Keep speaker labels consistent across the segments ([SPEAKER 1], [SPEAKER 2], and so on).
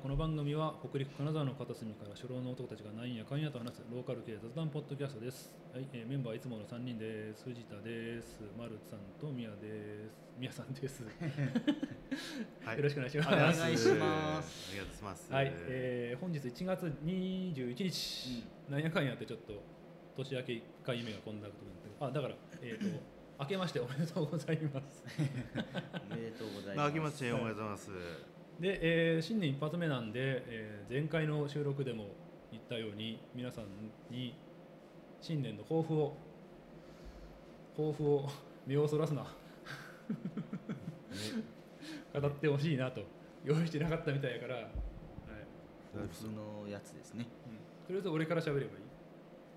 [SPEAKER 1] この番組は北陸金沢の片隅から初老の男たちがなんやかんやと話すローカル系雑談ポッドキャストです、はいえーメンバーはいつもの3人です藤田です丸さんと宮です宮さんです、
[SPEAKER 2] はい
[SPEAKER 1] よろしくお願いします
[SPEAKER 2] お願いしま
[SPEAKER 3] ま
[SPEAKER 2] す。ありがとうございます。
[SPEAKER 1] はい、えー本日1月21日、なんやかんやってちょっと年明け1回目がこんなことなんであだからえっ、と明けましておめでとうございます
[SPEAKER 3] おめでとうございます。
[SPEAKER 2] あ、明けましておめでとうございます。
[SPEAKER 1] で、えー新年一発目なんで、えー前回の収録でも言ったように皆さんに新年の抱負を抱負を目をそらすな 語ってほしいなと用意してなかったみたいやから、はい
[SPEAKER 3] 抱負のやつですね。
[SPEAKER 1] うん、とりあえず俺から喋ればいい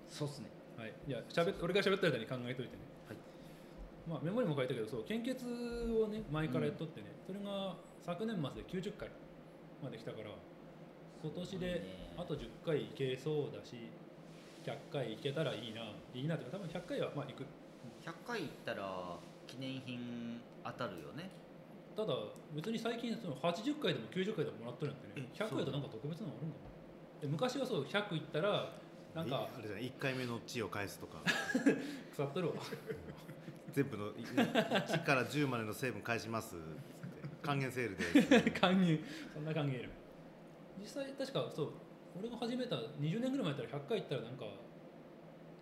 [SPEAKER 3] そうっすね。
[SPEAKER 1] はい、いやしゃべ俺が喋った間に考えといてね、
[SPEAKER 3] はい
[SPEAKER 1] まあ、メモにも書いたけどそう献血をね前からやっとってね、それが昨年末で90回まで来たから今年
[SPEAKER 3] すごい
[SPEAKER 1] で
[SPEAKER 3] ね
[SPEAKER 1] あと10回いけそうだし100回いけたらいいないいなというか多分100回はまあいく
[SPEAKER 3] 100回行ったら記念品当たるよね。
[SPEAKER 1] ただ別に最近その80回でも90回でももらっとるんでね
[SPEAKER 3] え
[SPEAKER 1] 100回となんか特別なのあるんかなで昔はそう100いったらなんか
[SPEAKER 2] えあれじゃない、一回目の地を返すとか、
[SPEAKER 1] 腐っとるわ
[SPEAKER 2] 全部のい1から10までの成分返しますっつって。還元セールです。
[SPEAKER 1] 還元そんな還元いる実際確かそう俺が始めた20年ぐらい前やったら100回行ったらなんか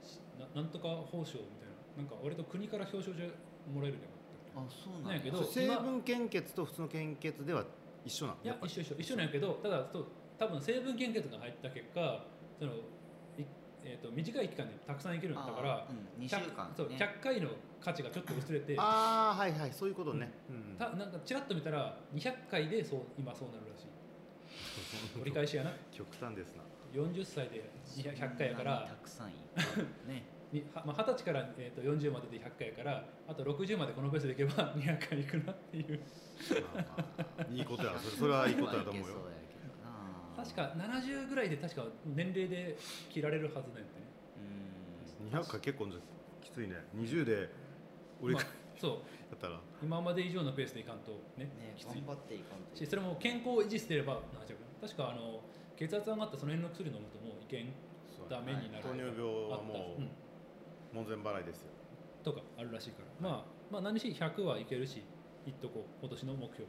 [SPEAKER 1] しななんとか報酬みたいななんか俺と国から表彰状もらえるんじゃなかっ
[SPEAKER 3] あ、そう
[SPEAKER 1] なんやけど
[SPEAKER 2] そう成分献血と普通の献血では一緒なの。
[SPEAKER 1] たいや
[SPEAKER 2] っぱり
[SPEAKER 1] 一緒一緒一緒なんやけどただそう多分成分献血が入った結果そのいえー、と短い期間でたくさんいけるんだったから
[SPEAKER 3] あ、うん、2週間、ね。
[SPEAKER 1] 100そう100回の価値がちょっと薄れて
[SPEAKER 2] ああ、はいはい、そういうことね。うん
[SPEAKER 1] たなんかちらっと見たら200回でそう今そうなるら しい折り返しやな
[SPEAKER 2] 極端ですな。
[SPEAKER 1] 40歳で200 100回やから
[SPEAKER 3] そんなにたくさんいるね。
[SPEAKER 1] にはまあ、20歳から、えー、と40までで100回やからあと60までこのペースでいけば200回いくなっていう
[SPEAKER 2] まあ まあいいことや、それそれはいいことだと思うよ
[SPEAKER 3] まあ。いけそうやけど
[SPEAKER 1] 確。
[SPEAKER 3] な
[SPEAKER 1] か70ぐらいで確か年齢で切られるはずなんでね
[SPEAKER 3] うん。
[SPEAKER 2] 200回結構きついね。20で折り返
[SPEAKER 1] まあそう
[SPEAKER 2] だったら。
[SPEAKER 1] 今まで以上のペースでいかんとね
[SPEAKER 3] ね、
[SPEAKER 1] きつい
[SPEAKER 3] 頑張っていかんと
[SPEAKER 1] しそれも健康を維持してれば大丈夫確かあの血圧上がったその辺の薬飲むともういけんダメになる
[SPEAKER 2] 糖尿病
[SPEAKER 1] あ
[SPEAKER 2] はも
[SPEAKER 1] ったん
[SPEAKER 2] う門前払いですよ。
[SPEAKER 1] とかあるらしいから、まあ、まあ何し100はいけるしいっとこう今年の目標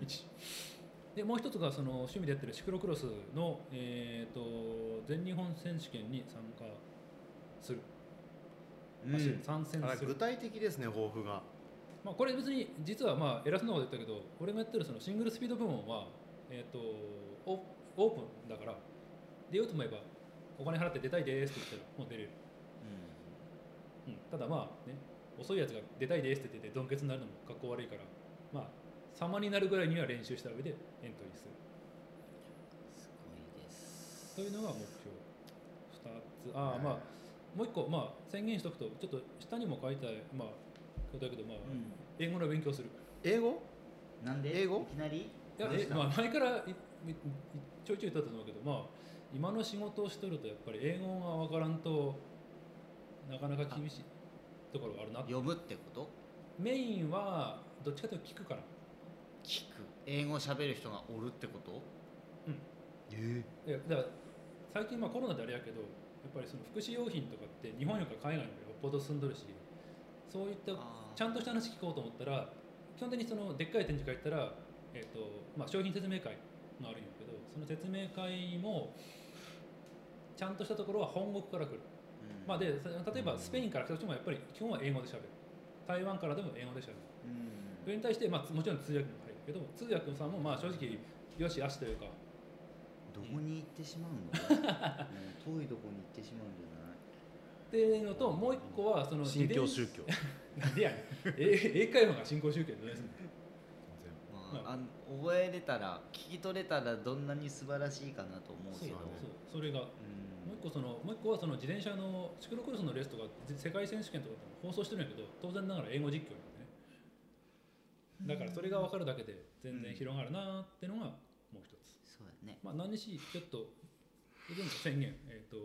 [SPEAKER 3] うん
[SPEAKER 1] 1でもう一つがその趣味でやってるシクロクロスの、えー、と全日本選手権に参加する、
[SPEAKER 2] うん
[SPEAKER 1] 走る参戦
[SPEAKER 2] あ
[SPEAKER 1] す
[SPEAKER 2] 具
[SPEAKER 1] る、
[SPEAKER 2] 体的ですね抱負が
[SPEAKER 1] まあ、これ別に実はまあ偉そうなこと言ったけど俺がやってるそのシングルスピード部門は、えー、とオオープンだから出ようと思えばお金払って出たいですって言ったらもう出れる、うん、ただまあね遅いやつが出たいですって言っててドンケツになるのも格好悪いからまあ様になるぐらいには練習した上でエントリーする
[SPEAKER 3] うん。すごいです。
[SPEAKER 1] というのが目標2つああまあもう一個、まあ、宣言しとくとちょっと下にも書いたまあことだけど、まあ
[SPEAKER 3] うん。
[SPEAKER 1] 英語の勉強する
[SPEAKER 2] 英語
[SPEAKER 3] なんで
[SPEAKER 2] 英語
[SPEAKER 3] いきなり
[SPEAKER 1] いや
[SPEAKER 3] どう
[SPEAKER 1] え
[SPEAKER 3] した
[SPEAKER 1] まあ、前からいいいちょいちょい言ったと思うけど、まあ、今の仕事をしとるとやっぱり英語が分からんとなかなか厳しいところがあるな
[SPEAKER 3] 呼ぶってこと
[SPEAKER 1] メインはどっちかというと聞くから
[SPEAKER 3] 聞く英語喋る人がおるってこと
[SPEAKER 2] え
[SPEAKER 1] いやだから最近まあコロナであれやけどやっぱりその福祉用品とかって日本よりか海外の方がよっぽど進んどるしそういった
[SPEAKER 3] あー
[SPEAKER 1] ちゃんとした話聞こうと思ったら基本的にそのでっかい展示会行ったら、えーとまあ、商品説明会があるんやけどその説明会もちゃんとしたところは本国から来る、
[SPEAKER 3] うん
[SPEAKER 1] まあ、でそ例えばスペインから来た人もやっぱり基本は英語で喋る台湾からでも英語で喋るそれに対して、まあ、もちろん通訳も入るけど通訳さんもまあ正直よしあしというか
[SPEAKER 3] どこに行ってしまうのもう遠いとこに行ってしまうんじゃない
[SPEAKER 1] っていうのともう一個はその
[SPEAKER 2] 新
[SPEAKER 1] 自
[SPEAKER 2] 教
[SPEAKER 1] 伝
[SPEAKER 2] 宗教
[SPEAKER 1] なんでやねんえ英会話が新興宗教じゃないですね
[SPEAKER 3] まあ、あの覚えれたら聞き取れたらどんなに素晴らしいかなと思う
[SPEAKER 1] そ
[SPEAKER 3] け
[SPEAKER 1] う
[SPEAKER 3] ど
[SPEAKER 1] そう
[SPEAKER 2] だね
[SPEAKER 1] それがもう一個そのもう一個はその自転車のシクロクロスのレースとかぜ世界選手権とかでも放送してるんやけど当然ながら英語実況なんでねだからそれが分かるだけで全然広がるなーってのがもう一つ、
[SPEAKER 3] そうやね
[SPEAKER 1] まあ何にしちょっと以前の宣言、えー、と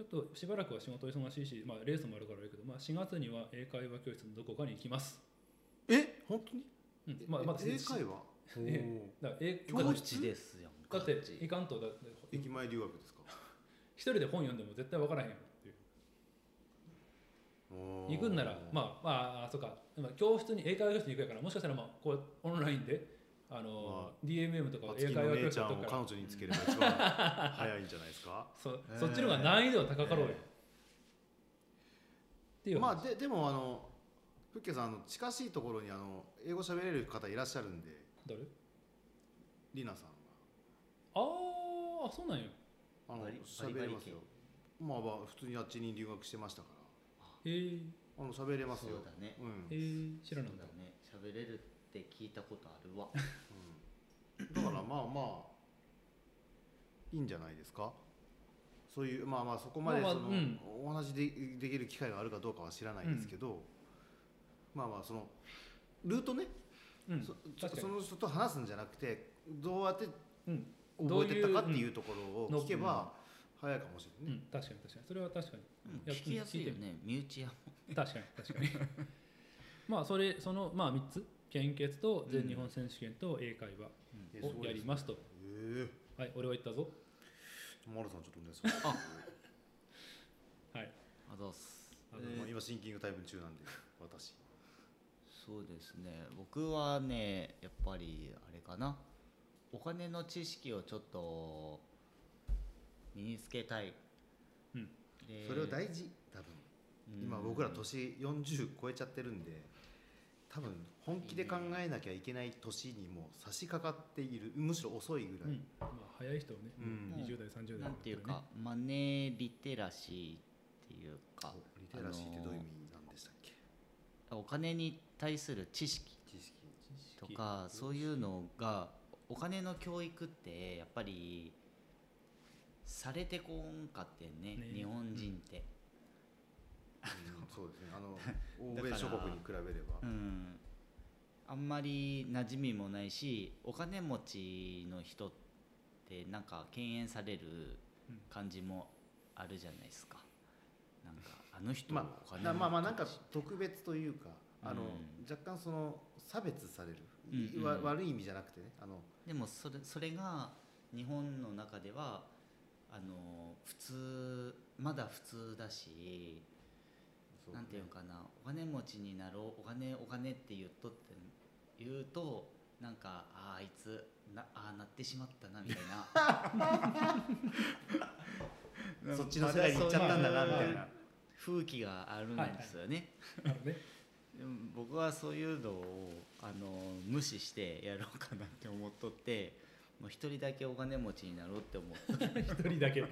[SPEAKER 1] ちょっとしばらくは仕事忙しいし、まあ、レースもあるからだけど、まあ、4月には英会話教室のどこかに行きます、
[SPEAKER 2] え本当に
[SPEAKER 1] うんまあまだ
[SPEAKER 2] 英会話
[SPEAKER 1] えだから英
[SPEAKER 2] 教室
[SPEAKER 3] ですやん
[SPEAKER 1] だって
[SPEAKER 3] 感じ
[SPEAKER 1] 行かんとだって
[SPEAKER 2] 駅前留学ですか
[SPEAKER 1] 一人で本読んでも絶対分からへんよっていう行
[SPEAKER 2] 行
[SPEAKER 1] くんならまあまああそうかまあ教室に英会話教室に行くやからもしかしたらまあこうオンラインであ
[SPEAKER 2] ま
[SPEAKER 1] の
[SPEAKER 2] あ
[SPEAKER 1] DMM とか
[SPEAKER 2] 松
[SPEAKER 1] 英
[SPEAKER 2] 木
[SPEAKER 1] 会
[SPEAKER 2] の
[SPEAKER 1] 話
[SPEAKER 2] 姉
[SPEAKER 1] 教室
[SPEAKER 2] ちゃん
[SPEAKER 1] と
[SPEAKER 2] を彼
[SPEAKER 1] か
[SPEAKER 2] 女につければ一番早いんじゃないですか
[SPEAKER 1] そ
[SPEAKER 3] えー
[SPEAKER 1] そっちの方が難易度は高かろうよ、
[SPEAKER 3] えー
[SPEAKER 1] っていう話、
[SPEAKER 2] まあででもあのふっけさんあの近しいところにあの英語喋れる方いらっしゃるんで
[SPEAKER 1] 誰
[SPEAKER 2] りなさん
[SPEAKER 1] あーあそうなんよ
[SPEAKER 2] あの
[SPEAKER 3] バリ
[SPEAKER 2] 喋れますよまあまあ普通にあっちに留学してましたか
[SPEAKER 1] へえ
[SPEAKER 2] らあの喋れますよ
[SPEAKER 3] そうだね
[SPEAKER 2] うん
[SPEAKER 1] えー、知らなかっ
[SPEAKER 3] そう
[SPEAKER 1] た
[SPEAKER 3] だね喋れるって聞いたことあるわ
[SPEAKER 2] うんだからまあまあいいんじゃないですかそういうまあまあそこまで
[SPEAKER 1] まあ
[SPEAKER 2] そ
[SPEAKER 1] まあ
[SPEAKER 2] の
[SPEAKER 1] うん
[SPEAKER 2] お話でできる機会があるかどうかは知らないですけどまあまあそのルートね
[SPEAKER 1] うん
[SPEAKER 2] そ
[SPEAKER 1] 確かに
[SPEAKER 2] その人と話すんじゃなくてどうやって
[SPEAKER 1] うんどう
[SPEAKER 2] 覚え
[SPEAKER 1] いう
[SPEAKER 2] てったかっていうところを聞けば早いかもしれ
[SPEAKER 1] う
[SPEAKER 2] ないね
[SPEAKER 1] ん、確かに確かにそれは確かに
[SPEAKER 3] うん
[SPEAKER 1] いや
[SPEAKER 3] 聞きやすいよね身内やもん
[SPEAKER 1] 確かに確かに まあそれそのまあ3つ献血と全日本選手権と英会話
[SPEAKER 2] えす
[SPEAKER 1] を
[SPEAKER 2] ご
[SPEAKER 1] や
[SPEAKER 2] いで
[SPEAKER 1] り
[SPEAKER 2] すね
[SPEAKER 1] ますと、
[SPEAKER 2] え
[SPEAKER 1] はい俺は言ったぞ
[SPEAKER 2] えマルさんちょっとお願いします
[SPEAKER 1] はい
[SPEAKER 3] あざっす
[SPEAKER 1] あ
[SPEAKER 2] あ
[SPEAKER 1] の
[SPEAKER 2] のまあ今シンキングタイム中なんで私
[SPEAKER 3] そうですね僕はねやっぱりあれかなお金の知識をちょっと身につけたい、
[SPEAKER 1] うん
[SPEAKER 3] で
[SPEAKER 2] それは大事多分今僕ら年40超えちゃってるんで多分本気で考えなきゃいけない年にもう差し掛かっているむしろ遅いぐ
[SPEAKER 1] う
[SPEAKER 2] らい、
[SPEAKER 1] んまあ、早い人はね、
[SPEAKER 2] うん
[SPEAKER 1] 20代30代
[SPEAKER 3] なんていうか、マネーリテラシーっていうか
[SPEAKER 2] おリテラシーってどういう意味なんでしたっけ
[SPEAKER 3] あのお金に対する知識
[SPEAKER 2] 知識
[SPEAKER 3] とかそういうのがお金の教育ってやっぱりされてこんかってね
[SPEAKER 1] ね
[SPEAKER 3] 日本人って、
[SPEAKER 2] うんそうですねあ の欧
[SPEAKER 3] だか
[SPEAKER 2] 米
[SPEAKER 3] ら
[SPEAKER 2] 諸国に比べれば
[SPEAKER 3] うん、あんまり馴染みもないしお金持ちの人ってなんか敬遠される
[SPEAKER 1] うん
[SPEAKER 3] 感じもあるじゃないですかなんかあの人
[SPEAKER 2] ま
[SPEAKER 3] お
[SPEAKER 2] あ
[SPEAKER 3] 金
[SPEAKER 2] なまあまあなんか
[SPEAKER 3] 持ち
[SPEAKER 2] 特別というかあの、
[SPEAKER 3] うん
[SPEAKER 2] 若干その差別される、
[SPEAKER 3] うんうん
[SPEAKER 2] わ悪い意味じゃなくてねあの
[SPEAKER 3] でもそれそれが日本の中ではあの普通まだ普通だし
[SPEAKER 2] そ
[SPEAKER 3] なんていうのかなお金持ちになろうお金お金って言っとって言うとなんかあーあいつなあーなってしまったなみ たい な
[SPEAKER 2] そっちの世界に行っちゃったんだなみた
[SPEAKER 3] まそう
[SPEAKER 2] いうな、
[SPEAKER 3] 風紀があるんですよね、
[SPEAKER 1] あのね
[SPEAKER 3] でも僕はそういうのをあの無視してやろうかなって思っとってもう一人だけお金持ちになろうって思っと
[SPEAKER 1] 一人だけ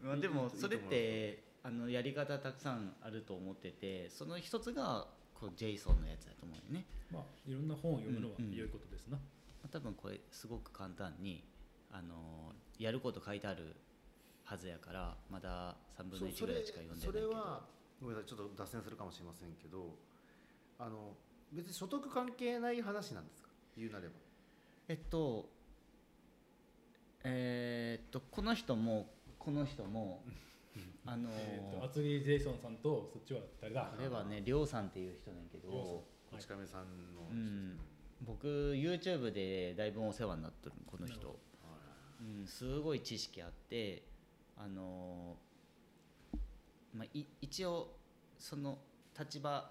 [SPEAKER 3] まあで
[SPEAKER 2] いい
[SPEAKER 3] も
[SPEAKER 2] と
[SPEAKER 3] それってあのやり方たくさんあると思っててその一つがこうジェイソンのやつだと思うよね
[SPEAKER 1] まあいろんな本を読むのは
[SPEAKER 3] うんうん
[SPEAKER 1] 良いことですな、
[SPEAKER 3] 多分これすごく簡単にあのやること書いてあるはずやからまだ3分
[SPEAKER 2] そ
[SPEAKER 3] の
[SPEAKER 2] うそ
[SPEAKER 3] 1ぐ
[SPEAKER 2] れ
[SPEAKER 3] らいしか読んで
[SPEAKER 2] そ
[SPEAKER 3] ないけ
[SPEAKER 2] れ
[SPEAKER 3] ど
[SPEAKER 2] はごめんなさいちょっと脱線するかもしれませんけどあの別に所得関係ない話なんですか言うなれば
[SPEAKER 3] えっとえーっとこの人もこの人もあの
[SPEAKER 1] えーと厚木ジェイソンさんとそっちは誰だ
[SPEAKER 3] これはねりょうさんっていう人なんやけ
[SPEAKER 1] りょうさん
[SPEAKER 3] ど
[SPEAKER 2] こち亀さんの、
[SPEAKER 3] うん僕 YouTube でだいぶお世話になってるこの
[SPEAKER 1] なる
[SPEAKER 3] 人
[SPEAKER 1] ほ、
[SPEAKER 3] うん、すごい知識あってあのまあ、い一応その立場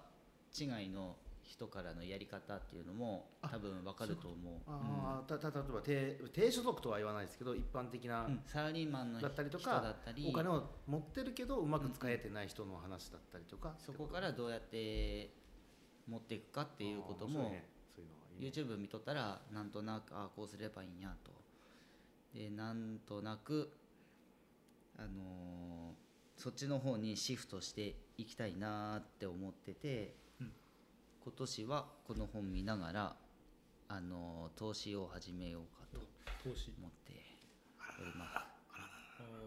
[SPEAKER 3] 違いの人からのやり方っていうのも
[SPEAKER 2] あ
[SPEAKER 3] 多分わかると思う
[SPEAKER 2] ああ、たた例えば低低所得とは言わないですけど一般的な、
[SPEAKER 3] うんうんサラリーマンの
[SPEAKER 2] だったりとか
[SPEAKER 3] 人だったり
[SPEAKER 2] お金を持ってるけどうまく使えてない人の話だったりとか、
[SPEAKER 3] そこからどうやって持っていくかっていうこと
[SPEAKER 2] あー面白
[SPEAKER 3] も、
[SPEAKER 2] いねそういうのはいいね
[SPEAKER 3] YouTube 見とったらなんとなくああこうすればいいんやとでなんとなくあのーそっちの方にシフトしていきたいなーって思ってて、
[SPEAKER 1] うん
[SPEAKER 3] 今年はこの本見ながら、あのー投資を始めようかと
[SPEAKER 1] 投資
[SPEAKER 3] 思っております
[SPEAKER 1] あ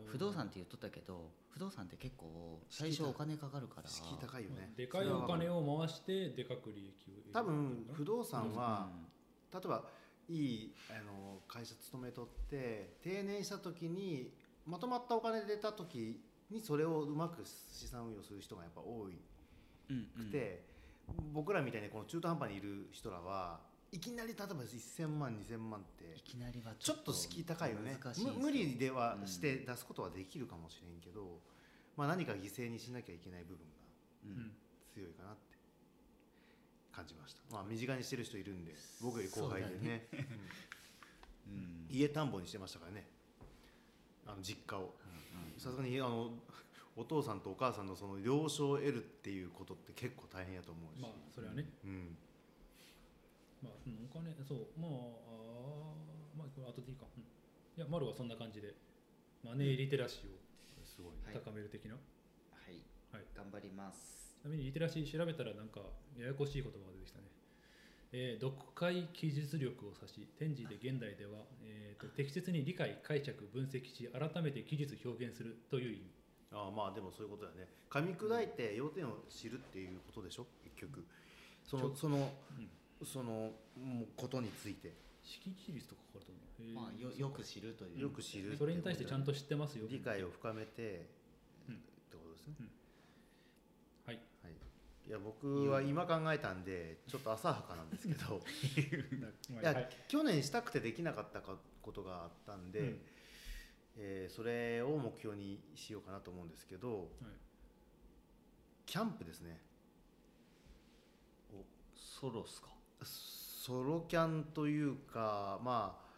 [SPEAKER 1] ー
[SPEAKER 3] 不動産って言っとったけど不動産って結構最初お金かかるから
[SPEAKER 2] 敷居高いよね、
[SPEAKER 1] まあでかいお金を回してでかく利益を得る
[SPEAKER 2] 多分不動
[SPEAKER 3] うん
[SPEAKER 2] 産は、例えばいいあの会社勤めとって定年した時にまとまったお金出た時にそれをうまく資産運用する人がやっぱ多
[SPEAKER 3] うんうん
[SPEAKER 2] くて、僕らみたいにこの中途半端にいる人らはいきなり例えば1000万2000万って
[SPEAKER 3] いきなりは
[SPEAKER 2] ちょっと敷居高いよね
[SPEAKER 3] 難しいです
[SPEAKER 2] む無理ではして出すことはできるかもしれんけど、まあ、何か犠牲にしなきゃいけない部分が
[SPEAKER 3] う
[SPEAKER 1] うんん
[SPEAKER 2] 強いかなって感じました、まあ、身近にしてる人いるんで僕より後輩でね
[SPEAKER 3] うん
[SPEAKER 2] うん家田んぼにしてましたからねあの実家をさすがにあのお父さんとお母さんのその了承を得るっていうことって結構大変やと思うし、
[SPEAKER 1] まあそれはね、
[SPEAKER 2] うん、
[SPEAKER 1] まあ、うんお金そうまああーまあこれ後でいいか、うんいやマルはそんな感じでマネーリテラシーを
[SPEAKER 2] すごい、
[SPEAKER 3] はい
[SPEAKER 1] 高める的な、
[SPEAKER 3] はい、
[SPEAKER 1] はい
[SPEAKER 3] 頑張ります
[SPEAKER 1] ちなみにリテラシー調べたらなんかややこしい言葉が出てきたね、えー読解記述力を指し展示で現代では、えーと適切に理解解釈分析し改めて記述表現するという意味
[SPEAKER 2] ああまあでもそういうことだね噛み砕いて要点を知るっていうことでしょ結局そのそのそのもうことについて
[SPEAKER 1] 識字率とか書かれてるの
[SPEAKER 3] まあよよく知るという
[SPEAKER 2] よく知る
[SPEAKER 1] それに対してちゃんと知ってますよ
[SPEAKER 2] 理解を深めて、
[SPEAKER 1] うん
[SPEAKER 2] ってことですね、
[SPEAKER 1] はい
[SPEAKER 2] はい、いや僕は今考えたんでちょっと浅はかなんですけ どい や
[SPEAKER 1] はい
[SPEAKER 2] 去年したくてできなかったかことがあったんで、
[SPEAKER 1] うん
[SPEAKER 2] えーそれを目標にしようかなと思うんですけど
[SPEAKER 1] はい
[SPEAKER 2] キャンプですね
[SPEAKER 3] ソロスか
[SPEAKER 2] ソロキャンというかまあ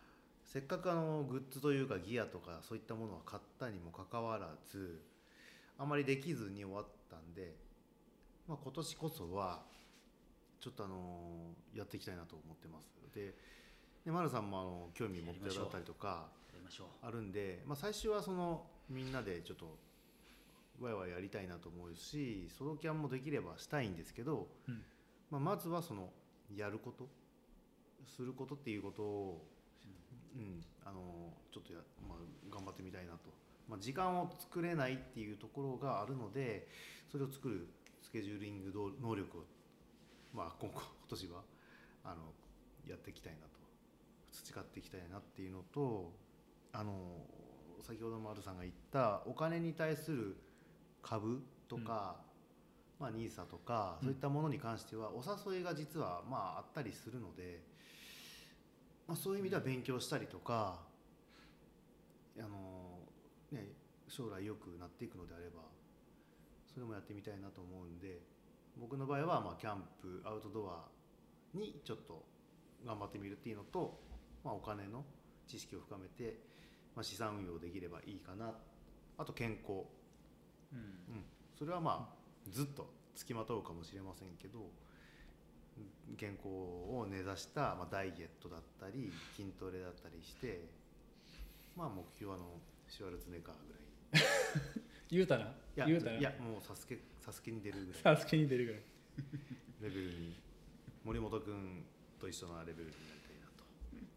[SPEAKER 2] せっかくあのグッズというかギアとかそういったものは買ったにもかかわらずあまりできずに終わったんで、まあ、今年こそはちょっとあのやっていきたいなと思ってますでで丸さんもあの興味持っていただいたりとか
[SPEAKER 3] やりましょう
[SPEAKER 2] あるんで、まあ、最終はそのみんなでちょっとワイワイやりたいなと思うしソロキャンもできればしたいんですけど、
[SPEAKER 1] うん
[SPEAKER 2] まあ、まずはそのやることすることっていうことを、うん、あのちょっとや、まあ、頑張ってみたいなと、まあ、時間を作れないっていうところがあるのでそれを作るスケジューリングどう能力を、まあ、今後今年はあのやっていきたいなと培っていきたいなっていうのとあの先ほど丸さんが言ったお金に対する株とか、まあ、ニーサとか
[SPEAKER 1] うん
[SPEAKER 2] そういったものに関してはお誘いが実はまああったりするので、まあ、そういう意味では勉強したりとか、あのね、将来良くなっていくのであればそれもやってみたいなと思うんで僕の場合はまあキャンプアウトドアにちょっと頑張ってみるっていうのと、まあ、お金の知識を深めて、まあ、資産運用できればいいかなあと健康
[SPEAKER 3] うん
[SPEAKER 2] うん、それはまあずっとつきまとうかもしれませんけどうん健康を根ざした、まあ、ダイエットだったり筋トレだったりしてまあ目標はあのシュワルツェネッガーぐらい
[SPEAKER 1] 言うたない
[SPEAKER 2] や
[SPEAKER 1] 言うたない
[SPEAKER 2] やもうサスケサスケに出るぐらい
[SPEAKER 1] サスケに出るぐらい
[SPEAKER 2] レベルに森本君と一緒のレベルにな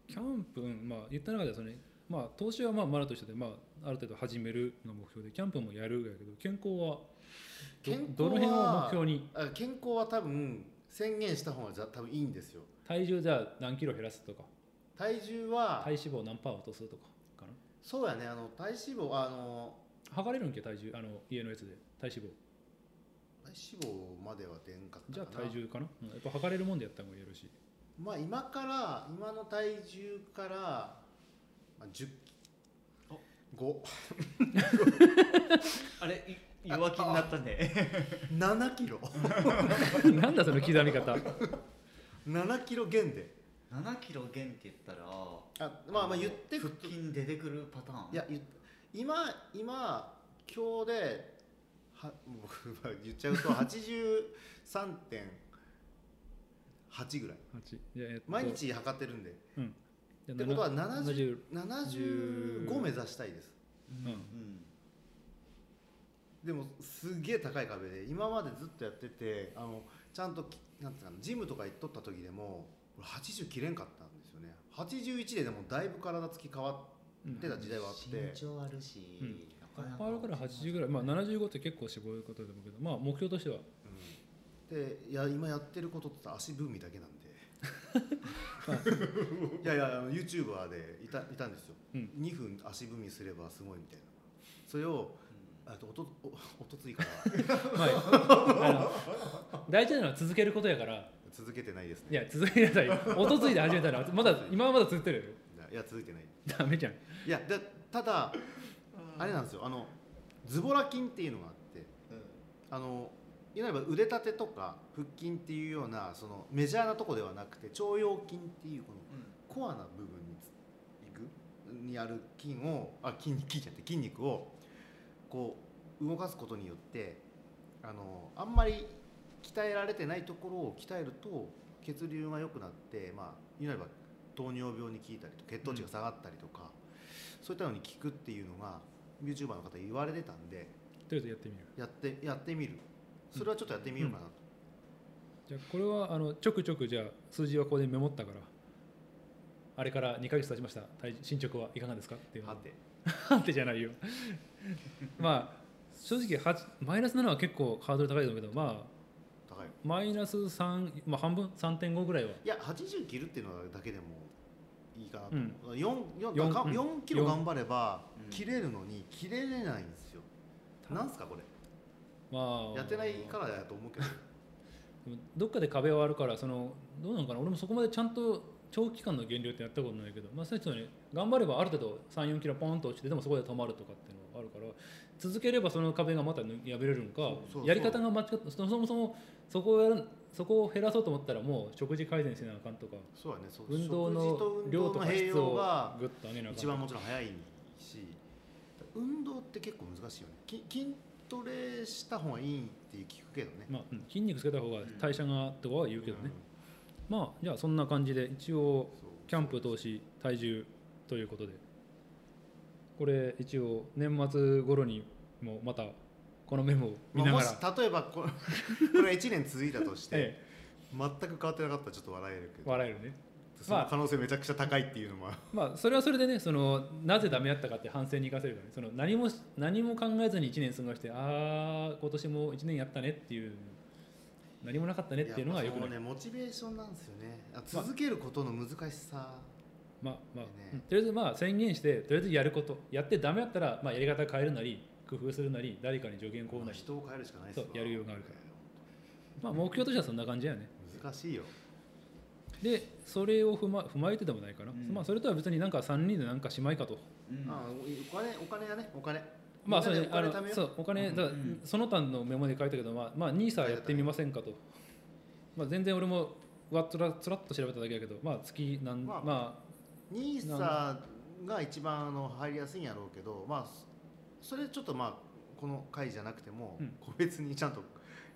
[SPEAKER 2] りたいなと
[SPEAKER 1] キャンプ、うんまあ、言った中ではその、まあ、投資はまあマラと一緒で、まあ、ある程度始めるのが目標でキャンプもやるやけど健康はど
[SPEAKER 2] 健康
[SPEAKER 1] ど
[SPEAKER 2] は
[SPEAKER 1] の辺を目標に
[SPEAKER 2] あ健康は多分宣言した方がじゃ多分いいんですよ
[SPEAKER 1] 体重じゃあ何キロ減らすとか
[SPEAKER 2] 体重は、
[SPEAKER 1] 体脂肪何パー落とすとかかな
[SPEAKER 2] そうやねあの体脂肪あの
[SPEAKER 1] 測れるんけ体重あの家のやつで体脂肪
[SPEAKER 2] 体脂肪までは出んかった
[SPEAKER 1] じゃ
[SPEAKER 2] か
[SPEAKER 1] あ
[SPEAKER 2] な
[SPEAKER 1] 体重かな、うんやっぱ測れるもんでやった方がやるし
[SPEAKER 2] まあ今から今の体重から、まあ、10五
[SPEAKER 3] あれい弱気になった ね
[SPEAKER 2] 7キロ
[SPEAKER 1] なんだその刻み方
[SPEAKER 2] 7キロ減で
[SPEAKER 3] 7キロ減って言ったら
[SPEAKER 2] あまあまあ言って
[SPEAKER 3] 腹筋出てくるパターン
[SPEAKER 2] いや言っ今今今日ではもう まあ言っちゃうと83.8ぐらい
[SPEAKER 1] 八じゃあえっと
[SPEAKER 2] 毎日測ってるんで
[SPEAKER 1] じゃあ
[SPEAKER 2] ってことは
[SPEAKER 1] な
[SPEAKER 2] 70
[SPEAKER 1] 70
[SPEAKER 2] 75目指したいです
[SPEAKER 3] うん、
[SPEAKER 1] うん
[SPEAKER 2] でもすげえ高い壁で今までずっとやっててあのちゃんときなんていうかなジムとか行っとった時でも俺80切れんかったんですよね81ででもだいぶ体つき変わ
[SPEAKER 1] う
[SPEAKER 2] って
[SPEAKER 1] ん
[SPEAKER 2] た時代はあって
[SPEAKER 3] 身長あるし、
[SPEAKER 1] うん
[SPEAKER 3] なか
[SPEAKER 1] パ
[SPEAKER 3] なか
[SPEAKER 1] ーから80ぐらい、まあ、75って結構絞ることだと思うけど、まあ、目標と しては
[SPEAKER 2] うん、でいや今やってることって言ったら足踏みだけなん でいやいやあの YouTuber でいたいたんですよ、
[SPEAKER 1] うん
[SPEAKER 2] 2分足踏みすればすごいみたいなそれをあとおとおおとついから
[SPEAKER 1] はい、あの大事なのは続けることやから
[SPEAKER 2] 続けてないです
[SPEAKER 1] い
[SPEAKER 2] ね
[SPEAKER 1] や続けなさいおとついで始めたらまだ今はまだ続いてるよ
[SPEAKER 2] いや続いてない
[SPEAKER 1] ダメじゃん
[SPEAKER 2] いやだただあれなんですよあのズボラ筋っていうのがあってあのいわゆる腕立てとか腹筋っていうようなそのメジャーなとこではなくて腸腰筋っていうこのコアな部分についくにある筋をあ筋肉筋じゃなくて筋肉をこう動かすことによってあのあんまり鍛えられてないところを鍛えると血流が良くなってまあいわゆる糖尿病に効いたりと血糖値が下がったりとか、そういったのに効くっていうのが YouTuber の方言われてたんで
[SPEAKER 1] とりあえずやってみる
[SPEAKER 2] やってやってみるそれはちょっとやってみようかなと、
[SPEAKER 1] じゃあこれはあのちょくちょくじゃあ数字はここでメモったからあれから2ヶ月経ちました体重進捗はいかがですかっていうの
[SPEAKER 2] はて
[SPEAKER 1] 判定じゃないよ まあ正直はちマイナス7は結構ハードル高いと思うけどまあ
[SPEAKER 2] 高い
[SPEAKER 1] マイナス3、まあ、半分3.5ぐらいはい
[SPEAKER 2] や80切るっていうのだけでもいいかなと思う、4,
[SPEAKER 1] 四うん
[SPEAKER 2] キロ頑張れば
[SPEAKER 3] うん
[SPEAKER 2] 切れるのに切れれないんですよ、なんすかこれ
[SPEAKER 1] まあ
[SPEAKER 2] やってないからだと思うけど
[SPEAKER 1] でもどっかで壁はあるからそのどうなのかな俺もそこまでちゃんと長期間の減量ってやったことないけど、まあ、そういう人ね頑張ればある程度34キロポンと落ちてでもそこで止まるとかっていうのがあるから続ければその壁がまた抜破れるのか
[SPEAKER 2] そうそう
[SPEAKER 1] やり方が間違ってそそもそもそこをやるそこを減らそうと思ったらもう食事改善せなあかんとか
[SPEAKER 2] そうだねそう
[SPEAKER 1] 運動
[SPEAKER 2] 食事と
[SPEAKER 1] の
[SPEAKER 2] 運
[SPEAKER 1] 量
[SPEAKER 2] 動
[SPEAKER 1] と
[SPEAKER 2] の
[SPEAKER 1] か
[SPEAKER 2] 併
[SPEAKER 1] 質を
[SPEAKER 2] 用が
[SPEAKER 1] グッと上げなあかん
[SPEAKER 2] 一番もちろん早いし運動って結構難しいよねき筋トレした方がいいって聞くけどね
[SPEAKER 1] まあうん筋肉つけた方が代謝がとかは言うけどね、まあじゃあそんな感じで一応
[SPEAKER 2] うんそう
[SPEAKER 1] キャンプ投資体重ということでこれ一応年末頃にもまたこのメモを見ながら、
[SPEAKER 2] まあもし例えばこ これが1年続いたとして、
[SPEAKER 1] ええ
[SPEAKER 2] 全く変わってなかったらちょっと笑えるけど
[SPEAKER 1] 笑えるね
[SPEAKER 2] その可能性めちゃくちゃ高いっていうのもある
[SPEAKER 1] まあそれはそれでねそのなぜダメだったかって反省に生かせるからねその何もし何も考えずに1年過ごしてああ今年も1年やったねっていう何もなかったねっていうのがよく
[SPEAKER 2] や
[SPEAKER 1] な
[SPEAKER 2] っぱ
[SPEAKER 1] い、
[SPEAKER 2] そうねモチベーションなんですよねあ続けることの難しさ、
[SPEAKER 1] まあまあ、
[SPEAKER 2] ね
[SPEAKER 1] うんとりあえずまあ宣言してとりあえずやることやってダメだったら、まあ、やり方変えるなり工夫するなり誰かに助言こう
[SPEAKER 2] ま
[SPEAKER 1] な
[SPEAKER 2] あ
[SPEAKER 1] り、
[SPEAKER 2] 人を変えるしかない
[SPEAKER 1] そうやるようがあるからまあ、目標としてはそんな感じだよね
[SPEAKER 2] 難しいよ
[SPEAKER 1] でそれを踏ま踏まえてでもないかな、
[SPEAKER 3] うん
[SPEAKER 1] まあ、それとは別になんか3人でなんかしまいかと、
[SPEAKER 3] うん
[SPEAKER 2] あお金お金やねお金
[SPEAKER 1] まあそ
[SPEAKER 2] みん
[SPEAKER 1] う
[SPEAKER 2] な
[SPEAKER 1] ね
[SPEAKER 2] でお
[SPEAKER 1] あの
[SPEAKER 2] 金貯めよう
[SPEAKER 1] そうお金
[SPEAKER 2] うん
[SPEAKER 1] だから
[SPEAKER 3] うん
[SPEAKER 1] その他のメモで書いたけど、まあ、まあ NISA やってみませんかと、まあ、全然俺もわっとらつらっと調べただけだけど、まあ、月なん
[SPEAKER 2] ま
[SPEAKER 1] ま
[SPEAKER 2] あ
[SPEAKER 1] あ、
[SPEAKER 2] ニーサが一番あの入りやすいんやろうけどまあそそれちょっとまあこの回じゃなくても、
[SPEAKER 1] うん
[SPEAKER 2] 個別にちゃんと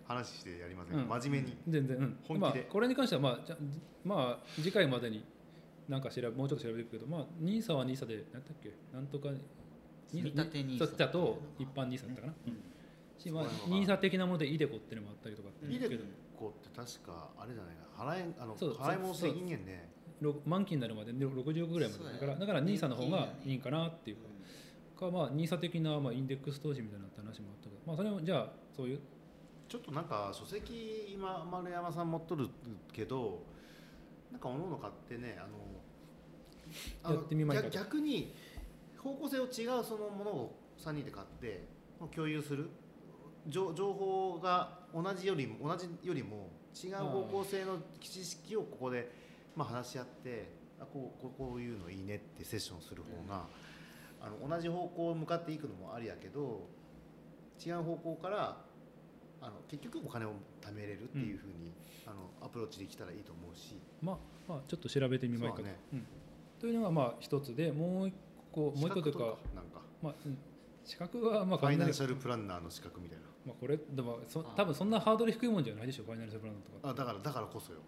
[SPEAKER 2] 話してやりませんか、
[SPEAKER 1] うん
[SPEAKER 2] 真面目に、
[SPEAKER 1] 全然、うん
[SPEAKER 2] 本気で
[SPEAKER 1] まあ、これに関しては、まあじゃまあ、次回までになんか調べもうちょっと調べていくけど、まあ、NISA は NISA で何だっけなんとか
[SPEAKER 3] 積み立て NISA
[SPEAKER 1] そうだと一般 NISA だったかな、し、まあ、NISA 的なものでイデコっていうのもあったりとかって
[SPEAKER 3] うん
[SPEAKER 2] イデ
[SPEAKER 1] けど
[SPEAKER 2] コって確かあれじゃないか払えあの
[SPEAKER 1] そう
[SPEAKER 2] 払い戻せ人間ね
[SPEAKER 1] ろ満期になるまでで60億ぐらいまでだからだから NISA の方がいいかなっていうかまあ NISA 的なまあインデックス投資みたいな話もあったけどまあそれもじゃあそういう
[SPEAKER 2] ちょっとなんか書籍今丸山さん持っとるけどなんかおのの買ってねあの
[SPEAKER 1] やってみまいかと
[SPEAKER 2] 逆逆に方向性を違うそのものを3人で買って共有する情情報が同じよりも同じよりも違う方向性の知識をここでまあ話し合ってあこうこうこういうのいいねってセッションする方が、あの同じ方向を向かっていくのもありやけど違う方向からあの結局お金を貯めれるっていうふうに、あのアプローチできたらいいと思うし
[SPEAKER 1] まあまあちょっと調べてみまいかと、
[SPEAKER 2] そうだね
[SPEAKER 1] うんというのがまあ一つでもう一個もう一個というか
[SPEAKER 2] 資格取るなんか
[SPEAKER 1] まあうん資格はまあ
[SPEAKER 2] ファイ
[SPEAKER 1] 簡単だ
[SPEAKER 2] ナン
[SPEAKER 1] け
[SPEAKER 2] シャルプランナーの資格みたい
[SPEAKER 1] どまあこれでもそ
[SPEAKER 3] あー
[SPEAKER 1] 多分そんなハードル低いもんじゃないでしょファイナルセブランドとか
[SPEAKER 2] なあだからだからこそよ、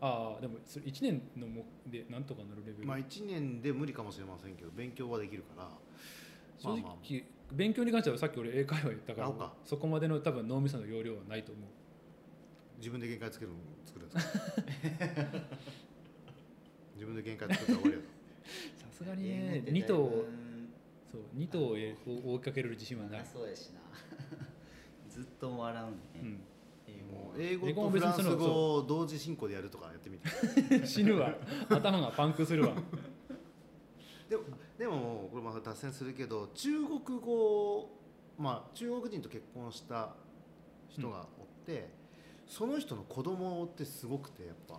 [SPEAKER 1] ああでもそれ1年のもでなんとかなるレベル、
[SPEAKER 2] まあ、1年で無理かもしれませんけど勉強はできるから
[SPEAKER 1] 正直、
[SPEAKER 2] まあまあ
[SPEAKER 1] 勉強に関してはさっき俺英会話言ったから
[SPEAKER 2] あそうか
[SPEAKER 1] そこまでの多分脳みその容量はないと思う
[SPEAKER 2] 自分で限界つけるの作る んですか自分で限界作ったら終わり
[SPEAKER 1] さすがにね2頭をそう2頭をえ
[SPEAKER 3] あ
[SPEAKER 1] 追いかける自信はない、
[SPEAKER 3] そうやしな ずっと笑う
[SPEAKER 1] う
[SPEAKER 3] ね
[SPEAKER 1] ん、
[SPEAKER 3] 英
[SPEAKER 2] や
[SPEAKER 3] 語
[SPEAKER 2] もう
[SPEAKER 3] は
[SPEAKER 2] 英
[SPEAKER 1] 英語
[SPEAKER 2] 語
[SPEAKER 1] も
[SPEAKER 2] とフ
[SPEAKER 1] 別に
[SPEAKER 2] ラン
[SPEAKER 1] そ
[SPEAKER 2] ス
[SPEAKER 1] の
[SPEAKER 2] 語を同時進行でやるとかやってみて
[SPEAKER 1] 死ぬわ 頭がパンクするわ
[SPEAKER 2] でもでもこれまた脱線するけど中国語まあ中国人と結婚した人がおって、その人の子供ってすごくてやっぱ
[SPEAKER 1] あ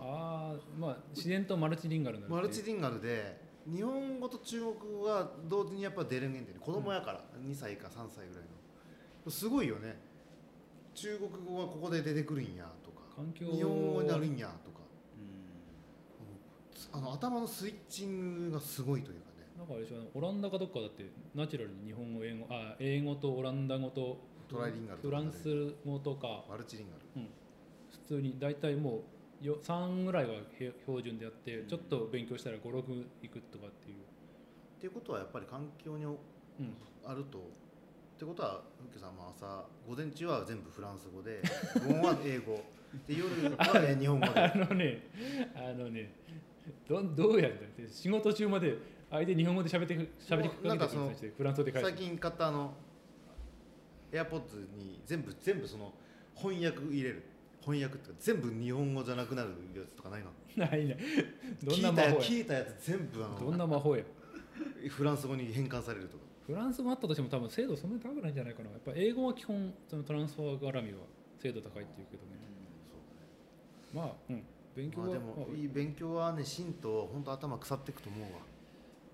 [SPEAKER 1] あまあ自然とマルチリンガルにな
[SPEAKER 2] マル
[SPEAKER 1] ってい
[SPEAKER 2] チ
[SPEAKER 1] う
[SPEAKER 2] リンガルで日本語と中国語が同時にやっぱ出るんげんだよね子供やから、2歳か3歳ぐらいのすごいよね中国語がここで出てくるんやとか
[SPEAKER 1] 環境
[SPEAKER 2] 日本語になるんやとか
[SPEAKER 3] うん
[SPEAKER 2] あの頭のスイッチングがすごいというかね
[SPEAKER 1] なんかあれでしょオランダかどっかだってナチュラルに日本語英語あ英語とオランダ語と
[SPEAKER 2] トライリンガルと
[SPEAKER 1] フ
[SPEAKER 2] か
[SPEAKER 1] ラ
[SPEAKER 2] ね
[SPEAKER 1] ンス語とか
[SPEAKER 2] マルチリンガル
[SPEAKER 1] 普通に大体もうよ3ぐらいはへ標準でやって、
[SPEAKER 3] うん
[SPEAKER 1] ちょっと勉強したら56いくとかっていう、
[SPEAKER 2] っていうことはやっぱり環境に
[SPEAKER 1] うん、
[SPEAKER 2] あるとってことはウッケさんも朝午前中は全部フランス 語で午後は英語で夜は日本語で
[SPEAKER 1] あのねあのねどどうやるんだって仕事中まで相手日本語で喋って喋りかけてくる
[SPEAKER 2] なん
[SPEAKER 1] ん
[SPEAKER 2] かその
[SPEAKER 1] ですよフランス語で返す
[SPEAKER 2] 最近買ったあの AirPods に全部全部その翻訳入れる翻訳っていうか全部日本語じゃなくなるやつとかないの
[SPEAKER 1] ないないどん
[SPEAKER 2] 聞
[SPEAKER 1] ない魔
[SPEAKER 2] たや
[SPEAKER 1] 法や
[SPEAKER 2] 聞いたやつ全部あ
[SPEAKER 1] どん
[SPEAKER 2] の
[SPEAKER 1] な魔法や
[SPEAKER 2] フランス語に変換されるとか
[SPEAKER 1] フランスもあったとしても多分精度そんなに高くないんじゃないかなやっぱ英語は基本そのトランスファー絡みは精度高いっていうけどね
[SPEAKER 2] そう
[SPEAKER 1] まあ、うん、勉強は、
[SPEAKER 2] まあで
[SPEAKER 1] ま
[SPEAKER 2] も
[SPEAKER 1] あ
[SPEAKER 2] いい勉強はね芯と本当頭腐っていくと思うわ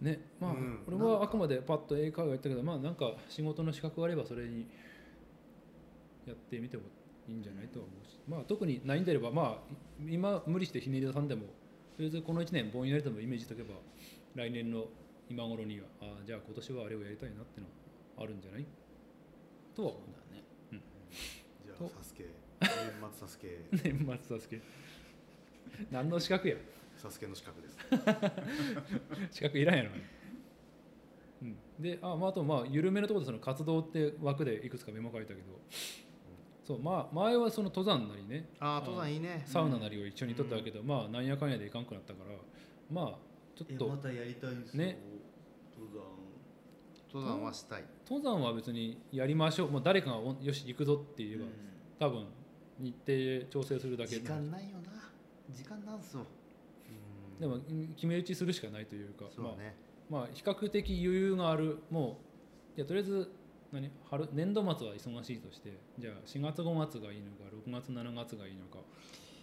[SPEAKER 1] ねまあ、
[SPEAKER 2] うん
[SPEAKER 1] 俺はあくまでパッと英会話やったけどまあなんか仕事の資格があればそれにやってみてもいいんじゃないとは思うし、まあ、特にないんであればまあ今無理してひねり出さんでもとりあえずこの1年ぼんやりともイメージしとけば来年の今頃にはああじゃあ今年はあれをやりたいなってのはあるんじゃないとは思う
[SPEAKER 3] そうだね
[SPEAKER 2] じゃあ
[SPEAKER 1] と
[SPEAKER 2] サス ケ年末サスケ
[SPEAKER 1] 年末サスケ何の資格や
[SPEAKER 2] サスケの資格です
[SPEAKER 1] 資格いらんやろ、うん、であ,、まあ、あとまあ緩めのところでその活動って枠でいくつかメモ書いたけどそうまあ前はその登山なりね
[SPEAKER 2] ああ登山いいね
[SPEAKER 1] サウナなりを一緒にとったけど、まあなんやかんやでいかんくなったからまあちょっ
[SPEAKER 4] え
[SPEAKER 1] と
[SPEAKER 4] またやりたいんですよ、
[SPEAKER 1] ね
[SPEAKER 4] 登山
[SPEAKER 2] 登山はしたい
[SPEAKER 1] 登山は別にやりましょうもう誰かがおよし行くぞって言えば、
[SPEAKER 3] うん
[SPEAKER 1] 多分日程調整するだけ
[SPEAKER 2] 時間ないよな時間なんすよ
[SPEAKER 1] でもうん決め打ちするしかないというか
[SPEAKER 2] そうだね、
[SPEAKER 1] まあ比較的余裕があるもういやとりあえず何春年度末は忙しいとしてじゃあ4月5月がいいのか6月7月がいいのか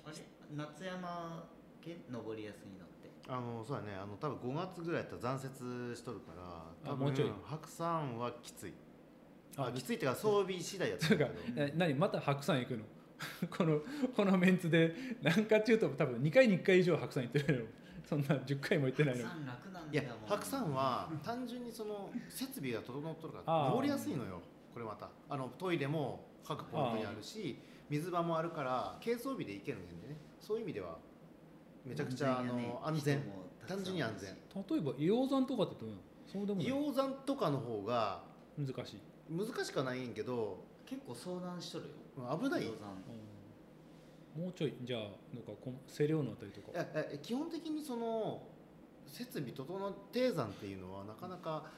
[SPEAKER 3] あれ夏山県登りやすいのって
[SPEAKER 2] あのそうだねあの多分5月ぐらいやったら残雪しとるから多分
[SPEAKER 1] もうちょい
[SPEAKER 2] 白山はきついあ
[SPEAKER 1] あ
[SPEAKER 2] きついっていうか装備次第やった
[SPEAKER 1] つ
[SPEAKER 2] ん
[SPEAKER 1] う
[SPEAKER 2] だ
[SPEAKER 1] か
[SPEAKER 2] けど
[SPEAKER 1] え何また白山行くの このこのメンツで何かっていうと多分2回に1回以上白山行ってないのそんな10回も行ってないの
[SPEAKER 3] 白山楽なん
[SPEAKER 2] いや
[SPEAKER 3] だもん
[SPEAKER 2] 白山は単純にその設備が整っとるか
[SPEAKER 1] あ
[SPEAKER 2] ら
[SPEAKER 1] ー
[SPEAKER 2] 登りやすいのよこれまたあのトイレも各ポイントにあるし水場もあるから軽装備で行けるんでねそういう意味ではめちゃくちゃあの安全単純に安全
[SPEAKER 1] 例えば硫黄山とかってどうなのそうでもない
[SPEAKER 2] 硫黄山とかの方が
[SPEAKER 1] 難しい、
[SPEAKER 2] 難しくはないんやけど
[SPEAKER 3] 結構相談しとるよ
[SPEAKER 2] 危ない
[SPEAKER 3] 鷹山
[SPEAKER 1] うんもうちょいじゃあなんかこの清涼のあたりとか
[SPEAKER 2] ええ基本的にその設備整っ低山っていうのはなかなか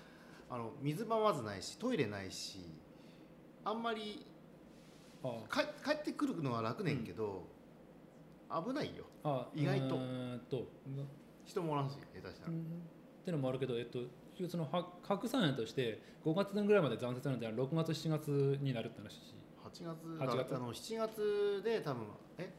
[SPEAKER 2] あの水場まずないしトイレないしあんまり
[SPEAKER 1] あ
[SPEAKER 2] か帰ってくるのは楽ねんけど、危ないよ
[SPEAKER 1] あ
[SPEAKER 2] 意外と
[SPEAKER 1] うーんと
[SPEAKER 2] 人もおらんし下手したら、
[SPEAKER 1] ってのもあるけど、えっと、そのは白山やとして5月ぐらいまで残雪なんじゃ6月7月になるって話
[SPEAKER 2] 八月
[SPEAKER 1] 八月
[SPEAKER 2] あの7月で多分え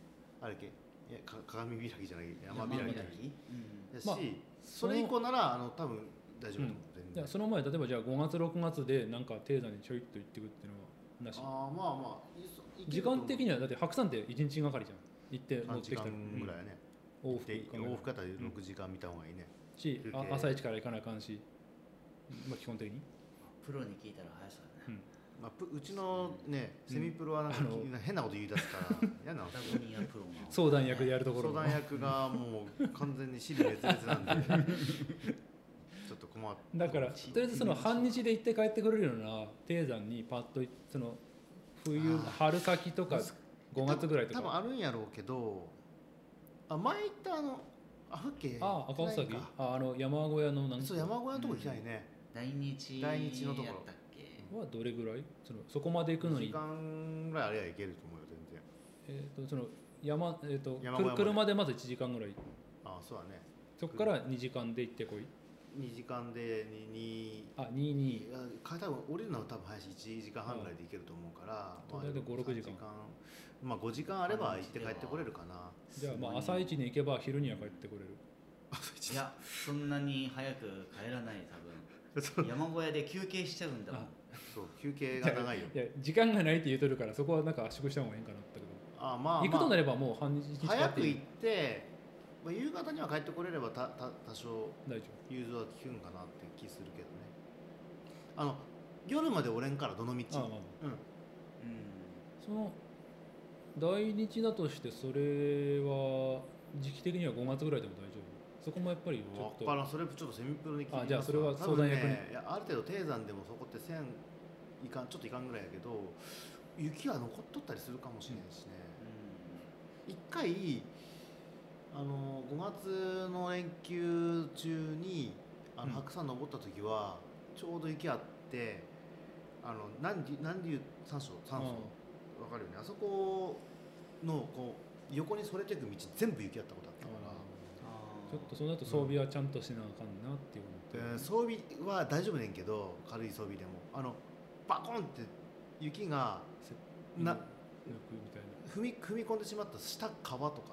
[SPEAKER 2] あれっけいやか鏡開きじゃない山開きだ
[SPEAKER 3] うん
[SPEAKER 2] し、
[SPEAKER 1] まあ
[SPEAKER 2] それ以降ならあの多分大丈夫だと思う、全
[SPEAKER 1] じゃ
[SPEAKER 2] 然
[SPEAKER 1] あその前例えばじゃあ5月6月でなんか低山にちょいっと行ってくっていうのはなし
[SPEAKER 2] ああまあまあいそいけ
[SPEAKER 1] 時
[SPEAKER 2] ると思
[SPEAKER 1] 間
[SPEAKER 2] う
[SPEAKER 1] 的にはだって白山って1日がかりじゃん行って持っ
[SPEAKER 2] 三
[SPEAKER 1] てき
[SPEAKER 2] 時間
[SPEAKER 1] たら、
[SPEAKER 2] ぐらいや
[SPEAKER 1] う
[SPEAKER 2] ね、
[SPEAKER 1] ん往
[SPEAKER 2] で
[SPEAKER 1] 復考え
[SPEAKER 2] 往
[SPEAKER 1] る
[SPEAKER 2] 復あたり6時間見た方がいいね、
[SPEAKER 1] し
[SPEAKER 2] 休憩
[SPEAKER 1] あ朝一から行かなあかんし、まあ、基本的に
[SPEAKER 3] プロに聞いたら早そうだね
[SPEAKER 2] まあ、プうちのねセミプロはなんか
[SPEAKER 1] あの
[SPEAKER 2] 変なこと言い出 すから嫌なの
[SPEAKER 3] パタゴニアプロの
[SPEAKER 1] 相談役でやるところ
[SPEAKER 2] 相談役がもう完全に尻滅裂なんで ちょっと困っ
[SPEAKER 1] だからとりあえずその半日で行って帰ってくれるような低山にパッと行その冬
[SPEAKER 2] あー
[SPEAKER 1] 春先とか
[SPEAKER 2] むず
[SPEAKER 1] 5月ぐらいと
[SPEAKER 2] 多分
[SPEAKER 1] か
[SPEAKER 2] あるんやろうけどあ前行ったあのあふけ
[SPEAKER 1] ああ赤穂先
[SPEAKER 2] か
[SPEAKER 1] ああの山小屋のなんか
[SPEAKER 2] そう山小屋のとこ行きたいね、
[SPEAKER 3] 大日
[SPEAKER 2] 大日のところ
[SPEAKER 3] やったっけ
[SPEAKER 1] はどれぐらいそのそこまで行く
[SPEAKER 2] 一
[SPEAKER 1] の
[SPEAKER 2] 時
[SPEAKER 1] に、
[SPEAKER 2] 間ぐらいあれば行けると思うよ全然
[SPEAKER 1] えー、とその山、えー、と
[SPEAKER 2] 山小屋ま
[SPEAKER 1] く
[SPEAKER 2] で
[SPEAKER 1] 車でまず1時間ぐらい
[SPEAKER 2] あそうだね
[SPEAKER 1] そこから2時間で行ってこい
[SPEAKER 2] 2時間でにに
[SPEAKER 1] あ22
[SPEAKER 2] あか多分俺らの多分林1時間半ぐらいで行けると思うから、
[SPEAKER 1] うん大体5 6時間
[SPEAKER 2] 3まあ5時間あれば行って帰ってこれるかな
[SPEAKER 1] じゃあまあ朝一に行けば昼には帰ってこれる
[SPEAKER 3] いやそんなに早く帰らない多分山小屋で休憩しちゃうんだもん
[SPEAKER 1] あ
[SPEAKER 2] そう休憩 が長いよ
[SPEAKER 1] いや時間がないって言うとるからそこはなんか圧縮した方がいいんかなってけど、
[SPEAKER 2] あまあ、まあ、
[SPEAKER 1] 行くとなればもう半日近
[SPEAKER 2] 早く
[SPEAKER 1] い
[SPEAKER 2] 行って、まあ、夕方には帰ってこれればたた多少
[SPEAKER 1] 大丈
[SPEAKER 2] 融通は利くんかなって気するけどねあの夜までおれんからどの道
[SPEAKER 1] 夫ああまあまあ
[SPEAKER 2] うん
[SPEAKER 3] う
[SPEAKER 1] その来日だとしてそれは時期的には5月ぐらいでも大丈夫そこもやっぱりちょっ
[SPEAKER 2] 分
[SPEAKER 1] と
[SPEAKER 2] からんそれちょっとセミプロに聞いてみます
[SPEAKER 1] あじゃあそれは
[SPEAKER 2] 多
[SPEAKER 1] 相
[SPEAKER 2] 分
[SPEAKER 1] 談
[SPEAKER 2] ね
[SPEAKER 1] 役に
[SPEAKER 2] いやある程度低山でもそこって1000いかんちょっといかんぐらいやけど雪は残っとったりするかもしれんしね、
[SPEAKER 3] ん
[SPEAKER 2] 一回あの5月の連休中にあ
[SPEAKER 1] うん
[SPEAKER 2] の白山登った時は、ちょうど雪あってあの南竜南竜山椒山椒わかるよねあそこのこう横にそれていく道全部雪あったことあったから。
[SPEAKER 1] ちょっとその後装備はちゃんとしなあかんなっていう
[SPEAKER 2] で
[SPEAKER 1] のと、
[SPEAKER 2] 装備は大丈夫ねんけど軽い装備でもあのバコンって雪が
[SPEAKER 1] せ
[SPEAKER 2] な
[SPEAKER 1] よくみたいな、
[SPEAKER 2] 踏み踏み込んでしまった下川とか
[SPEAKER 1] う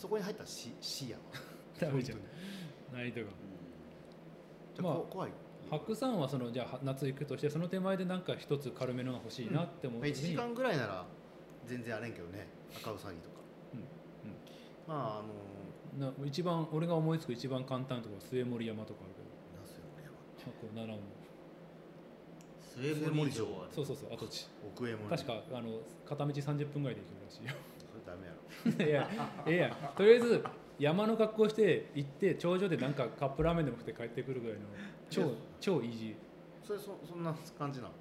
[SPEAKER 2] そこに入ったらし視野は
[SPEAKER 1] ん、ダメじゃん
[SPEAKER 2] 本
[SPEAKER 1] ないとか
[SPEAKER 2] 当に
[SPEAKER 1] まあ
[SPEAKER 2] こ怖い
[SPEAKER 1] 白山はそのじゃあ夏行くとしてその手前でなんか一つ軽めのが欲しいなって思
[SPEAKER 2] ま
[SPEAKER 1] う
[SPEAKER 2] あ
[SPEAKER 1] 時
[SPEAKER 2] 1
[SPEAKER 1] に、
[SPEAKER 2] 時間ぐらいなら全然あれんけどね赤ウサギとか、
[SPEAKER 1] うんうん
[SPEAKER 2] まああの
[SPEAKER 1] な一番俺が思いつく一番簡単なところは末森山とかある
[SPEAKER 2] なんすよこれは
[SPEAKER 1] けどこう奈良の
[SPEAKER 3] 末森城は
[SPEAKER 1] そうそうそう跡地
[SPEAKER 2] 奥へも
[SPEAKER 1] 確
[SPEAKER 2] それ
[SPEAKER 1] かあの片道30分ぐらいで行けるらしいよ
[SPEAKER 2] ダメやろ
[SPEAKER 1] いやいやとりあえず山の格好して行って頂上でなんかカップラーメンでも食って帰ってくるぐらいの超超イージ
[SPEAKER 2] それそそんな感じなの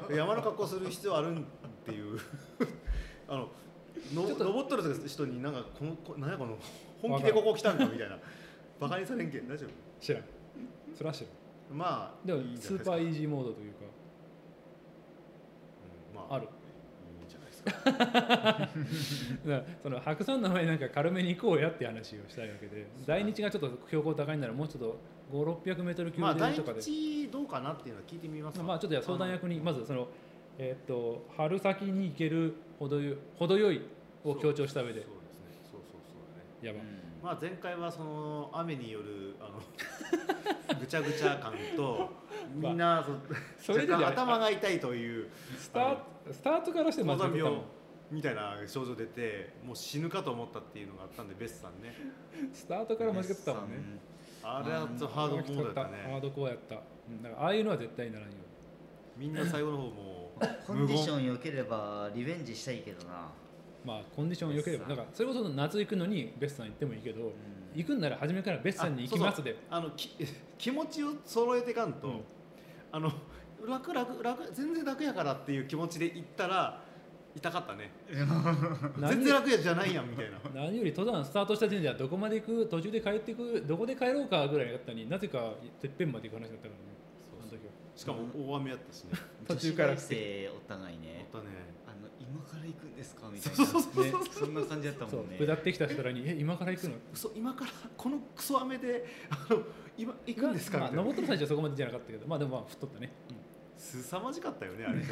[SPEAKER 2] あの 山の格好する必要あるんっていう あのの
[SPEAKER 1] ちょっと
[SPEAKER 2] 登っとる人になんかこのこなんやこの本気でここ来たんかみたいなバカにされんけん大丈
[SPEAKER 1] ー知らんそれは知らん
[SPEAKER 2] 夫まあ
[SPEAKER 1] でも
[SPEAKER 2] いいんじゃ
[SPEAKER 1] ス
[SPEAKER 2] ない
[SPEAKER 1] ーパーイージーモードというか
[SPEAKER 2] うんまあ
[SPEAKER 1] ある
[SPEAKER 2] いいんじゃないです か
[SPEAKER 1] だからその白山の前なんか軽めに行こうやって話をしたいわけで
[SPEAKER 2] そう
[SPEAKER 1] 大日がちょっと標高高いならもうちょっと5 6 0 0メートル級
[SPEAKER 2] まあ大
[SPEAKER 1] でとかで
[SPEAKER 2] 吉どうかなっていうのは聞いてみますか、
[SPEAKER 1] まあちょっとじゃあ相談役にまずそのえーっと春先に行ける程よ程よいを強調した上で
[SPEAKER 2] そうですねそうそうそうだね
[SPEAKER 1] やば
[SPEAKER 2] まあ、前回はその雨によるあの ぐちゃぐちゃ感 とみんな
[SPEAKER 1] そ
[SPEAKER 2] そ
[SPEAKER 1] れでじゃ
[SPEAKER 2] 若
[SPEAKER 1] あ
[SPEAKER 2] 干頭が痛いという
[SPEAKER 1] スタートスタートからして
[SPEAKER 2] 高
[SPEAKER 1] まず
[SPEAKER 2] 山
[SPEAKER 1] いことだも
[SPEAKER 2] 病
[SPEAKER 1] ん
[SPEAKER 2] みたいな症状出てもう死ぬかと思ったっていうのがあったんでベスさんね
[SPEAKER 1] スタートから間違ってたもんね
[SPEAKER 2] あれはちょっとハードモードだった
[SPEAKER 1] ハ
[SPEAKER 2] ね
[SPEAKER 1] ードコアやったうんだからああいうのは絶対にならんよ
[SPEAKER 2] みんな最後の方もう
[SPEAKER 3] コンディション良ければリベンジしたいけどな、
[SPEAKER 1] まあコンディション良ければ
[SPEAKER 3] ベ
[SPEAKER 1] だ
[SPEAKER 3] ッサン
[SPEAKER 1] からそれこそ夏行くのにベスさん行ってもいいけど
[SPEAKER 3] うん
[SPEAKER 1] 行くんなら初めからベスさんに行きますで
[SPEAKER 2] あのき 気持ちを揃えてかんと、
[SPEAKER 1] うん
[SPEAKER 2] あの楽楽楽全然楽やからっていう気持ちで行ったら痛 かったね
[SPEAKER 1] 何
[SPEAKER 2] 全然楽やじゃないやんみたいな
[SPEAKER 1] 何より登山スタートした時点ではどこまで行く途中で帰っていくどこで帰ろうかぐらいだったのになぜかてっぺんまで行く話だったからねあの時は
[SPEAKER 2] しかも大雨やったしね
[SPEAKER 1] 途中から
[SPEAKER 3] 女子大生お互いね
[SPEAKER 2] またね
[SPEAKER 3] あの今から行くんですかみたいなねそんな感じだった
[SPEAKER 1] そ
[SPEAKER 3] もんね
[SPEAKER 1] う下ってきた人らに「え今から行くの?」
[SPEAKER 2] 嘘今からこのクソ雨であの今行くんですかみ
[SPEAKER 1] まあ、
[SPEAKER 2] たいな、
[SPEAKER 1] 登ってる最中はそこまでじゃなかったけどまあでもまあ太ったね、
[SPEAKER 2] 凄まじかったよねあれね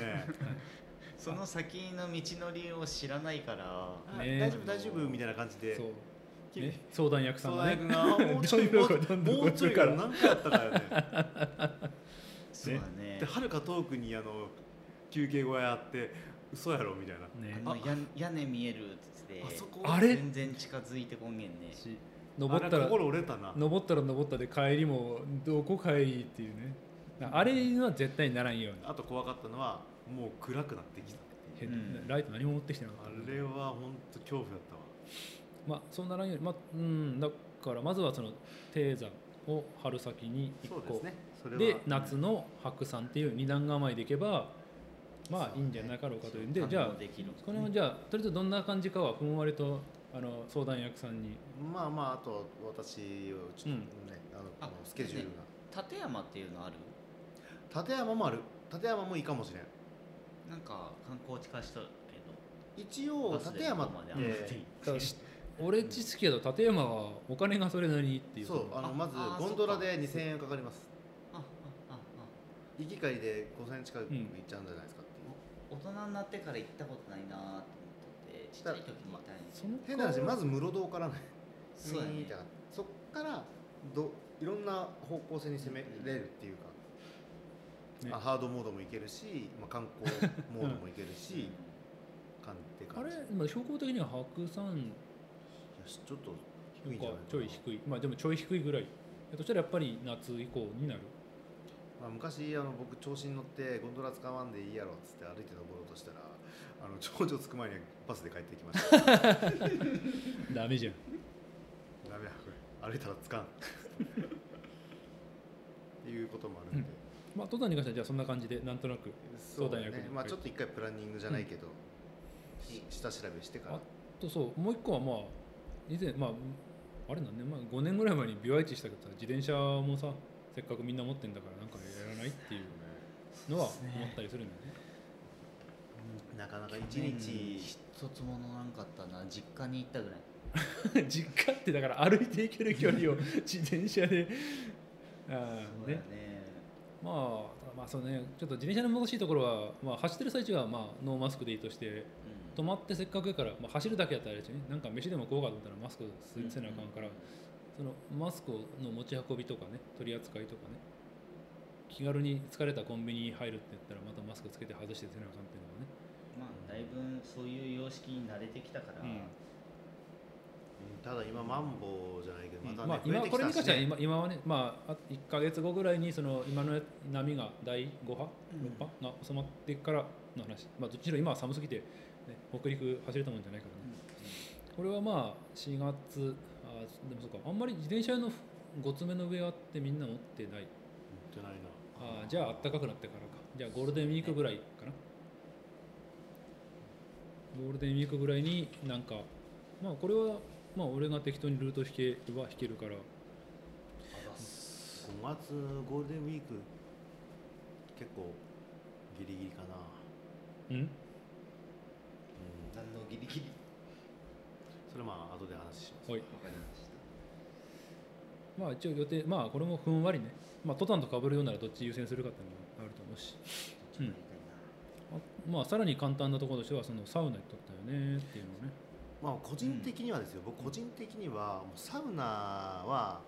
[SPEAKER 3] その先の道のりを知らないから
[SPEAKER 2] あ
[SPEAKER 1] ね
[SPEAKER 2] 大丈夫大丈夫みたいな感じで
[SPEAKER 1] そう、
[SPEAKER 2] 君
[SPEAKER 1] ね、相談役さん
[SPEAKER 2] 相
[SPEAKER 1] が
[SPEAKER 2] 談
[SPEAKER 1] ね
[SPEAKER 2] 役があも うちょい
[SPEAKER 1] ど
[SPEAKER 2] も
[SPEAKER 1] んどんど
[SPEAKER 2] うん
[SPEAKER 1] どん
[SPEAKER 2] もうちょいから何回やったから ね
[SPEAKER 3] そうだね
[SPEAKER 2] ではるか遠くにあの休憩小屋あって嘘やろみたいな、
[SPEAKER 3] あ
[SPEAKER 1] ね
[SPEAKER 3] のや屋根見えるっつって
[SPEAKER 2] あそこ
[SPEAKER 1] あれ
[SPEAKER 3] 全然近づいてこんげんね
[SPEAKER 1] し登った
[SPEAKER 2] あれ
[SPEAKER 1] ら
[SPEAKER 2] 心折れたな
[SPEAKER 1] 登ったら登ったで帰りもどこ帰りっていうねあれは絶対にならんように
[SPEAKER 2] あと怖かったのはもう暗くなってきたって
[SPEAKER 1] へ
[SPEAKER 2] いう
[SPEAKER 3] うん
[SPEAKER 1] ライト何も持ってきてなかった
[SPEAKER 2] あれは本当恐怖だったわ
[SPEAKER 1] まあそうならんようにまあうんだからまずはその低山を春先に一
[SPEAKER 2] そ
[SPEAKER 1] 個
[SPEAKER 2] うですねそれは
[SPEAKER 1] で夏の白山っていう二段構えでいけばまあいいんじゃなかろうかというんで、じゃあ
[SPEAKER 3] 堪能できる
[SPEAKER 1] これもじゃあとりあえずどんな感じかはふんわりとあの相談役さんに
[SPEAKER 2] まあまああと私をちょっとね、あ
[SPEAKER 3] あ
[SPEAKER 2] のこのスケジュールが、
[SPEAKER 3] 立山っていうのある
[SPEAKER 2] 立山もある立山もいいかもしれん
[SPEAKER 3] なんか観光地化したけ
[SPEAKER 2] 一
[SPEAKER 3] ど
[SPEAKER 2] 応
[SPEAKER 3] バスで
[SPEAKER 2] 立山っ
[SPEAKER 3] ここまで
[SPEAKER 2] て、
[SPEAKER 3] 歩いて行って
[SPEAKER 1] ただし俺知識やと立山はお金がそれなりにっていう
[SPEAKER 2] そうあの
[SPEAKER 3] あ
[SPEAKER 2] まず
[SPEAKER 3] あー
[SPEAKER 2] ゴンドラ
[SPEAKER 3] そっ
[SPEAKER 2] で2000円かかります
[SPEAKER 3] ああああ
[SPEAKER 2] 行き帰りで5千近くいっちゃうんじゃないですかっていう、
[SPEAKER 3] 大人になってから行ったことないなと思っててちっちゃい時に行ったんやけ
[SPEAKER 1] その
[SPEAKER 2] 変な話まず室堂からね
[SPEAKER 3] そうやね
[SPEAKER 2] 見に行ったからそっからどいろんな方向性に攻めれるっていうか、
[SPEAKER 1] ね
[SPEAKER 2] あハードモードもいけるし、まあ、観光モードもいけるし、感じって
[SPEAKER 1] あ
[SPEAKER 2] 感
[SPEAKER 1] れ
[SPEAKER 2] じいや
[SPEAKER 1] 今標高的には白山
[SPEAKER 2] ちょっと低いんじゃ
[SPEAKER 1] が
[SPEAKER 2] ないかな
[SPEAKER 1] ちょい低いまあでもちょい低いぐらいそしたらやっぱり夏以降になる
[SPEAKER 2] まあ、昔あの僕調子に乗ってゴンドラ使わんでいいやろっつって歩いて登ろうとしたらあの頂上着く前にバスで帰ってきました
[SPEAKER 1] ダメじゃん
[SPEAKER 2] ダメだこれ歩いたらつかんっていうこともあるんで、
[SPEAKER 1] まあ登山に関してはじゃあそんな感じでなんとなく
[SPEAKER 2] そうだ
[SPEAKER 1] 相談
[SPEAKER 2] ね
[SPEAKER 1] 役、に
[SPEAKER 2] まあ、ちょっと一回プランニングじゃないけど、し下調べしてから
[SPEAKER 1] あとそうもう一個はまあ以前まああれ何年前5年ぐらい前に美容地したけどさ自転車もさせっかくみんな持ってんだからなんかやらないっていうのは思ったりするんだよね
[SPEAKER 2] なかなか
[SPEAKER 3] ど
[SPEAKER 2] 一
[SPEAKER 3] 去年
[SPEAKER 2] 日
[SPEAKER 3] 一つものなんかったな実家に行ったぐらい
[SPEAKER 1] 実家ってだから歩いて行ける距離を自転車であ
[SPEAKER 3] そ
[SPEAKER 1] あ
[SPEAKER 3] うや
[SPEAKER 1] ね
[SPEAKER 3] ね
[SPEAKER 1] まあただまあそうねちょっと自転車の難しいところは、まあ、走ってる最中はまあノーマスクでいいとして
[SPEAKER 3] うん
[SPEAKER 1] 止まってせっかくやから、まあ、走るだけやったらあれですよねなんか飯でも食おうかと思ったらマスクせなあかんから、そのマスクの持ち運びとかね取り扱いとかね気軽に疲れたコンビニに入るって言ったらまたマスクつけて外してせなあかんっていうのはね
[SPEAKER 3] まあだいぶそういう様式に慣れてきたから、
[SPEAKER 1] うん
[SPEAKER 2] ただ今マンボウじゃないけどまたね、
[SPEAKER 1] まあ、
[SPEAKER 2] 増
[SPEAKER 1] 今
[SPEAKER 2] えて
[SPEAKER 1] こ
[SPEAKER 2] き
[SPEAKER 1] れ
[SPEAKER 2] た
[SPEAKER 1] に
[SPEAKER 2] し
[SPEAKER 1] 関しては
[SPEAKER 2] ね
[SPEAKER 1] 今今はね、まあ、あ1か月後ぐらいにその今の波が第5波、
[SPEAKER 3] うん
[SPEAKER 1] 6波が収まってからの話、まあ、どっちにしろ今は寒すぎて、ね、北陸走れたもんじゃないからね、これはまあ4月あでもそうかあんまり自転車の5つ目のウェアってみんな持ってない
[SPEAKER 2] じゃないな
[SPEAKER 1] あーじゃあ暖かくなってからかじゃあゴールデンウィークぐらいかな、ゴールデンウィークぐらいになんかまあこれはまあ俺が適当にルート引けは引けるから
[SPEAKER 2] 5月ゴールデンウィーク結構ギリギリかな、
[SPEAKER 1] うん
[SPEAKER 2] うん、
[SPEAKER 3] 何のギリギリ
[SPEAKER 2] それまあ後で話します
[SPEAKER 1] はい
[SPEAKER 3] わかりました
[SPEAKER 1] まあ一応予定まあこれもふんわりねまあトタンとかぶるようならどっち優先するかっていうのもあると思うし
[SPEAKER 3] どっちもやり
[SPEAKER 1] あまあさらに簡単なところとしてはそのサウナ行っとったよねっていうのね
[SPEAKER 2] まあ個人的にはですよ、僕個人的にはもうサウナは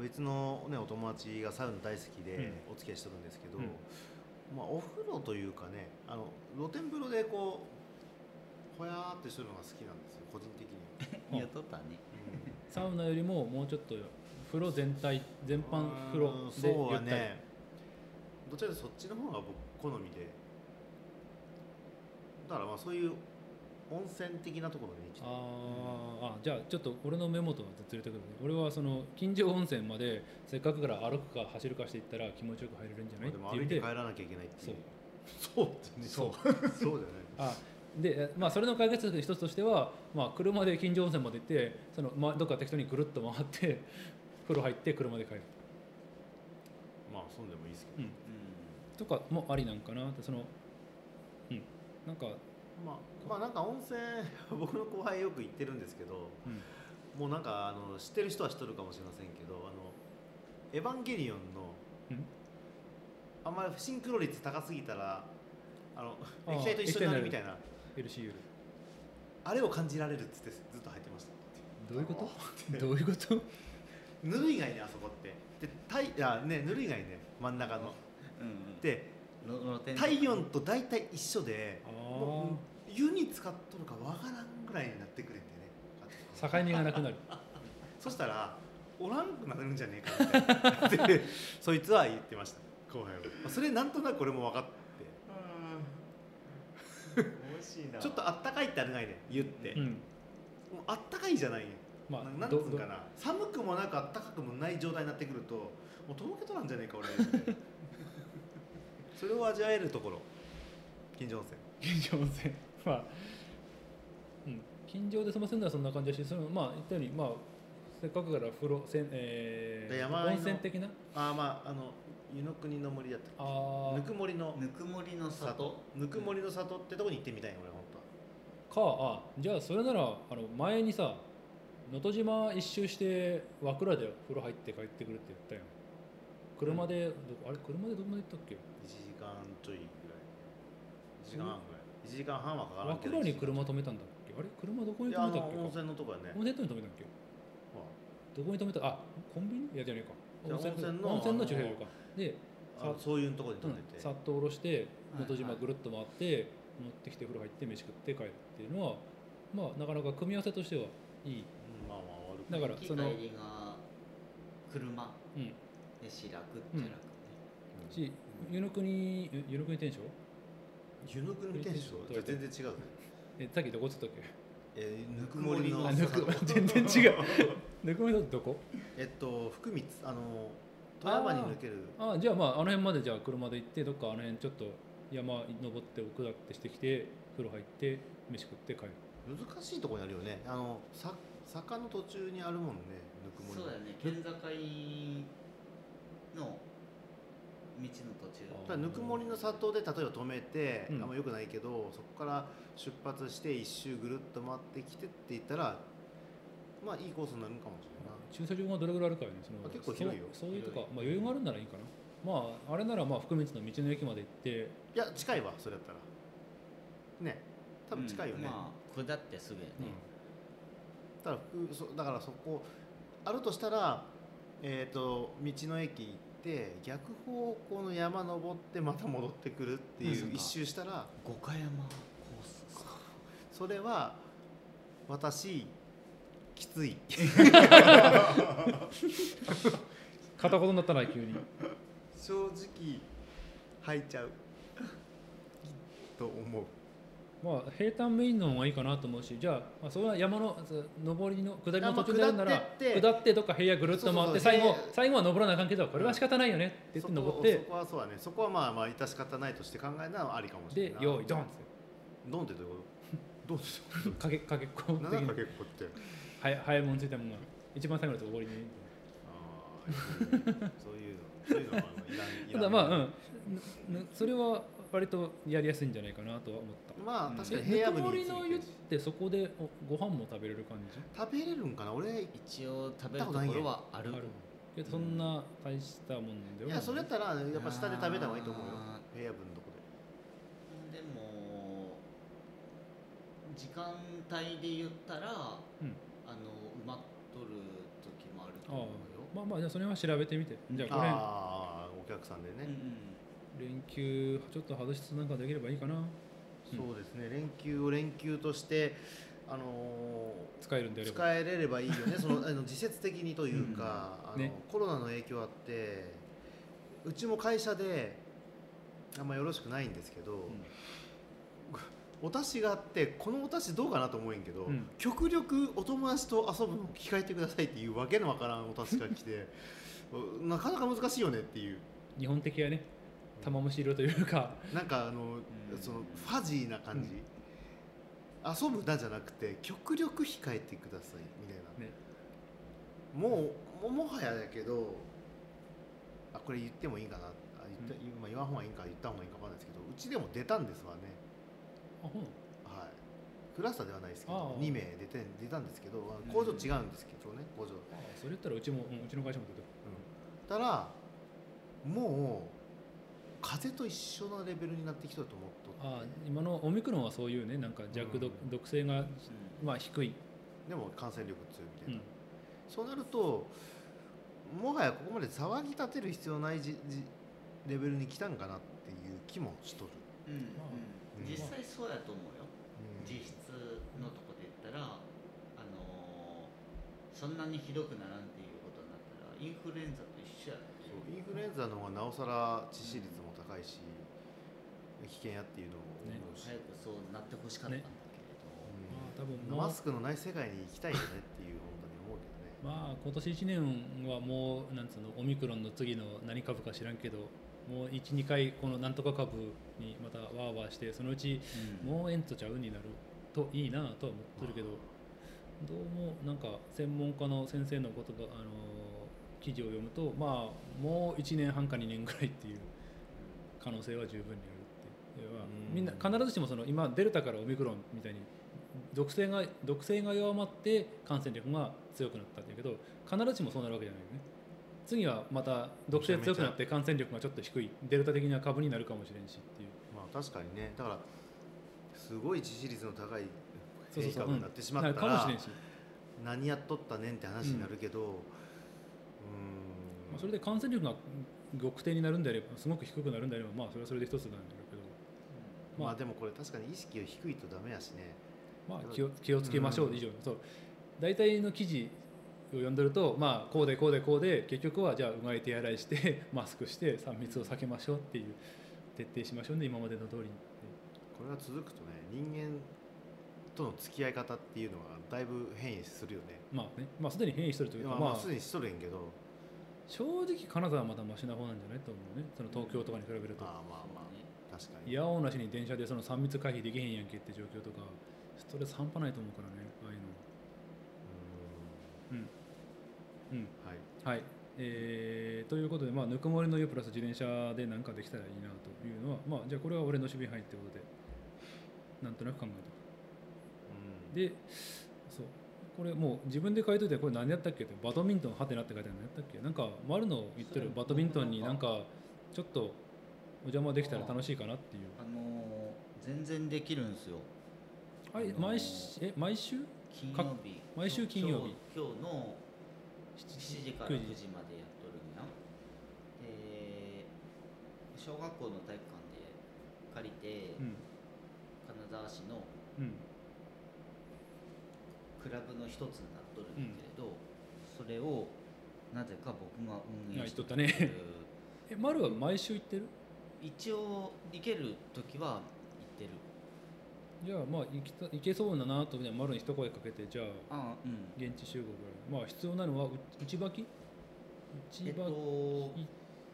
[SPEAKER 2] 別の、ね、お友達がサウナ大好きでお付き合いしてるんですけど、
[SPEAKER 1] うん
[SPEAKER 2] まあ、お風呂というかねあの露天風呂でこうほやーってするのが好きなんですよ個人的には、
[SPEAKER 3] たいなやっとったね
[SPEAKER 1] サウナよりももうちょっと風呂全体全般風呂
[SPEAKER 2] うん
[SPEAKER 1] で
[SPEAKER 2] そう
[SPEAKER 1] ゆ
[SPEAKER 2] は
[SPEAKER 1] ったり、
[SPEAKER 2] ねどちらかというとそっちの方が僕好みでだからまあそういう温泉的なところに行きたい
[SPEAKER 1] あーあじゃあちょっと俺のメモとはずれてくるね俺はその近所温泉までせっかくから歩くか走るかしていったら気持ちよく入れるんじゃない
[SPEAKER 2] まあ
[SPEAKER 1] っていう
[SPEAKER 2] でも歩い
[SPEAKER 1] ん
[SPEAKER 2] て
[SPEAKER 1] で
[SPEAKER 2] 帰らなきゃいけないっていう
[SPEAKER 4] そうってね
[SPEAKER 2] そうそうだよね
[SPEAKER 1] あでえまあ、それの解決策の一つとしては、まあ、車で近所温泉まで行ってその、ま、どっか適当にぐるっと回って 風呂入って車で帰る
[SPEAKER 2] まあそうでもいいですけ
[SPEAKER 1] うんとかもありなんかなってそのうんなんか、
[SPEAKER 2] ど、まあ、まあなんか温泉 僕の後輩よく行ってるんですけど
[SPEAKER 1] うん、
[SPEAKER 2] もうなんかあの知ってる人は知ってるかもしれませんけど「あのエヴァンゲリオンの」
[SPEAKER 1] うん
[SPEAKER 2] あんまりシンクロ率高すぎたらあの
[SPEAKER 1] あー
[SPEAKER 2] 液体と一緒になるみたいな
[SPEAKER 1] LCU
[SPEAKER 2] あれを感じられるっつってずっと入ってました
[SPEAKER 1] どういうこと どういうこと
[SPEAKER 2] ぬるいがいねあそこってで体あねぬるいがいね真ん中の
[SPEAKER 3] うんうん
[SPEAKER 2] で
[SPEAKER 3] ろ露天
[SPEAKER 2] 体 温と大体一緒で
[SPEAKER 1] あ
[SPEAKER 2] も
[SPEAKER 1] ー
[SPEAKER 2] う湯に使っとるかわからんぐらいになってくれてね
[SPEAKER 1] 境目がなくなる
[SPEAKER 2] そしたらおらんくなるんじゃねえかみたいなで そいつは言ってました後輩はまあそれなんとなく俺も分かって
[SPEAKER 3] 美味しいな
[SPEAKER 2] ちょっとあったかいってあるがいね言 って、
[SPEAKER 1] う
[SPEAKER 2] もうんあったかいじゃないよ、
[SPEAKER 1] まあ
[SPEAKER 2] ななんつ
[SPEAKER 1] ど
[SPEAKER 2] うんかな寒くもなくあったかくもない状態になってくるともうとろけとなんじゃねえか俺み たいなそれを味わえるところ近所温泉
[SPEAKER 1] 近所温泉 まあ、うん、近所で済ませるのはそんな感じだしそのまあ言ったようにまあせっかくから風呂せん、え
[SPEAKER 2] で
[SPEAKER 1] ー、
[SPEAKER 2] 山あいの
[SPEAKER 1] 温泉的な
[SPEAKER 2] ああまああの湯の国の森だった
[SPEAKER 1] あ
[SPEAKER 2] ぬ
[SPEAKER 1] ー
[SPEAKER 2] くもりの
[SPEAKER 3] ぬくもりの
[SPEAKER 2] 里
[SPEAKER 3] 里
[SPEAKER 2] ぬくもりの里ってとこに行ってみたいよ俺本当は
[SPEAKER 1] かあじゃあそれならあの前にさ能登島一周して和倉で風呂入って帰ってくるって言ったやん車でどこあれ車でどんな行ったっけ
[SPEAKER 2] 1時間ちょいぐらい1時間半ぐらい1時間半はかからんけ
[SPEAKER 1] 枠
[SPEAKER 2] ど
[SPEAKER 1] 倉に車止めたんだっけあれ車どこに
[SPEAKER 2] いや
[SPEAKER 1] 止
[SPEAKER 2] あ
[SPEAKER 1] めたっ
[SPEAKER 2] の
[SPEAKER 1] けか
[SPEAKER 2] 温泉のとこやね
[SPEAKER 1] 温泉に止めたっけ
[SPEAKER 2] ほ
[SPEAKER 1] どこに止めたあコンビニいやじゃねえ
[SPEAKER 2] じゃ
[SPEAKER 1] か
[SPEAKER 2] あ
[SPEAKER 1] 温泉
[SPEAKER 2] 温泉の
[SPEAKER 1] 温泉の駐車場かで、
[SPEAKER 2] らあ
[SPEAKER 1] さ
[SPEAKER 2] そういうとこに
[SPEAKER 1] う
[SPEAKER 2] 飛ん
[SPEAKER 1] ん
[SPEAKER 2] でて、
[SPEAKER 1] さっと下ろして
[SPEAKER 3] はい
[SPEAKER 1] 元島
[SPEAKER 3] はい
[SPEAKER 1] ぐるっと回って、持ってきて風呂入って飯食って帰るっていうのはまあなかなか組み合わせとしてはいい、
[SPEAKER 2] うんまあまあ悪く
[SPEAKER 1] だから
[SPEAKER 3] 行き
[SPEAKER 1] その
[SPEAKER 3] 帰りが車
[SPEAKER 1] うん、
[SPEAKER 3] でし楽っちゃ楽ね、
[SPEAKER 1] し湯の国湯湯の国天章
[SPEAKER 2] 湯の国天章じゃあ全然違うね
[SPEAKER 1] えさっきどこっつったっけ
[SPEAKER 2] えーぬくもりの
[SPEAKER 1] あ
[SPEAKER 2] 里
[SPEAKER 1] ぬく 全然違うぬくもりのどこ
[SPEAKER 2] えっと福光あの富山に抜ける
[SPEAKER 1] あじゃあまああの辺までじゃあ車で行ってどっかあの辺ちょっと山登って下ってしてきて風呂入って飯食って帰る
[SPEAKER 2] 難しいところにあるよねあのさ坂の途中にあるもんねぬくもり
[SPEAKER 3] そうだよね県境の道の途中
[SPEAKER 2] ただぬくもりの里で例えば止めて、
[SPEAKER 1] うん
[SPEAKER 2] あんまよくないけどそこから出発して一周ぐるっと回ってきてって言ったらまあいいコースになるかもしれない
[SPEAKER 1] 駐車場がどれぐらいあるかよねその
[SPEAKER 2] あ結構広いよ
[SPEAKER 1] そうそういうとか
[SPEAKER 2] 広い
[SPEAKER 1] まあ余裕があるならいいかなまああれならまあ福光の道の駅まで行って
[SPEAKER 2] ないや近いわそれだったらね多分近いよね、
[SPEAKER 3] うんまあ下ってすぐやね、
[SPEAKER 2] ただふそだからそこあるとしたら、えー、と道の駅行って逆方向の山登ってまた戻ってくるって
[SPEAKER 3] うん
[SPEAKER 2] い
[SPEAKER 3] そう
[SPEAKER 2] う
[SPEAKER 3] か
[SPEAKER 2] 一周したら
[SPEAKER 3] 五箇山コースっすか
[SPEAKER 2] それは私きつい
[SPEAKER 1] 片言になったな急に
[SPEAKER 2] 正直吐いちゃう と思う
[SPEAKER 1] まあ平坦メインの方がいいかなと思うしじゃあ,、まあそれは山のそ上りの下りの途中であるな
[SPEAKER 2] あまあ
[SPEAKER 1] ら
[SPEAKER 2] 下ってって
[SPEAKER 1] 下ってどっか平野ぐるっと回って
[SPEAKER 2] そうそう
[SPEAKER 1] 最
[SPEAKER 2] そう
[SPEAKER 1] 後最後は登らなあかんけどこれは仕方ないよねって言っ
[SPEAKER 2] そ
[SPEAKER 1] て
[SPEAKER 2] こ
[SPEAKER 1] 登っ
[SPEAKER 2] そ
[SPEAKER 1] て
[SPEAKER 2] こはそうだねそこはまあまあ致し方ないとして考えるのはありかもしれ
[SPEAKER 1] で
[SPEAKER 2] ない
[SPEAKER 1] 用意ドンっ
[SPEAKER 2] ドンってど ういうことドンって
[SPEAKER 1] てかけかけっこ
[SPEAKER 2] どういうこと
[SPEAKER 1] 的
[SPEAKER 2] 7
[SPEAKER 1] に
[SPEAKER 2] かけっこ って
[SPEAKER 1] 早早いもんついたもんが一番最後のところに
[SPEAKER 2] あーそういうのそういうのはあのいらんい
[SPEAKER 1] た
[SPEAKER 2] ら
[SPEAKER 1] だ
[SPEAKER 2] ん
[SPEAKER 1] まあうんぬぬそれは割とやりやすいんじゃないかなとは思った
[SPEAKER 2] まあ
[SPEAKER 3] うん
[SPEAKER 2] 確かに
[SPEAKER 1] え
[SPEAKER 2] 平
[SPEAKER 1] ぬ
[SPEAKER 2] 野
[SPEAKER 1] くも
[SPEAKER 2] 部に
[SPEAKER 1] り
[SPEAKER 2] つい
[SPEAKER 1] の
[SPEAKER 2] て
[SPEAKER 1] 湯っ
[SPEAKER 2] るして
[SPEAKER 1] そこでおご飯も食べれる感じ
[SPEAKER 2] 食べれるんかな俺い
[SPEAKER 3] 一応食べるところはあ
[SPEAKER 1] あ
[SPEAKER 3] る
[SPEAKER 1] るけどそんな大したもんでは
[SPEAKER 2] やそれやったらやっぱ下で食べた方がいいと思うよ
[SPEAKER 3] あ
[SPEAKER 2] 平野部のとこ
[SPEAKER 3] でも時間帯で言ったら、
[SPEAKER 1] うん
[SPEAKER 3] あの埋まっとる時もあると
[SPEAKER 1] ああ
[SPEAKER 3] 思うよ、
[SPEAKER 1] まあまあじゃあそれは調べてみてじゃ
[SPEAKER 2] で
[SPEAKER 1] あこれ
[SPEAKER 2] ああお客さんで
[SPEAKER 3] うん
[SPEAKER 2] ね、
[SPEAKER 1] 連休ちょっと外しつつなんかできればいいかなうん
[SPEAKER 2] そうですね連休を連休としてあの
[SPEAKER 1] 使えるんであ
[SPEAKER 2] ー
[SPEAKER 1] れば
[SPEAKER 2] 使えれればいいよねそのあの時節的にというか、
[SPEAKER 1] うん
[SPEAKER 2] あの
[SPEAKER 1] ね
[SPEAKER 2] コロナの影響あってうちも会社であんまよろしくないんですけど、お達しがあってこのお達しどうかなと思えんけど、
[SPEAKER 1] うん
[SPEAKER 2] 極力お友達と遊ぶのを控えてくださいっていうわけのわからんお達しが 来てうなかなか難しいよねっていう
[SPEAKER 1] 日本的やね玉虫色というか
[SPEAKER 2] なんかあの、
[SPEAKER 3] うん
[SPEAKER 2] そのファジーな感じ、遊ぶなじゃなくて極力控えてくださいみたいな、
[SPEAKER 1] ね
[SPEAKER 2] もうももはやだけどあこれ言ってもいいかなあ言った、今言わん方がいいんか言った方がいいんかわかんないですけどうちでも出たんですわね
[SPEAKER 1] あほん
[SPEAKER 2] はい、クラスターではないですけ
[SPEAKER 1] あ
[SPEAKER 2] ど
[SPEAKER 1] あ
[SPEAKER 2] 2名出て出たんですけどあ
[SPEAKER 3] うん
[SPEAKER 2] 工場違うんですけどね工場
[SPEAKER 1] あそれ言ったらうちも、うんうちの会社も出て
[SPEAKER 2] たらもう風邪と一緒のレベルになってきたと思っと
[SPEAKER 1] あ今のオミクロンはそういうねなんか弱毒,、
[SPEAKER 2] うん
[SPEAKER 1] 毒性がまあ低い、
[SPEAKER 2] でも感染力強いみた
[SPEAKER 1] う
[SPEAKER 2] い
[SPEAKER 1] ん
[SPEAKER 2] な、そうなるともはやここまで騒ぎ立てる必要ないじじレベルに来たんかなっていう気もしとる、
[SPEAKER 3] うんうんうん
[SPEAKER 1] まあ
[SPEAKER 2] うん
[SPEAKER 3] 実際そうやと思うよ、
[SPEAKER 2] うん
[SPEAKER 3] 実質のとこで言ったら、あのーそんなにひどくならんっていうことになったらインフルエンザと一緒やね
[SPEAKER 2] そうインフルエンザの方がなおさら致死率も高いし危険やっていうのを思うし、
[SPEAKER 3] 早くそうなってほしかったんだけれど、
[SPEAKER 1] まあ多分まあ
[SPEAKER 2] まあマスクのない世界に行きたいよねっていう本当に思うけどね
[SPEAKER 1] まあ今年1年はもうなんつうのオミクロンの次の何株か知らんけどもう12回このなんとか株にまたワーワーしてそのうちもうエントちゃうになるといいなとは思ってるけどどうもなんか専門家の先生の言葉あのー記事を読むとまあもう1年半か2年ぐらいっていう可能性は十分にあるっていうまあ
[SPEAKER 2] うん
[SPEAKER 1] みんな必ずしもその今デルタからオミクロンみたいに毒性が毒性が弱まって感染力が強くなったんだけど必ずしもそうなるわけじゃないよね次はまた毒性強くなって感染力がちょっと低いデルタ的な株になるかもしれんしっていう
[SPEAKER 2] まあ確かにねだからすごい致死率の高い
[SPEAKER 1] そうそう
[SPEAKER 2] 変異
[SPEAKER 1] そう
[SPEAKER 2] 株になってしま
[SPEAKER 1] な
[SPEAKER 2] っ
[SPEAKER 1] る
[SPEAKER 2] た
[SPEAKER 1] かもし
[SPEAKER 2] ら
[SPEAKER 1] れんし、
[SPEAKER 2] 何やっとったねんって話になるけどうーん
[SPEAKER 1] まあ、それで感染力が極定になるんであればすごく低くなるんであればまあそれはそれで一つなんだけど
[SPEAKER 2] ま
[SPEAKER 1] まあ
[SPEAKER 2] あでもこれ確かに意識が低いとダメやしね
[SPEAKER 1] まあ、気を気をつけましょう以上に、そう大体の記事を読んでると、まあ、こうでこうでこうで結局はじゃあうがい手洗いして マスクして3密を避けましょうっていう徹底しましょうね今までの通りに
[SPEAKER 2] これが続くとね人間との付き合い方っていうのはだいぶ変異するよね
[SPEAKER 1] まあね、まあ、すでに変異してるというか、
[SPEAKER 2] まあ、
[SPEAKER 1] ま
[SPEAKER 2] ま
[SPEAKER 1] あ
[SPEAKER 2] あ、すでにしとるんやけど
[SPEAKER 1] 正直金沢はまだマシな方なんじゃないと思うねその東京とかに比べると
[SPEAKER 2] まあまあまあ確かに
[SPEAKER 1] いやおうなしに電車でその3密回避できへんやんけって状況とかストレス半端ないと思うからねああいうのはうん
[SPEAKER 2] うーんは
[SPEAKER 1] は
[SPEAKER 2] い
[SPEAKER 1] い、えーということで、まあ、ぬくもりの湯プラス自転車で何かできたらいいなというのは、まあ、じゃあこれは俺の守備範囲ってことでなんとなく考え
[SPEAKER 2] うん
[SPEAKER 1] たでそうこれもう自分で書いといてこれ何やったっけってバドミントンハテナって書いてあるのやったっけなんか丸の言ってるバドミントンになんかちょっとお邪魔できたら楽しいかなっていう
[SPEAKER 3] あのー全然できるんですよ
[SPEAKER 1] あれ毎しえ毎週
[SPEAKER 3] 金曜日
[SPEAKER 1] 毎週金曜日
[SPEAKER 3] 今日今日の7時から9
[SPEAKER 1] 9
[SPEAKER 3] 時までやっとるんやで小学校の体育館で借りて、
[SPEAKER 1] うん
[SPEAKER 3] 金沢市の
[SPEAKER 1] うん
[SPEAKER 3] クラブの一つになっとるんだけれど、それをなぜか僕が運営してる
[SPEAKER 1] あ言っとったねえ丸は毎週行ってる
[SPEAKER 3] 一応行ける時は行ってる
[SPEAKER 1] じゃあまあ行きた行けそうだなとね丸に一声かけてじゃあ
[SPEAKER 3] ああうん
[SPEAKER 1] 現地集合ぐらいまあ必要なのはう内履き
[SPEAKER 3] え
[SPEAKER 1] 内履
[SPEAKER 3] っ
[SPEAKER 1] き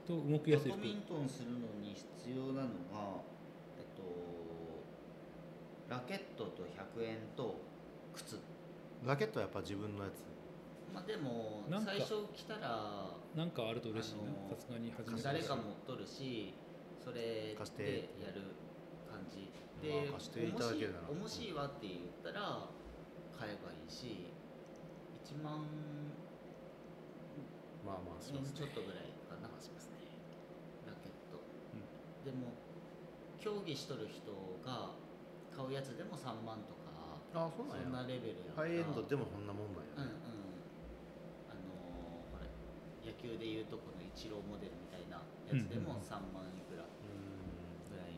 [SPEAKER 3] と
[SPEAKER 1] と動きや
[SPEAKER 3] バ
[SPEAKER 1] すい
[SPEAKER 3] ド
[SPEAKER 1] 服
[SPEAKER 3] ミントンするのに必要なのが、えっと、ラケットと100円と靴、
[SPEAKER 2] ラケットはやっぱ自分のやつ
[SPEAKER 3] まあ、でも
[SPEAKER 1] なんか
[SPEAKER 3] 最初来たら
[SPEAKER 1] なんかあると嬉しい
[SPEAKER 3] あ
[SPEAKER 1] なさ
[SPEAKER 3] の
[SPEAKER 1] すがに始めて
[SPEAKER 3] 誰か持っとるしそれ
[SPEAKER 2] 貸して
[SPEAKER 3] でやる感じ
[SPEAKER 2] ま
[SPEAKER 3] で
[SPEAKER 2] あ貸していただけるなら
[SPEAKER 3] おもしおもしいわって言ったら買えばいいし1万
[SPEAKER 2] まあまあ
[SPEAKER 3] ち
[SPEAKER 2] そう
[SPEAKER 3] ょ
[SPEAKER 2] です
[SPEAKER 3] っとぐらいかなしますねラケット、でも競技しとる人が買うやつでも3万とか
[SPEAKER 2] あ
[SPEAKER 3] そんなレベルや
[SPEAKER 2] ハイエンド
[SPEAKER 3] も
[SPEAKER 2] でもこんなもん
[SPEAKER 3] うん
[SPEAKER 2] な
[SPEAKER 3] うんん
[SPEAKER 2] や、ね
[SPEAKER 3] あのーほら野球でいうとこのイチローモデルみたいなやつで
[SPEAKER 1] うんうん
[SPEAKER 3] も
[SPEAKER 1] うん
[SPEAKER 3] 3万いくらぐらい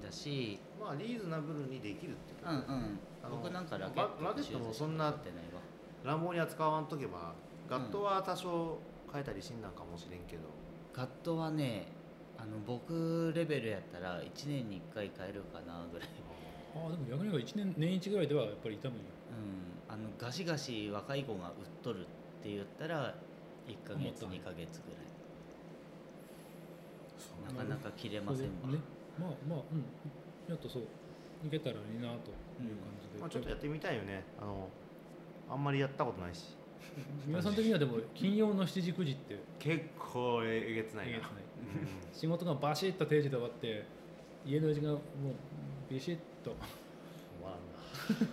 [SPEAKER 3] だし
[SPEAKER 2] うんまあリーズナブルにできるっていう
[SPEAKER 3] う
[SPEAKER 2] か
[SPEAKER 3] んうん
[SPEAKER 2] あの
[SPEAKER 3] 僕なんかラケット
[SPEAKER 2] ララケットもそんな
[SPEAKER 3] ってないわ
[SPEAKER 2] 乱暴に扱わんとけばガットは多少変えたりしんなんかもしれんけど、
[SPEAKER 3] ガットはねあの僕レベルやったら1年に1回買えるかなぐらい
[SPEAKER 1] ああでも逆に言えば一年年一ぐらいではやっぱり痛むよ
[SPEAKER 3] うん、あのガシガシ若い子が売っとるって言ったら1ヶ
[SPEAKER 1] もっ
[SPEAKER 3] 月
[SPEAKER 1] と早い
[SPEAKER 3] 2ヶ月ぐら
[SPEAKER 2] そ
[SPEAKER 3] いなかなか切れませんわ、
[SPEAKER 1] ねまあまあうんやっとそう行けたらいいなという感じで、
[SPEAKER 2] まあ、ちょっとやってみたいよねあのあんまりやったことないし
[SPEAKER 1] 皆さん的にはでも金曜の7時9時って
[SPEAKER 2] 結構えげつない
[SPEAKER 1] え
[SPEAKER 2] な
[SPEAKER 1] げつない仕事がバシッと定時で終わって家の時間もうビシッと
[SPEAKER 2] うんわらん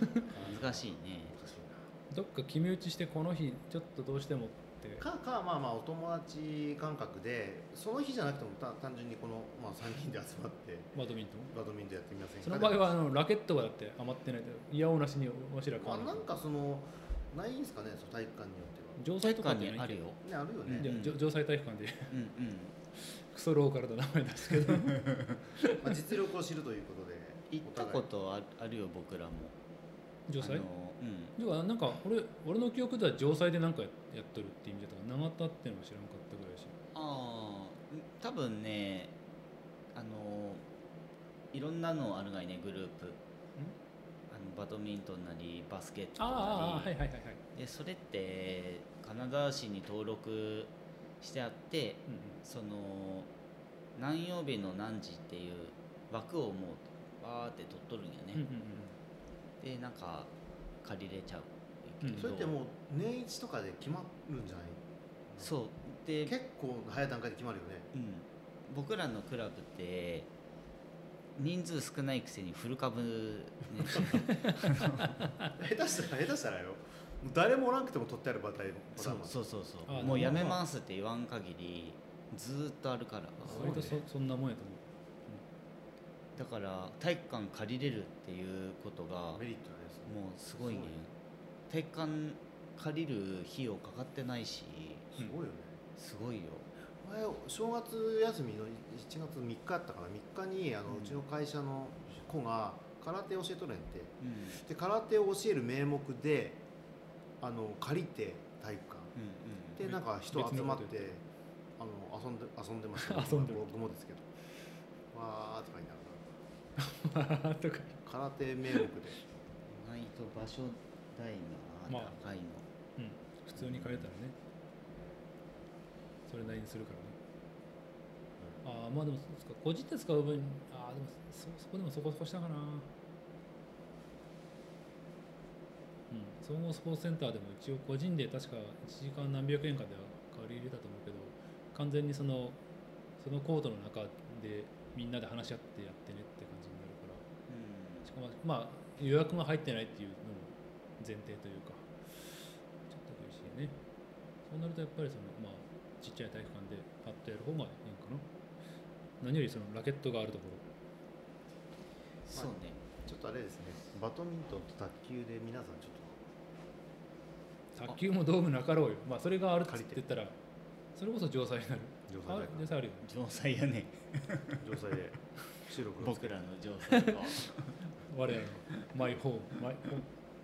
[SPEAKER 2] な
[SPEAKER 3] 難しいね
[SPEAKER 2] 難しい
[SPEAKER 1] どっか決め打ちしてこの日ちょっとどうしてもって
[SPEAKER 2] なかかまあまあお友達感覚でその日じゃなくてもた単純にこの、まあ、3人で集まって
[SPEAKER 1] バドミントン
[SPEAKER 2] バドミントンやってみませんか
[SPEAKER 1] その場合はあのラケットがだって余ってないと嫌おなしにわしら買
[SPEAKER 2] ま
[SPEAKER 1] わ
[SPEAKER 2] あ、
[SPEAKER 1] な
[SPEAKER 2] ないんかそのないんですかねその体育館によ
[SPEAKER 1] 城西
[SPEAKER 3] 体
[SPEAKER 1] と
[SPEAKER 3] 育
[SPEAKER 1] か
[SPEAKER 3] 館
[SPEAKER 1] じゃ
[SPEAKER 3] に
[SPEAKER 1] な
[SPEAKER 3] あ
[SPEAKER 1] いけ
[SPEAKER 3] る
[SPEAKER 1] ど
[SPEAKER 3] よ、
[SPEAKER 2] ってはねあるよね
[SPEAKER 1] じゃあじょ城西体育館で
[SPEAKER 3] うんうん、
[SPEAKER 1] クソローカルな名前なんですけ ど
[SPEAKER 2] まあ、実力を知るということで
[SPEAKER 3] 行ったことああるよ僕らも
[SPEAKER 1] 城西
[SPEAKER 3] あのうん
[SPEAKER 1] ではなんか俺俺の記憶では城西でなんかやっとるって意味だったから長田っていうのは知らんかったぐらいやし
[SPEAKER 3] ああ多分ねあのいろんなのあるがいねグループあのバドミントンなりバスケットなり
[SPEAKER 1] ああはいはいはいはい、
[SPEAKER 3] でそれって金沢市に登録してあって
[SPEAKER 1] うんうん
[SPEAKER 3] その何曜日の何時っていう枠をもうバーって取っとるん
[SPEAKER 1] うんう
[SPEAKER 3] よ
[SPEAKER 1] ん
[SPEAKER 3] ね、でなんか借りれちゃう
[SPEAKER 1] うん
[SPEAKER 3] けど
[SPEAKER 2] それってもう年一とかで決まるんじゃない
[SPEAKER 3] そうで、
[SPEAKER 2] 結構早い段階で決まるよね
[SPEAKER 3] うん、僕らのクラブって人数少ないくせにフル株、ね、
[SPEAKER 2] 下手したら下手したらよもう誰もおらんくても取ってあるバタイバタ
[SPEAKER 3] そ
[SPEAKER 2] ー
[SPEAKER 3] う
[SPEAKER 2] マン
[SPEAKER 3] そうそうそう
[SPEAKER 1] あ
[SPEAKER 3] もう
[SPEAKER 1] で
[SPEAKER 3] や
[SPEAKER 1] もまあ
[SPEAKER 3] めますって言わん限りずーっとあるから
[SPEAKER 2] そう
[SPEAKER 1] 割とそそんなもんやと思う、
[SPEAKER 3] だから体育館借りれるっていうことがも
[SPEAKER 2] メリットですね
[SPEAKER 3] うすごいね
[SPEAKER 2] そうよ
[SPEAKER 3] 体育館借りる費用かかってないし
[SPEAKER 2] すごいよね、
[SPEAKER 3] すごいよ
[SPEAKER 2] 前正月休みの1月3日やったかな3日にあの、
[SPEAKER 3] う
[SPEAKER 2] うんちの会社の子が空手を教えとるんやって
[SPEAKER 3] うん
[SPEAKER 2] で空手を教える名目であの借りて体育館で
[SPEAKER 3] うん
[SPEAKER 2] なんか人集まってあの遊んで遊んでました、ね
[SPEAKER 1] 遊んでる
[SPEAKER 2] 僕もですけどわーとか言いなが
[SPEAKER 1] とか
[SPEAKER 2] ら空手 名目で
[SPEAKER 3] うん意外と場所代が
[SPEAKER 1] まあ
[SPEAKER 3] 高いの、
[SPEAKER 1] 普通に借りたらねそれなりにするからねああまあでもそうですか個人で使う分ああでもそそこでもそこそこしたかなうん総合スポーツセンターでも一応個人で確か1時間何百円かでは借り入れたと思うけど完全にそのそのコートの中でみんなで話し合ってやってねって感じになるから
[SPEAKER 3] うん
[SPEAKER 1] しかもまあ予約が入ってないっていうのも前提というかちょっと厳しいねそうなるとやっぱりそのまあちっちゃい体育館でパッとやる方がいいんかな何よりそのラケットがあるところ
[SPEAKER 3] そうね
[SPEAKER 2] ちょっとあれですねバドミントンと卓球で皆さんちょっ
[SPEAKER 1] 卓球も道具なかろうよまあそれがあるっつって
[SPEAKER 2] 借
[SPEAKER 1] 言ったらそれこそ城西になる
[SPEAKER 2] と城
[SPEAKER 1] あ城
[SPEAKER 2] 西
[SPEAKER 1] 西あるよね
[SPEAKER 3] 城西やね
[SPEAKER 2] 大会城西で収録の
[SPEAKER 3] 僕らの城西は
[SPEAKER 1] 我らのマイホームマイ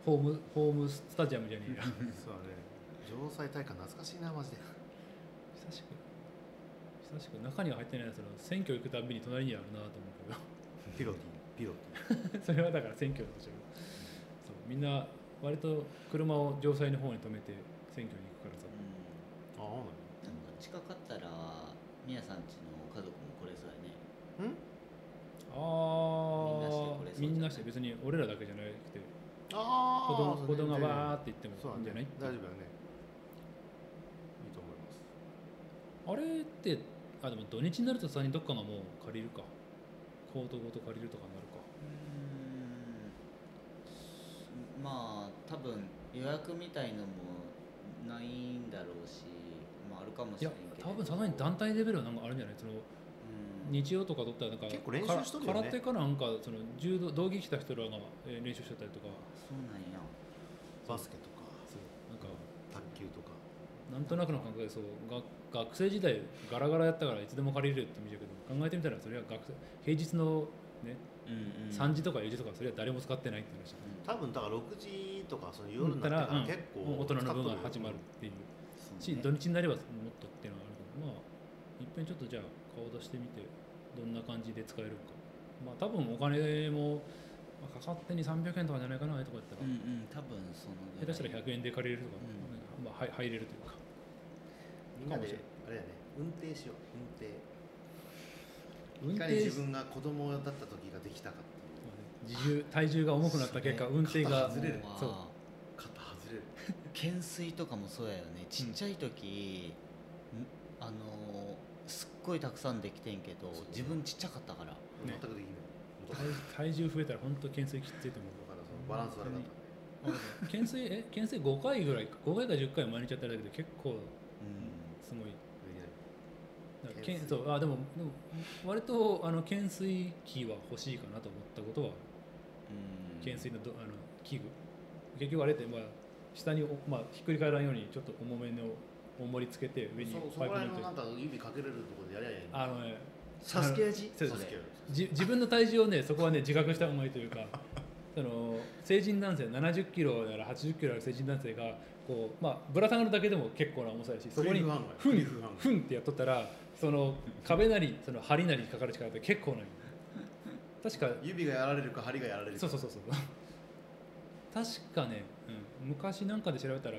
[SPEAKER 1] ホームホームスタジアムじゃねえや
[SPEAKER 2] そうだね城西大会懐かしいなマジで
[SPEAKER 1] 久しく久しく中には入ってないやつの選挙行くたんびに隣にあるなと思うけど
[SPEAKER 2] ピロティピロ テ
[SPEAKER 1] それはだから選挙の途中そうみんな割と車を城西の方に止めて選挙に行くからさ
[SPEAKER 3] うん
[SPEAKER 2] ィああ
[SPEAKER 3] なんか近かったらみやさんちの家族も来れそうやね
[SPEAKER 2] うん
[SPEAKER 1] あ
[SPEAKER 3] ー
[SPEAKER 1] みんなして別に俺らだけじゃなくて
[SPEAKER 2] あ
[SPEAKER 1] 子供子供がわー
[SPEAKER 2] わ
[SPEAKER 1] って言っても
[SPEAKER 2] そう
[SPEAKER 1] いいんじ
[SPEAKER 2] だ
[SPEAKER 1] ゃな
[SPEAKER 2] ね
[SPEAKER 1] い
[SPEAKER 2] 大丈夫だねいいと思います
[SPEAKER 1] あれってあでも土日になるとさにどっかがもう借りるかコートごと借りるとかになるか
[SPEAKER 3] うんまあ多分予約みたいのもないんだろうしまああるかもし
[SPEAKER 1] いや
[SPEAKER 3] れんけど
[SPEAKER 1] 多分さすがに団体レベルはなんかあるんじゃないその
[SPEAKER 3] うん
[SPEAKER 1] 日曜とか取ったらなんか
[SPEAKER 2] 結構練習しとるよね
[SPEAKER 1] か空手かなんかその柔道道着着た人らがえー練習してたりとか
[SPEAKER 3] そうなんや
[SPEAKER 2] バスケとか
[SPEAKER 1] そうなんか
[SPEAKER 2] 卓球とか
[SPEAKER 1] なんとなくの感覚でそうが学生時代ガラガラやったからいつでも借りれるって見てるけど考えてみたらそれは学生平日の、ね
[SPEAKER 3] うんうん
[SPEAKER 1] 3時とか4時とかそれは誰も使ってないって話だね
[SPEAKER 3] う
[SPEAKER 2] 多分
[SPEAKER 3] ん
[SPEAKER 2] だから6時とかそ
[SPEAKER 1] う
[SPEAKER 2] の夜
[SPEAKER 1] ん
[SPEAKER 2] になってから結構
[SPEAKER 1] もう大人の分が始
[SPEAKER 2] 使っとる
[SPEAKER 1] ま
[SPEAKER 2] よ
[SPEAKER 1] るっていう
[SPEAKER 3] そう
[SPEAKER 1] し、
[SPEAKER 3] ね
[SPEAKER 1] 土日になればもっとっていうのはあるけどまあいっぺんちょっとじゃあ顔出してみてどんな感じで使えるかまあ多分お金もまあかかってに300円とかじゃないかなああいうとかやったら、
[SPEAKER 3] うんうん多分そのぐら
[SPEAKER 1] 下手し
[SPEAKER 3] い
[SPEAKER 1] たら100円で借りれるとか、まあ、はい入れるというか
[SPEAKER 2] みんな
[SPEAKER 1] かもしれ
[SPEAKER 2] で
[SPEAKER 1] ない
[SPEAKER 2] あれやね運転しよう運転
[SPEAKER 1] 運
[SPEAKER 2] いか
[SPEAKER 1] 転
[SPEAKER 2] に
[SPEAKER 1] 手
[SPEAKER 2] 自分が子供だった時ができたかっていう
[SPEAKER 1] まあね自重体重が重くなった結果運転が
[SPEAKER 2] 外れる
[SPEAKER 3] まあ
[SPEAKER 1] そう
[SPEAKER 2] 肩外れる
[SPEAKER 3] 懸垂とかもそうやよねちっちゃい時、んあのーすっごいたくさんできてんけど
[SPEAKER 2] そう
[SPEAKER 3] 自分ちっちゃかったから
[SPEAKER 2] 全くできないだ
[SPEAKER 1] 体体重増えたら本当懸垂きついと思
[SPEAKER 2] からそのバランス悪か
[SPEAKER 1] う
[SPEAKER 2] った
[SPEAKER 1] 懸垂え懸垂5回ぐらいか5回か10回毎日やっただけで結構
[SPEAKER 3] う
[SPEAKER 1] すごいだから
[SPEAKER 2] 懸
[SPEAKER 1] けん
[SPEAKER 2] 垂
[SPEAKER 1] そうあでもでも割とあの懸垂器は欲しいかなと思ったことは
[SPEAKER 3] ん、うん、
[SPEAKER 1] 懸垂のどあの器具結局あれってまあ下にお、まあ、ひっくり返らんようにちょっと重めの重りつけて上に
[SPEAKER 2] そうそ
[SPEAKER 1] パ
[SPEAKER 2] こ
[SPEAKER 1] イプ
[SPEAKER 2] ら
[SPEAKER 1] に
[SPEAKER 2] 辺の
[SPEAKER 1] て
[SPEAKER 2] なんか指かけれるところでやりゃいいの
[SPEAKER 1] あのね
[SPEAKER 3] サスケ味
[SPEAKER 1] そう
[SPEAKER 2] サ
[SPEAKER 1] で
[SPEAKER 2] ス
[SPEAKER 1] す
[SPEAKER 2] ケよ
[SPEAKER 1] じ自分の体重をねそこはね自覚した方がいいというか その成人男性7 0キロなら8 0キロある成人男性がこう、まあ、ぶら下がるだけでも結構な重さだしそこに
[SPEAKER 2] クリフハンガー
[SPEAKER 1] ふん
[SPEAKER 2] クリフハンガー
[SPEAKER 1] ふんってやっとったらその壁なりその梁なりにかかる力って結構ない確か
[SPEAKER 2] 指がやられるか針がやられるか
[SPEAKER 1] そうそうそうそう確かね、うん、昔なんかで調べたら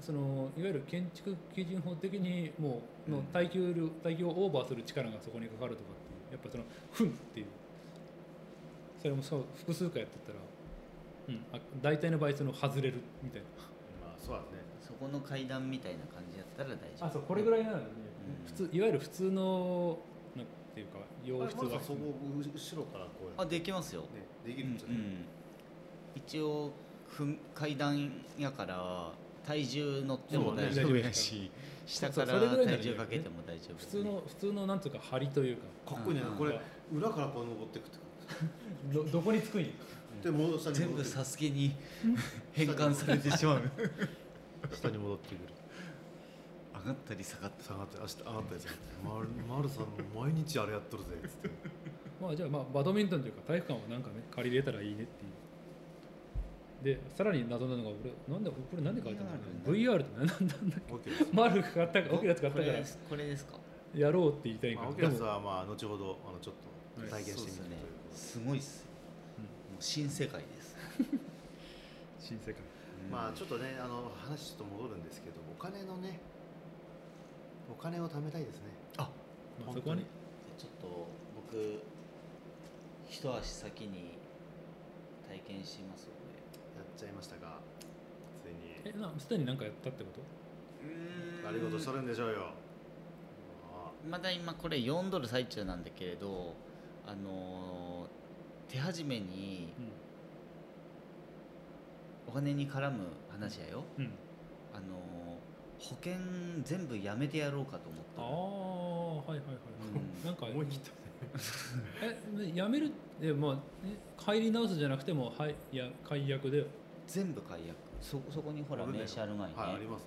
[SPEAKER 1] そのいわゆる建築基準法的にもうの
[SPEAKER 3] うん
[SPEAKER 1] 耐久力耐久をオーバーする力がそこにかかるとかっていうやっぱその「ふん」っていうそれもそう複数回やってったら、うん、あ大体の場合その外れるみたい
[SPEAKER 2] まあそうだね
[SPEAKER 3] そこの階段みたいな感じやったら大丈夫
[SPEAKER 1] ならいなのに、
[SPEAKER 3] うん
[SPEAKER 1] 普通いわゆる普通のなんていうか洋
[SPEAKER 2] あれ
[SPEAKER 1] 室
[SPEAKER 2] 森
[SPEAKER 1] は
[SPEAKER 2] 田さんそこ後ろからこうや
[SPEAKER 3] あ
[SPEAKER 2] っ
[SPEAKER 3] できますよ、
[SPEAKER 2] てねでき
[SPEAKER 3] う
[SPEAKER 2] る
[SPEAKER 3] ん
[SPEAKER 2] んじゃない
[SPEAKER 3] うん一応ふん階段やから体重乗って
[SPEAKER 1] そ
[SPEAKER 3] も
[SPEAKER 1] うね
[SPEAKER 3] 大丈夫やし 下から
[SPEAKER 1] そうそれぐらいなら
[SPEAKER 3] 体重かけても大丈夫、
[SPEAKER 1] 普通の普通のなんつうか張りというか
[SPEAKER 2] かっこいいね
[SPEAKER 3] うん
[SPEAKER 2] これ裏からこう登ってくって
[SPEAKER 1] どどこにつくんや
[SPEAKER 2] で戻下に
[SPEAKER 3] 全
[SPEAKER 2] 戻
[SPEAKER 3] 部
[SPEAKER 2] ってく
[SPEAKER 3] サス ケに変換されてしまう
[SPEAKER 2] る下に戻ってくる
[SPEAKER 3] 上がったり下がった
[SPEAKER 2] 下がって明日上がったやつまるまるさん毎日あれやっとるぜっつ って
[SPEAKER 1] まあじゃあまあバドミントンというか体育館はなんかね借りれたらいいねっていうでさらに謎なのが俺なんでこれなんで書いたんだろう VR って何なんだっけ
[SPEAKER 2] オケラス
[SPEAKER 1] マルク買った からオキラス買ったから
[SPEAKER 3] これですこれですか
[SPEAKER 1] やろうって言いたいん
[SPEAKER 2] ま
[SPEAKER 1] か
[SPEAKER 2] あ
[SPEAKER 1] ら
[SPEAKER 2] オケラスはまあ後ほどあのちょっ
[SPEAKER 1] はい
[SPEAKER 2] と体験してみる
[SPEAKER 3] そう
[SPEAKER 2] という
[SPEAKER 3] っすね
[SPEAKER 2] ことです
[SPEAKER 3] ごいっすよ、
[SPEAKER 1] うん
[SPEAKER 3] もう新世界です、
[SPEAKER 1] 新世界
[SPEAKER 2] まあちょっとねあの話ちょっと戻るんですけどお金のねお金を貯めたいですね
[SPEAKER 1] まあそこはね
[SPEAKER 3] ちょっと僕一足先に体験します
[SPEAKER 2] やっちゃいましたがついに
[SPEAKER 1] えなすでに何かやったってこと
[SPEAKER 2] 悪いことしとるんでしょうよあ
[SPEAKER 3] まだ今これ4ドル最中なんだけれどあのー手始めにお金に絡む話やよ、
[SPEAKER 1] うん、うん、
[SPEAKER 3] あのー保険全部やめてやろうかと思
[SPEAKER 1] ああは
[SPEAKER 3] っ
[SPEAKER 1] いはいはい、
[SPEAKER 3] うん
[SPEAKER 1] なんか
[SPEAKER 2] 思い切った
[SPEAKER 1] えねやめるえまあえ帰り直すじゃなくてもはいいや解約で
[SPEAKER 3] てる全部解約そそこにほら
[SPEAKER 2] あるね
[SPEAKER 3] 名刺ある前にね、
[SPEAKER 2] はいありますね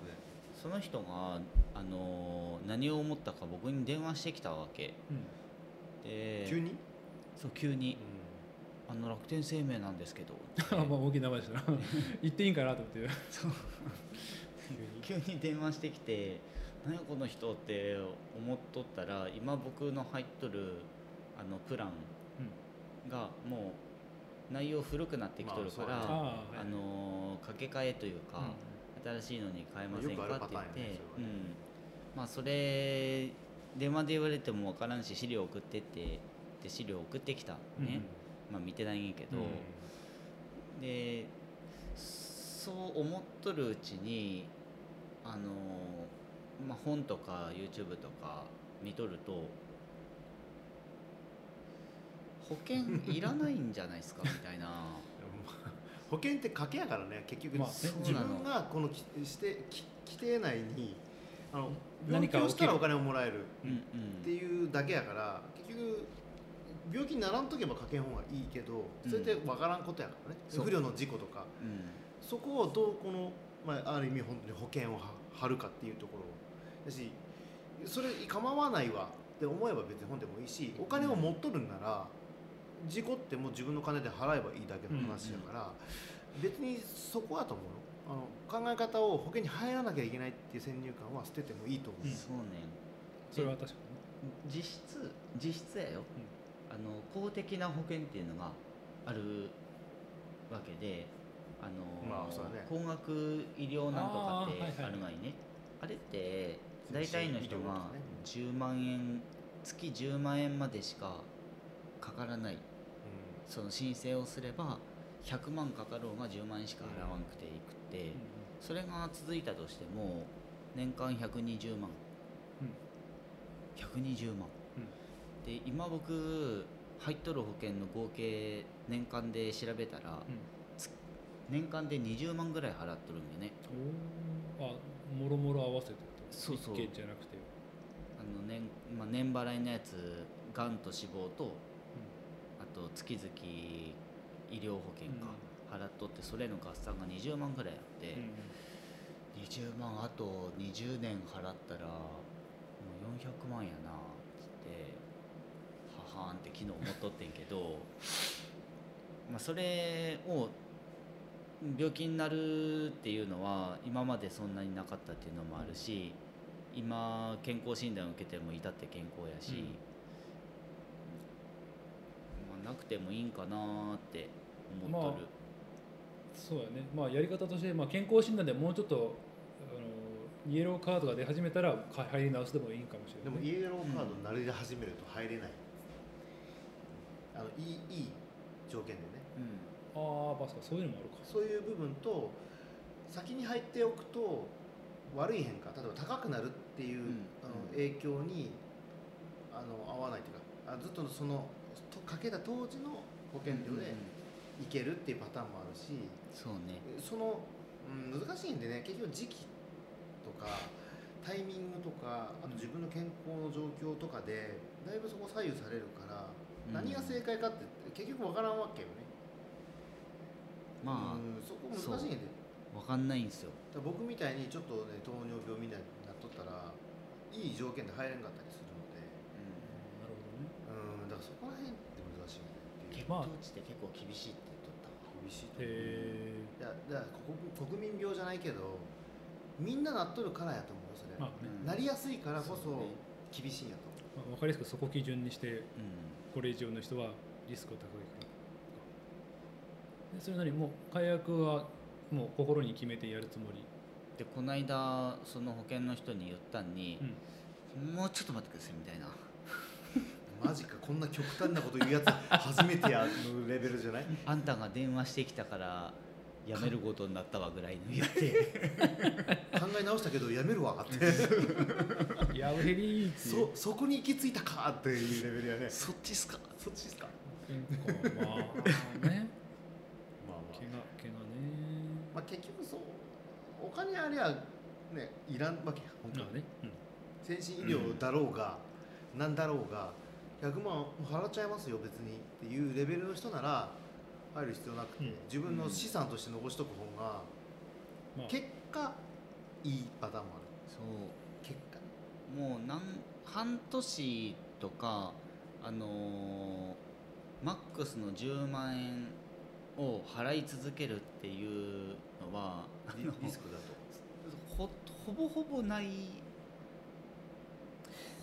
[SPEAKER 3] その人が、あのー何を思ったか僕に電話してきたわけ
[SPEAKER 1] うん
[SPEAKER 3] で
[SPEAKER 2] 急に
[SPEAKER 3] そう急に
[SPEAKER 2] う
[SPEAKER 3] 「あの楽天生命なんですけど」
[SPEAKER 1] あ まあ大きい名前でしたな言っていいんかなと思って
[SPEAKER 3] 急に電話してきて「何やこの人」って思っとったら今僕の入っとるあのプランがもう内容古くなってきとるから、
[SPEAKER 2] まあ
[SPEAKER 3] あ
[SPEAKER 2] そうだね
[SPEAKER 1] ああはい
[SPEAKER 3] のー掛け替えというか、新しいのに変えません
[SPEAKER 2] よくあ
[SPEAKER 3] か
[SPEAKER 2] る
[SPEAKER 3] っ
[SPEAKER 2] パ
[SPEAKER 3] て
[SPEAKER 2] ター
[SPEAKER 3] 言っ
[SPEAKER 2] ンやね
[SPEAKER 3] て、
[SPEAKER 2] そ
[SPEAKER 3] う
[SPEAKER 2] れ
[SPEAKER 3] ん
[SPEAKER 2] はね
[SPEAKER 3] まあ、それ電話で言われても分からんし資料送ってってで資料送ってきたね、
[SPEAKER 1] うんうん
[SPEAKER 3] まあ、見てないんやけど、
[SPEAKER 1] うん
[SPEAKER 3] でそう思っとるうちにあのー、まあ、本とか YouTube とか見とると保険いらないんじゃないですかみた いな
[SPEAKER 2] 保険って賭けやからね結局、
[SPEAKER 1] まあね
[SPEAKER 2] 自分がこのきしてき規定内にあの
[SPEAKER 1] 何
[SPEAKER 2] 病気
[SPEAKER 1] か
[SPEAKER 2] を
[SPEAKER 1] を
[SPEAKER 2] したらお金をもらえる
[SPEAKER 1] う
[SPEAKER 3] う
[SPEAKER 1] んん
[SPEAKER 3] うん
[SPEAKER 2] っていうだけやから結局病気にならんとけば賭けん方がいいけどそれって分からんことやからね、
[SPEAKER 3] そう
[SPEAKER 2] 不慮の事故とか
[SPEAKER 3] うん
[SPEAKER 2] そこをどうこの、まあ、ある意味本当に保険をは張るかっていうところだしそれ構わないわって思えば別に本でもいいしお金を持っとるんなら事故ってもう自分の金で払えばいいだけの話だから、別にそこはと思うよあの考え方を保険に入らなきゃいけないっていう先入観は捨ててもいいと思う、
[SPEAKER 1] うん
[SPEAKER 3] そうね
[SPEAKER 1] それは確か
[SPEAKER 3] 実質実質やよ、あの公的な保険っていうのがあるわけであの、
[SPEAKER 2] まあそうだね
[SPEAKER 3] 高額医療なんとかっ
[SPEAKER 1] あーはい
[SPEAKER 3] て
[SPEAKER 1] は
[SPEAKER 3] あ
[SPEAKER 1] い
[SPEAKER 3] るがいね、あれって大体の人が10万円月10万円までしかかからないその申請をすれば100万かかろうが10万円しか払わなくていくって、
[SPEAKER 1] に、
[SPEAKER 3] それが続いたとしても年間120万、
[SPEAKER 1] うん
[SPEAKER 3] 120万、で今僕入っとる保険の合計年間で調べたら、つ年間で20万ぐらい払っとるんよね
[SPEAKER 1] うんおーあもろもろ合わせてってこと
[SPEAKER 3] そうそう
[SPEAKER 1] 一件じゃなくて、
[SPEAKER 3] あの年,、まあ、年払いのやつがんと死亡とあと月々医療保険か、払っとってそれの合算が20万ぐらいあって、
[SPEAKER 1] うんうん
[SPEAKER 3] 20万あと20年払ったらもう400万やなっつってははーんって昨日思っとってんけど まあそれを病気になるっていうのは今までそんなになかったっていうのもあるし今健康診断を受けても至って健康やし、まあ、なくてもいいんかなーって思っとる、
[SPEAKER 1] そうやねまあやり方として、まあ、健康診断でもうちょっとあのイエローカードが出始めたらか入り直してもいいんかもしれ
[SPEAKER 2] で
[SPEAKER 1] ない
[SPEAKER 2] もイエローカードに慣れ始めると入れない、あのいいいい条件でね
[SPEAKER 3] う
[SPEAKER 1] あ
[SPEAKER 3] ん
[SPEAKER 1] あまあそうそういうのもあるか
[SPEAKER 2] そういう部分と先に入っておくと悪い変化例えば高くなるっていう、
[SPEAKER 3] うん
[SPEAKER 2] あの
[SPEAKER 3] うん
[SPEAKER 2] 影響にあの合わないというかあずっとそのとかけた当時の保険料でいけるっていうパターンもあるし
[SPEAKER 3] そうね
[SPEAKER 2] その、うん、難しいんでね結局時期とかタイミングとかあと自分の健康の状況とかでだいぶそこ左右されるから、
[SPEAKER 3] うん
[SPEAKER 2] 何が正解かって結局わからんわけよね、
[SPEAKER 3] ま
[SPEAKER 2] うんそこ難しいんで
[SPEAKER 3] あわかんないんですよ
[SPEAKER 2] だから僕みたいにちょっとね糖尿病みたいになっとったらいい条件で入れんかったりするので
[SPEAKER 1] なるほどね
[SPEAKER 2] うんだからそこら辺って難しいねっていう
[SPEAKER 3] 血
[SPEAKER 1] まあ
[SPEAKER 3] 糖値って結構厳しいって言っとったわ
[SPEAKER 2] 厳しいと思う
[SPEAKER 1] へえ
[SPEAKER 2] いやだから国国民病じゃないけどみんななっとるからやと思うよそれ、
[SPEAKER 1] まあね、
[SPEAKER 2] なりやすいから
[SPEAKER 3] そ
[SPEAKER 2] こ
[SPEAKER 3] う
[SPEAKER 2] そ
[SPEAKER 3] ね
[SPEAKER 2] 厳しいんやと思う
[SPEAKER 1] まあ、分かりやすくそこ基準にして
[SPEAKER 3] うん
[SPEAKER 1] これ以上の人はリスクが高いからでそれなりにもう解約はもう心に決めてやるつもり
[SPEAKER 3] でこの間その保険の人に言ったんに、もうちょっと待ってくださいみたいな
[SPEAKER 2] マジかこんな極端なこと言うやつ初めてやのレベルじゃない
[SPEAKER 3] あんたが電話してきたから辞めることになったわぐらいの 言って
[SPEAKER 2] 考え直したけどやめるわって
[SPEAKER 1] いやヘビーって
[SPEAKER 2] そそこに行き着いたかっていうレベルやね
[SPEAKER 3] そっちっすか
[SPEAKER 2] そっちですか
[SPEAKER 1] 健康まあね
[SPEAKER 2] まあま
[SPEAKER 1] 怪我怪我
[SPEAKER 2] あ、
[SPEAKER 1] ね
[SPEAKER 2] まあ、結局そうお金ありゃねいらんわけや本当
[SPEAKER 1] まあ
[SPEAKER 2] に
[SPEAKER 1] ね、うん
[SPEAKER 2] 先進医療だろうが、なんだろうが100万払っちゃいますよ別にっていうレベルの人なら入る必要なくて、
[SPEAKER 1] うん
[SPEAKER 2] 自分の資産として残しとく方が、
[SPEAKER 1] まあ、
[SPEAKER 2] 結果いいパターンもある
[SPEAKER 3] そう
[SPEAKER 2] 結果ね
[SPEAKER 3] もうなん半年とかあのーマックスの10万円を払い続けるっていうのは
[SPEAKER 2] リ
[SPEAKER 3] あの
[SPEAKER 2] リスクだと
[SPEAKER 3] ほほぼほぼない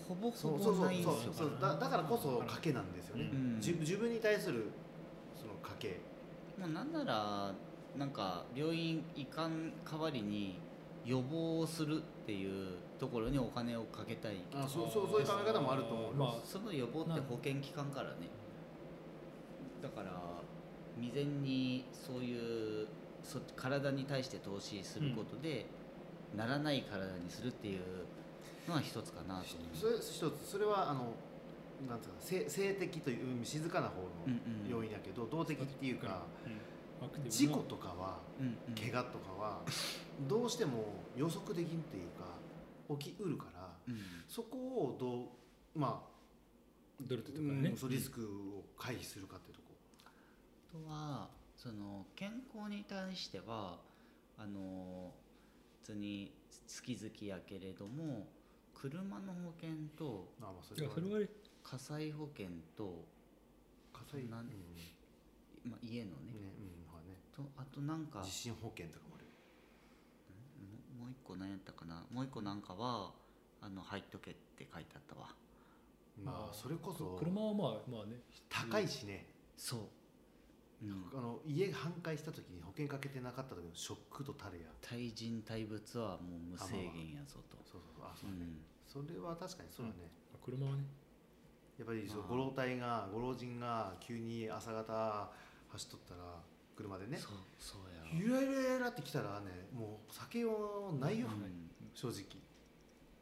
[SPEAKER 3] ほぼ
[SPEAKER 2] そ
[SPEAKER 3] ほ
[SPEAKER 2] うそう
[SPEAKER 3] ぼ
[SPEAKER 2] そう
[SPEAKER 3] ないんです
[SPEAKER 2] そ
[SPEAKER 3] よ
[SPEAKER 2] うそうだだからこそ賭けなんですよね、
[SPEAKER 3] うん
[SPEAKER 2] 自自分に対するその賭け
[SPEAKER 3] もうなんならなんか病院行かん代わりに予防をするっていうところにお金をかけたい
[SPEAKER 2] あそうそうそういう考え方もあると思うよ、
[SPEAKER 1] まあ
[SPEAKER 3] その予防って保険機関からねだから未然にそういうそ体に対して投資することで、ならない体にするっていうのは一つかなと思
[SPEAKER 2] それ一つそれはあのなんつうか性性的という静かな方
[SPEAKER 3] う
[SPEAKER 2] の
[SPEAKER 3] んうん
[SPEAKER 2] 要因だけど、動的っていうか、
[SPEAKER 1] うんアクティブな
[SPEAKER 2] 事故とかは
[SPEAKER 3] う、うんうん、
[SPEAKER 2] 怪我とかはどうしても予測できんっていうか起きうるから
[SPEAKER 3] うん
[SPEAKER 2] そこをどうまあ
[SPEAKER 1] ドルテとか
[SPEAKER 2] う
[SPEAKER 1] ね
[SPEAKER 2] ん、そうリスクを回避するかっていうとこ
[SPEAKER 3] あとはその健康に対してはあの別に好き好きやけれども車の保険と
[SPEAKER 2] あまあそ
[SPEAKER 1] い
[SPEAKER 2] れ
[SPEAKER 1] や
[SPEAKER 2] は
[SPEAKER 1] それはね
[SPEAKER 3] 火災保険と、
[SPEAKER 2] 火災
[SPEAKER 3] なん
[SPEAKER 2] うん
[SPEAKER 3] まあ、家のね
[SPEAKER 2] ねうんまあね
[SPEAKER 3] とあとなんか
[SPEAKER 2] 地震保険とかもあるよ
[SPEAKER 3] ももう一個何やったかなもう一個なんかはあの入っとけって書いてあったわ
[SPEAKER 2] ま
[SPEAKER 1] あー
[SPEAKER 2] あそれこそ
[SPEAKER 1] 車はまあまあね
[SPEAKER 2] 高いしね、
[SPEAKER 3] そう、うん、
[SPEAKER 2] あの家が半壊した時に保険かけてなかった時のショックとタレや
[SPEAKER 3] 対人対物はもう無制限やぞと、
[SPEAKER 2] そうそうそうあそううだね、
[SPEAKER 3] ん、
[SPEAKER 2] それは確かにそうだね、
[SPEAKER 1] 車はね
[SPEAKER 2] やっぱりそう
[SPEAKER 3] まあ
[SPEAKER 2] ご老体がご老人が急に朝方走っとったら車でね
[SPEAKER 3] そうそうやろ
[SPEAKER 2] ゆらゆらゆらって来たらねもう酒はないよ、
[SPEAKER 3] うん
[SPEAKER 2] 正直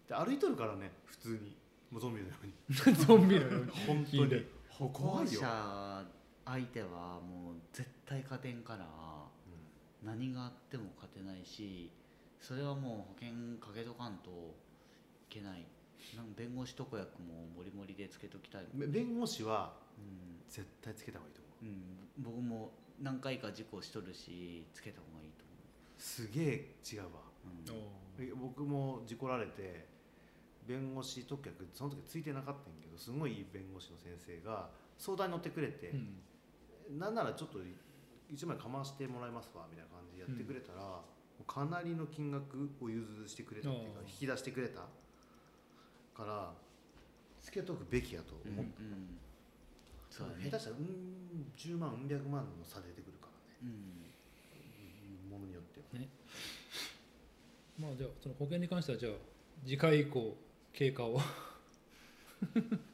[SPEAKER 2] で歩いとるからね普通にもうゾンビのように
[SPEAKER 1] ゾンビのように
[SPEAKER 2] 本当
[SPEAKER 1] ひど
[SPEAKER 2] に
[SPEAKER 1] い
[SPEAKER 2] ほ
[SPEAKER 3] 歩
[SPEAKER 2] 怖
[SPEAKER 3] 行
[SPEAKER 2] いよ、
[SPEAKER 3] 者相手はもう絶対勝てんから
[SPEAKER 2] う
[SPEAKER 3] 何があっても勝てないしそれはもう保険かけとかんといけないなん弁護士特約もモリモリでつけときたいもん
[SPEAKER 2] んべ弁護士は
[SPEAKER 3] うん
[SPEAKER 2] 絶対つけた方がいいと思う
[SPEAKER 3] うん、僕も何回か事故しとるしつけた方がいいと
[SPEAKER 2] すげえ違うわ
[SPEAKER 3] 思う、う
[SPEAKER 1] おー
[SPEAKER 3] ん
[SPEAKER 2] え僕も事故られて弁護士特約その時ついてなかったんやけどすごいいい弁護士の先生が相談に乗ってくれて、
[SPEAKER 1] うん
[SPEAKER 2] なんならちょっと1枚かましてもらいますわみたいな感じでやってくれたら、もうかなりの金額を融通してくれたっていう
[SPEAKER 1] あ
[SPEAKER 2] か
[SPEAKER 1] あ
[SPEAKER 2] 引き出してくれたからつけとくべきやと
[SPEAKER 3] うん
[SPEAKER 2] 思う、
[SPEAKER 3] そうだね
[SPEAKER 2] 下手したらうん10万うん百万の差出てくるからね
[SPEAKER 3] うん
[SPEAKER 2] うんものによっては
[SPEAKER 1] まあじゃあその保険に関してはじゃあ次回以降経過を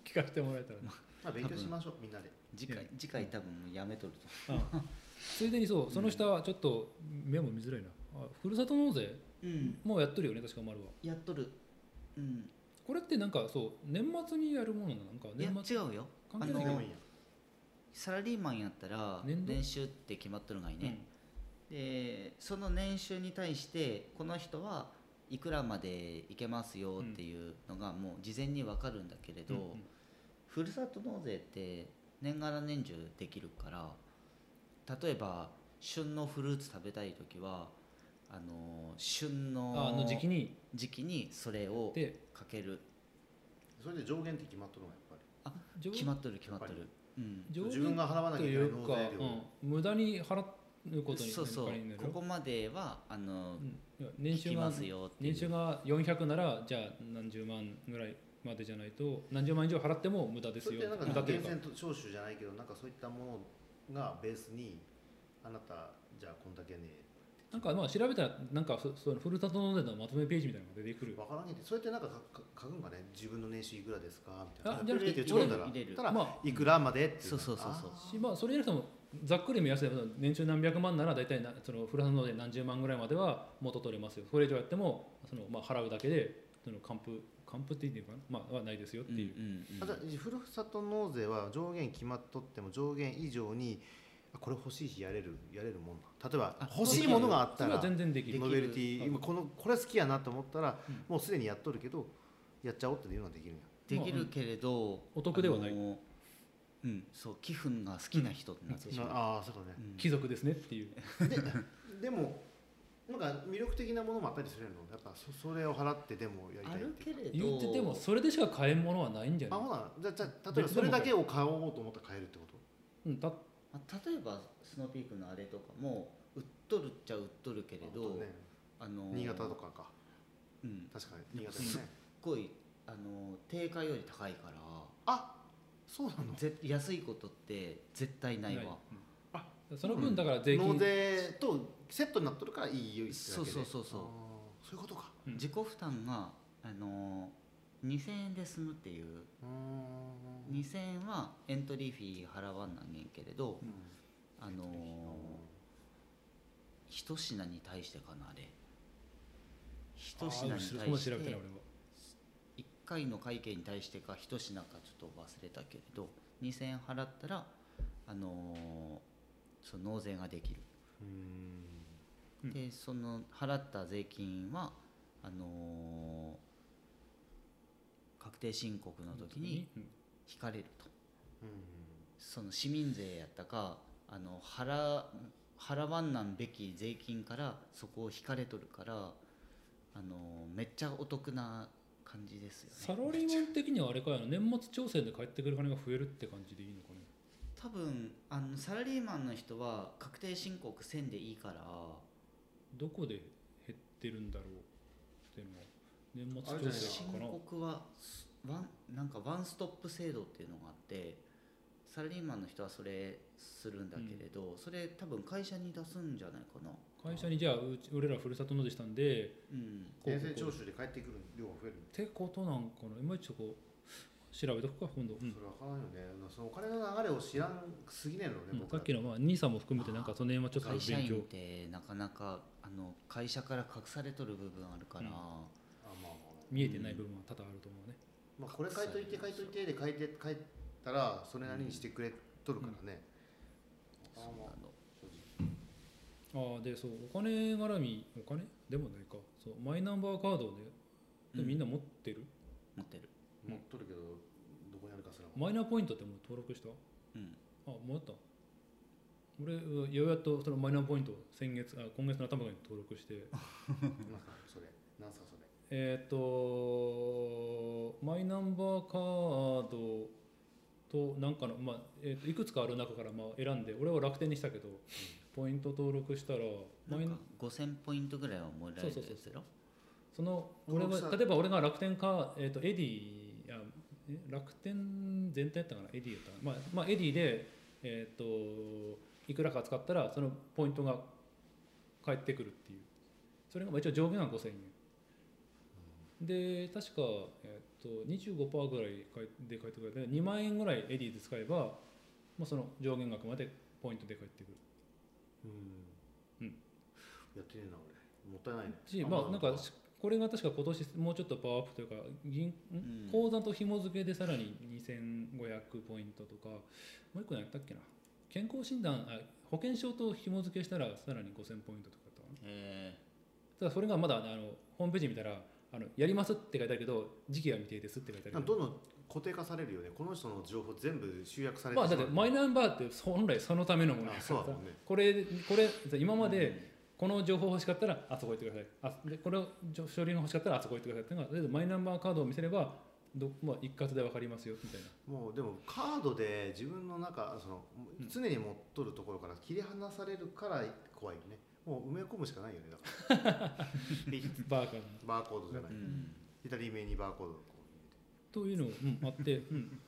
[SPEAKER 1] 聞かせてもらえたらね、
[SPEAKER 2] まあ勉強しましょうみんなで
[SPEAKER 3] 次回次回多分もうやめとると
[SPEAKER 1] うんついでにそうその下はちょっと目も見づらいなあふるさと納税
[SPEAKER 3] うん
[SPEAKER 1] もうやっとるよね確か丸は
[SPEAKER 3] やっとるうん
[SPEAKER 1] これってなんかそう年末にやるものなのなんか
[SPEAKER 3] いや
[SPEAKER 1] 年末
[SPEAKER 3] 違うよ
[SPEAKER 1] 関係
[SPEAKER 3] あ
[SPEAKER 1] な
[SPEAKER 3] の
[SPEAKER 1] い
[SPEAKER 2] でもいいや
[SPEAKER 3] サラリーマンやったら
[SPEAKER 1] 年度
[SPEAKER 3] 年収って決まっとるがいね、でその年収に対してこの人はいくらまでいけますよっていうのがもう事前に分かるんだけれど、ふるさと納税って年がら年中できるから例えば旬のフルーツ食べたい時はあの旬
[SPEAKER 1] うんああの
[SPEAKER 3] の
[SPEAKER 1] 時期に
[SPEAKER 3] 時期にそれを
[SPEAKER 1] で
[SPEAKER 3] かける
[SPEAKER 2] それで上限って決まっとるのやっぱり
[SPEAKER 1] 上
[SPEAKER 3] 決まっとる決まっと
[SPEAKER 2] や
[SPEAKER 3] る、うん、
[SPEAKER 1] 上
[SPEAKER 2] 自分
[SPEAKER 1] 限
[SPEAKER 2] が払わなき
[SPEAKER 1] と
[SPEAKER 2] ゃいけ
[SPEAKER 1] い
[SPEAKER 2] ないう納
[SPEAKER 1] か、
[SPEAKER 2] 税量、
[SPEAKER 1] うん、無駄に払うことに
[SPEAKER 3] そうそう
[SPEAKER 1] 金になる
[SPEAKER 3] ここまではあの、
[SPEAKER 1] うんいや
[SPEAKER 3] 聞
[SPEAKER 1] 年収
[SPEAKER 3] きま
[SPEAKER 1] が
[SPEAKER 3] すよっていう
[SPEAKER 1] 年収が400ならじゃあ何十万ぐらいまでじゃないと何十万以上払っても無駄で
[SPEAKER 2] そ
[SPEAKER 1] す
[SPEAKER 2] れっ
[SPEAKER 1] よ
[SPEAKER 2] てなんか
[SPEAKER 1] 無駄というか
[SPEAKER 2] 源泉と徴収じゃないけどなんかそういったものがベースにあなたじゃあこんだけね
[SPEAKER 1] なんかまあ調べたらなんかそそのふるさと納税のまとめページみたいなのが出てくる
[SPEAKER 2] わからんけどそれってなんかか書くんかね自分の年収いくらですかみたいな
[SPEAKER 1] あじゃなくて
[SPEAKER 2] ピッて打ち込んだら
[SPEAKER 3] 入れる
[SPEAKER 2] たら
[SPEAKER 1] まあ
[SPEAKER 2] いくらまでってい
[SPEAKER 3] そうそうそうそう
[SPEAKER 2] あ
[SPEAKER 1] しまあ、それよりもざっくり目安で年収何百万なら大体なそのふるさと納税何十万ぐらいまでは元取れますよそれ以上やってもその、まあ、払うだけでその還付還付って言っていいのかな、まあ、はないですよっていう、
[SPEAKER 3] うんうんうん
[SPEAKER 2] あじゃあふるさと納税は上限決まっとっても上限以上にあこれ欲しいしやれるやれるもんな例えば
[SPEAKER 3] あ
[SPEAKER 2] 欲しいものがあっ
[SPEAKER 1] そ
[SPEAKER 2] た
[SPEAKER 1] れは
[SPEAKER 2] ら
[SPEAKER 1] 全然できる
[SPEAKER 2] ノベルティ
[SPEAKER 1] はい
[SPEAKER 2] 今このこれ好きやなと思ったら、
[SPEAKER 1] うん
[SPEAKER 2] もうすでにやっとるけどやっちゃおうっていうのはできるんや
[SPEAKER 3] できるけれど、
[SPEAKER 1] お得ではない
[SPEAKER 3] あのうんそう寄付が好きな人になってしまう、
[SPEAKER 2] ああそうだね
[SPEAKER 3] うん
[SPEAKER 1] 貴族ですねっていう
[SPEAKER 2] ででもなんか魅力的なものもあったりするのやっぱそそれを払ってでもやりた
[SPEAKER 3] あ
[SPEAKER 2] いっ
[SPEAKER 3] る
[SPEAKER 2] てい
[SPEAKER 3] け
[SPEAKER 2] う
[SPEAKER 3] れど
[SPEAKER 1] 言っててもそれでしか買えんものはないんじゃ
[SPEAKER 2] あ
[SPEAKER 1] ない、
[SPEAKER 2] ほなじゃあじゃあ例えばそれだけを買おうと思ったら買えるってこと
[SPEAKER 1] うん、だ
[SPEAKER 3] まあ例えばスノーピークのあれとかも売っとるっちゃ売っとるけれ
[SPEAKER 2] あ
[SPEAKER 3] ど、
[SPEAKER 2] とね
[SPEAKER 3] あの
[SPEAKER 2] 新潟とかか
[SPEAKER 3] うん
[SPEAKER 2] 確かに新潟ですね
[SPEAKER 3] すっごいあの定価より高いから
[SPEAKER 2] あそうなの
[SPEAKER 3] ぜ安いことって絶対ないわ
[SPEAKER 1] あその分だから税金、
[SPEAKER 2] 納税とセットになっとるからいいよってだ
[SPEAKER 3] そ
[SPEAKER 2] け
[SPEAKER 3] う
[SPEAKER 2] で
[SPEAKER 3] そうそうそう
[SPEAKER 2] あーそういうことか
[SPEAKER 1] うん
[SPEAKER 3] 自己負担があの2000円で済むっていう
[SPEAKER 2] うーん
[SPEAKER 3] 2000円はエントリーフィー払わんなんねんけれど、
[SPEAKER 2] うん
[SPEAKER 3] あの一品に対してかなあれ一
[SPEAKER 1] あ
[SPEAKER 3] 品に対
[SPEAKER 1] そこまで
[SPEAKER 3] し
[SPEAKER 1] 調べてない俺
[SPEAKER 3] て
[SPEAKER 1] は
[SPEAKER 3] 1回の会計に対してか一品かちょっと忘れたけれど2,000円払ったら、あのーその納税ができる、
[SPEAKER 2] う
[SPEAKER 1] う
[SPEAKER 2] ーん
[SPEAKER 1] ん
[SPEAKER 3] でその払った税金はあのー確定申告の時に
[SPEAKER 1] うん
[SPEAKER 3] 引かれると
[SPEAKER 2] うん
[SPEAKER 3] その市民税やったかあの払払わんなんべき税金からそこを引かれとるから、あのーめっちゃお得な感じですよね
[SPEAKER 1] サラリーマン的にはあれかよ年末調整で返ってくる金が増えるって感じでいいのかね
[SPEAKER 3] 多分あのサラリーマンの人は確定申告せんでいいから
[SPEAKER 1] どこで減ってるんだろうでも年末
[SPEAKER 2] あれ
[SPEAKER 1] 調
[SPEAKER 2] じ
[SPEAKER 1] 整
[SPEAKER 3] 申
[SPEAKER 1] なのか
[SPEAKER 3] 告はすワンなんかワンストップ制度っていうのがあってサラリーマンの人はそれするんだけれど、それ多分会社に出すんじゃないかな
[SPEAKER 1] な会社にじゃあうち俺らふるさと納税したんで
[SPEAKER 3] うん
[SPEAKER 1] こう
[SPEAKER 2] 源泉
[SPEAKER 1] こう
[SPEAKER 2] 徴収で帰ってくる量が増える
[SPEAKER 1] ってことなんかないまいちそこ調べとくか今度、うん
[SPEAKER 2] それ分からんよねそのお金の流れを知らんすぎねえの
[SPEAKER 1] う
[SPEAKER 2] ね、
[SPEAKER 1] ん
[SPEAKER 2] 僕
[SPEAKER 1] さ
[SPEAKER 2] ら
[SPEAKER 1] っきのまあ兄さんも含めてなんかその辺はちょっと
[SPEAKER 3] 会社
[SPEAKER 1] 勉
[SPEAKER 3] 員
[SPEAKER 1] 強
[SPEAKER 3] ってなかなかあの会社から隠されとる部分あるか
[SPEAKER 1] うん
[SPEAKER 3] ら、
[SPEAKER 2] あまあまあまあ
[SPEAKER 1] 見えてない部分は多々あると思うね、
[SPEAKER 2] まあ、これ書いといて書いといてで書いて書いたらそれなりにしてくれとるからね、あ
[SPEAKER 3] そう
[SPEAKER 2] ーまあ
[SPEAKER 3] なの
[SPEAKER 2] 正直
[SPEAKER 1] ああでそうお金絡みお金でもないかそうマイナンバーカードをねで
[SPEAKER 3] うん
[SPEAKER 1] みんな持ってる、
[SPEAKER 3] 持ってる
[SPEAKER 2] 持っとるけどどこにあるかすら
[SPEAKER 1] マイナポイントってもう登録した
[SPEAKER 3] うん
[SPEAKER 1] あもらった俺うんようやっとそのマイナポイントを先月あ今月の頭ぐらいに登録 して
[SPEAKER 2] なんかそれなんすかそれ
[SPEAKER 1] えっ、とマイナンバーカードとなんかの、まあえーといくつかある中からまあ選んで俺は楽天にしたけど、ポイント登録したら
[SPEAKER 3] な
[SPEAKER 1] マイ
[SPEAKER 3] ん
[SPEAKER 1] ナ
[SPEAKER 3] か5000ポイントぐらいはもらえるやつ
[SPEAKER 1] そう
[SPEAKER 3] や
[SPEAKER 1] そう
[SPEAKER 3] ろ
[SPEAKER 1] その俺
[SPEAKER 2] 登録
[SPEAKER 1] は
[SPEAKER 2] さ
[SPEAKER 1] 例えば俺が楽天か、えー、とエディあえ楽天全体やったかなエディやったかな、まあまあ、エディで、えー、といくらか使ったらそのポイントが返ってくるっていうそれがまあ一応上限は5000円で確か、えー、と25%ぐらい返で返ってくるで2万円ぐらいエディで使えば、まあ、その上限額までポイントで返ってくる
[SPEAKER 2] うん、
[SPEAKER 1] うん
[SPEAKER 2] やってねえな俺もったいないね
[SPEAKER 1] しまあなんかしこれが確か今年もうちょっとパワーアップというか銀、ん
[SPEAKER 3] うん
[SPEAKER 1] 口座と紐付けでさらに2500ポイントとかもう一個やったっけな健康診断あ保険証と紐付けしたらさらに5000ポイントとかだったかな
[SPEAKER 3] え
[SPEAKER 1] ただそれがまだあのホームページ見たらあのやりますって書いてあるけど時期は未定ですって書いてあ
[SPEAKER 2] ど
[SPEAKER 1] る
[SPEAKER 2] んどん固定化されるよねこの人の情報全部集約されて
[SPEAKER 1] まあだってマイ
[SPEAKER 2] ナ
[SPEAKER 1] ナンバーって本来そのためのものだ
[SPEAKER 2] あ
[SPEAKER 1] か
[SPEAKER 2] そう
[SPEAKER 1] ら
[SPEAKER 2] だ
[SPEAKER 1] さ
[SPEAKER 2] もんね
[SPEAKER 1] これこれ今までこの情報欲しかったらあそこ行ってくださいあでこれを処処理が欲しかったらあそこ行ってくださいっていうのがとりあえずマイナンバーカードを見せればど、まあ、一括で分かりますよみたいな
[SPEAKER 2] もうでもカードで自分の中その
[SPEAKER 1] うん
[SPEAKER 2] 常に持っとるところから切り離されるから怖いよねもう埋め込むしかないよねだから で
[SPEAKER 1] バーカード
[SPEAKER 2] バーコードじゃな
[SPEAKER 3] う
[SPEAKER 2] い、
[SPEAKER 3] ん
[SPEAKER 2] 左目にバーコードをこ
[SPEAKER 1] というのが、うん、あって、うん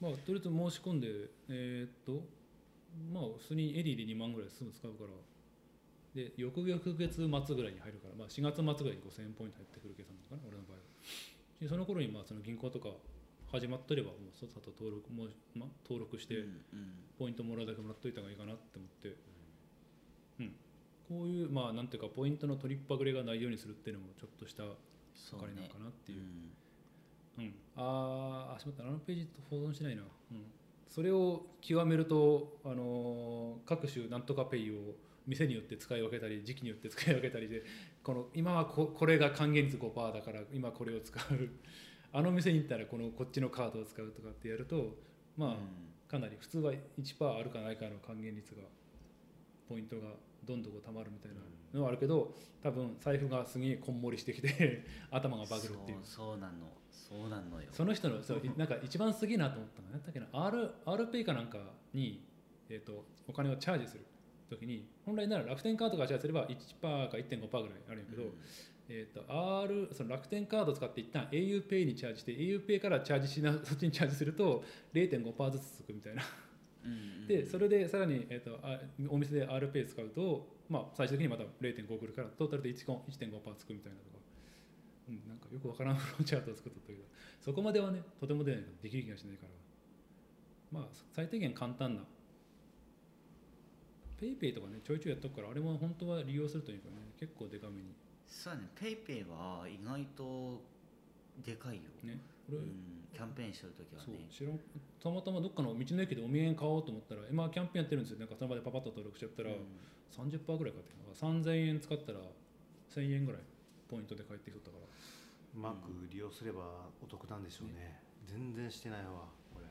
[SPEAKER 1] まあ、とりあえず申し込んでえーっとまあ普通にエリーで2万ぐらいすぐ使うからで翌々月末ぐらいに入るから、まあ、4月末ぐらいに5000ポイント入ってくる計算なのかな俺の場合はでその頃にまあその銀行とか始まってればもうさっさと登録も、まあ、登録して、
[SPEAKER 3] うんうん
[SPEAKER 1] ポイントもらうだけもらっといた方がいいかなって思って、うん、こういうまあなんていうかポイントの取りっぱぐれがないようにするっていうのもちょっとした
[SPEAKER 3] そ
[SPEAKER 1] 係
[SPEAKER 3] う
[SPEAKER 1] なの
[SPEAKER 3] ね
[SPEAKER 1] かなっていう
[SPEAKER 3] うん
[SPEAKER 1] うん、あーあしまったあのページ保存しないな、うん、それを極めると、あのー各種なんとかペイを店によって使い分けたり時期によって使い分けたりでこの今はここれが還元率5%だから今これを使うあの店に行ったらこのこっちのカードを使うとかってやるとまあ、
[SPEAKER 3] うん
[SPEAKER 1] かなり普通は1%あるかないかの還元率がポイントがどんどんこうたまるみたいなのはあるけど多分財布がすげえこんもりしてきて 頭がバグるっていう
[SPEAKER 3] そうそうなのそうなのよ
[SPEAKER 1] その人のそうなんか一番すげえなと思ったのは何だっけな R RPay かなんかに、えー、とお金をチャージする時に本来なら楽天カードがチャージすれば1%か1.5%ぐらいあるんやけど、
[SPEAKER 3] うん
[SPEAKER 1] えー、と R その楽天カード使って一旦 auPay にチャージして auPay からチャージしなそっちにチャージすると0.5%ずつつくみたいな。
[SPEAKER 3] うんうん
[SPEAKER 1] でそれでさらに、えー、とあお店で RPay 使うと、まあ、最終的にまた0.5くるからトータルで1.5%つくみたいなとか、うん、なんかよくわからんフローチャートを作っとったけどそこまではねとてもでないとできる気がしないからまあ最低限簡単な PayPay とかねちょいちょいやっとくからあれも本当は利用するというかね結構でかめに
[SPEAKER 3] そうやねペイペイは意外とでかいよ、
[SPEAKER 1] ねこれ、
[SPEAKER 3] うん、キャンペーンしてるときは
[SPEAKER 1] そう
[SPEAKER 3] ね
[SPEAKER 1] 知らんたまたまどっかの道の駅でお土産買おうと思ったら今キャンペーンやってるんですよなんかその場でパパッと登録しちゃったら、
[SPEAKER 3] うん
[SPEAKER 1] 30%ぐらいかってきた3000円使ったら1000円ぐらいポイントで返ってきとったから
[SPEAKER 2] うマーク利用すればお得なんでしょうね全然してないわこれ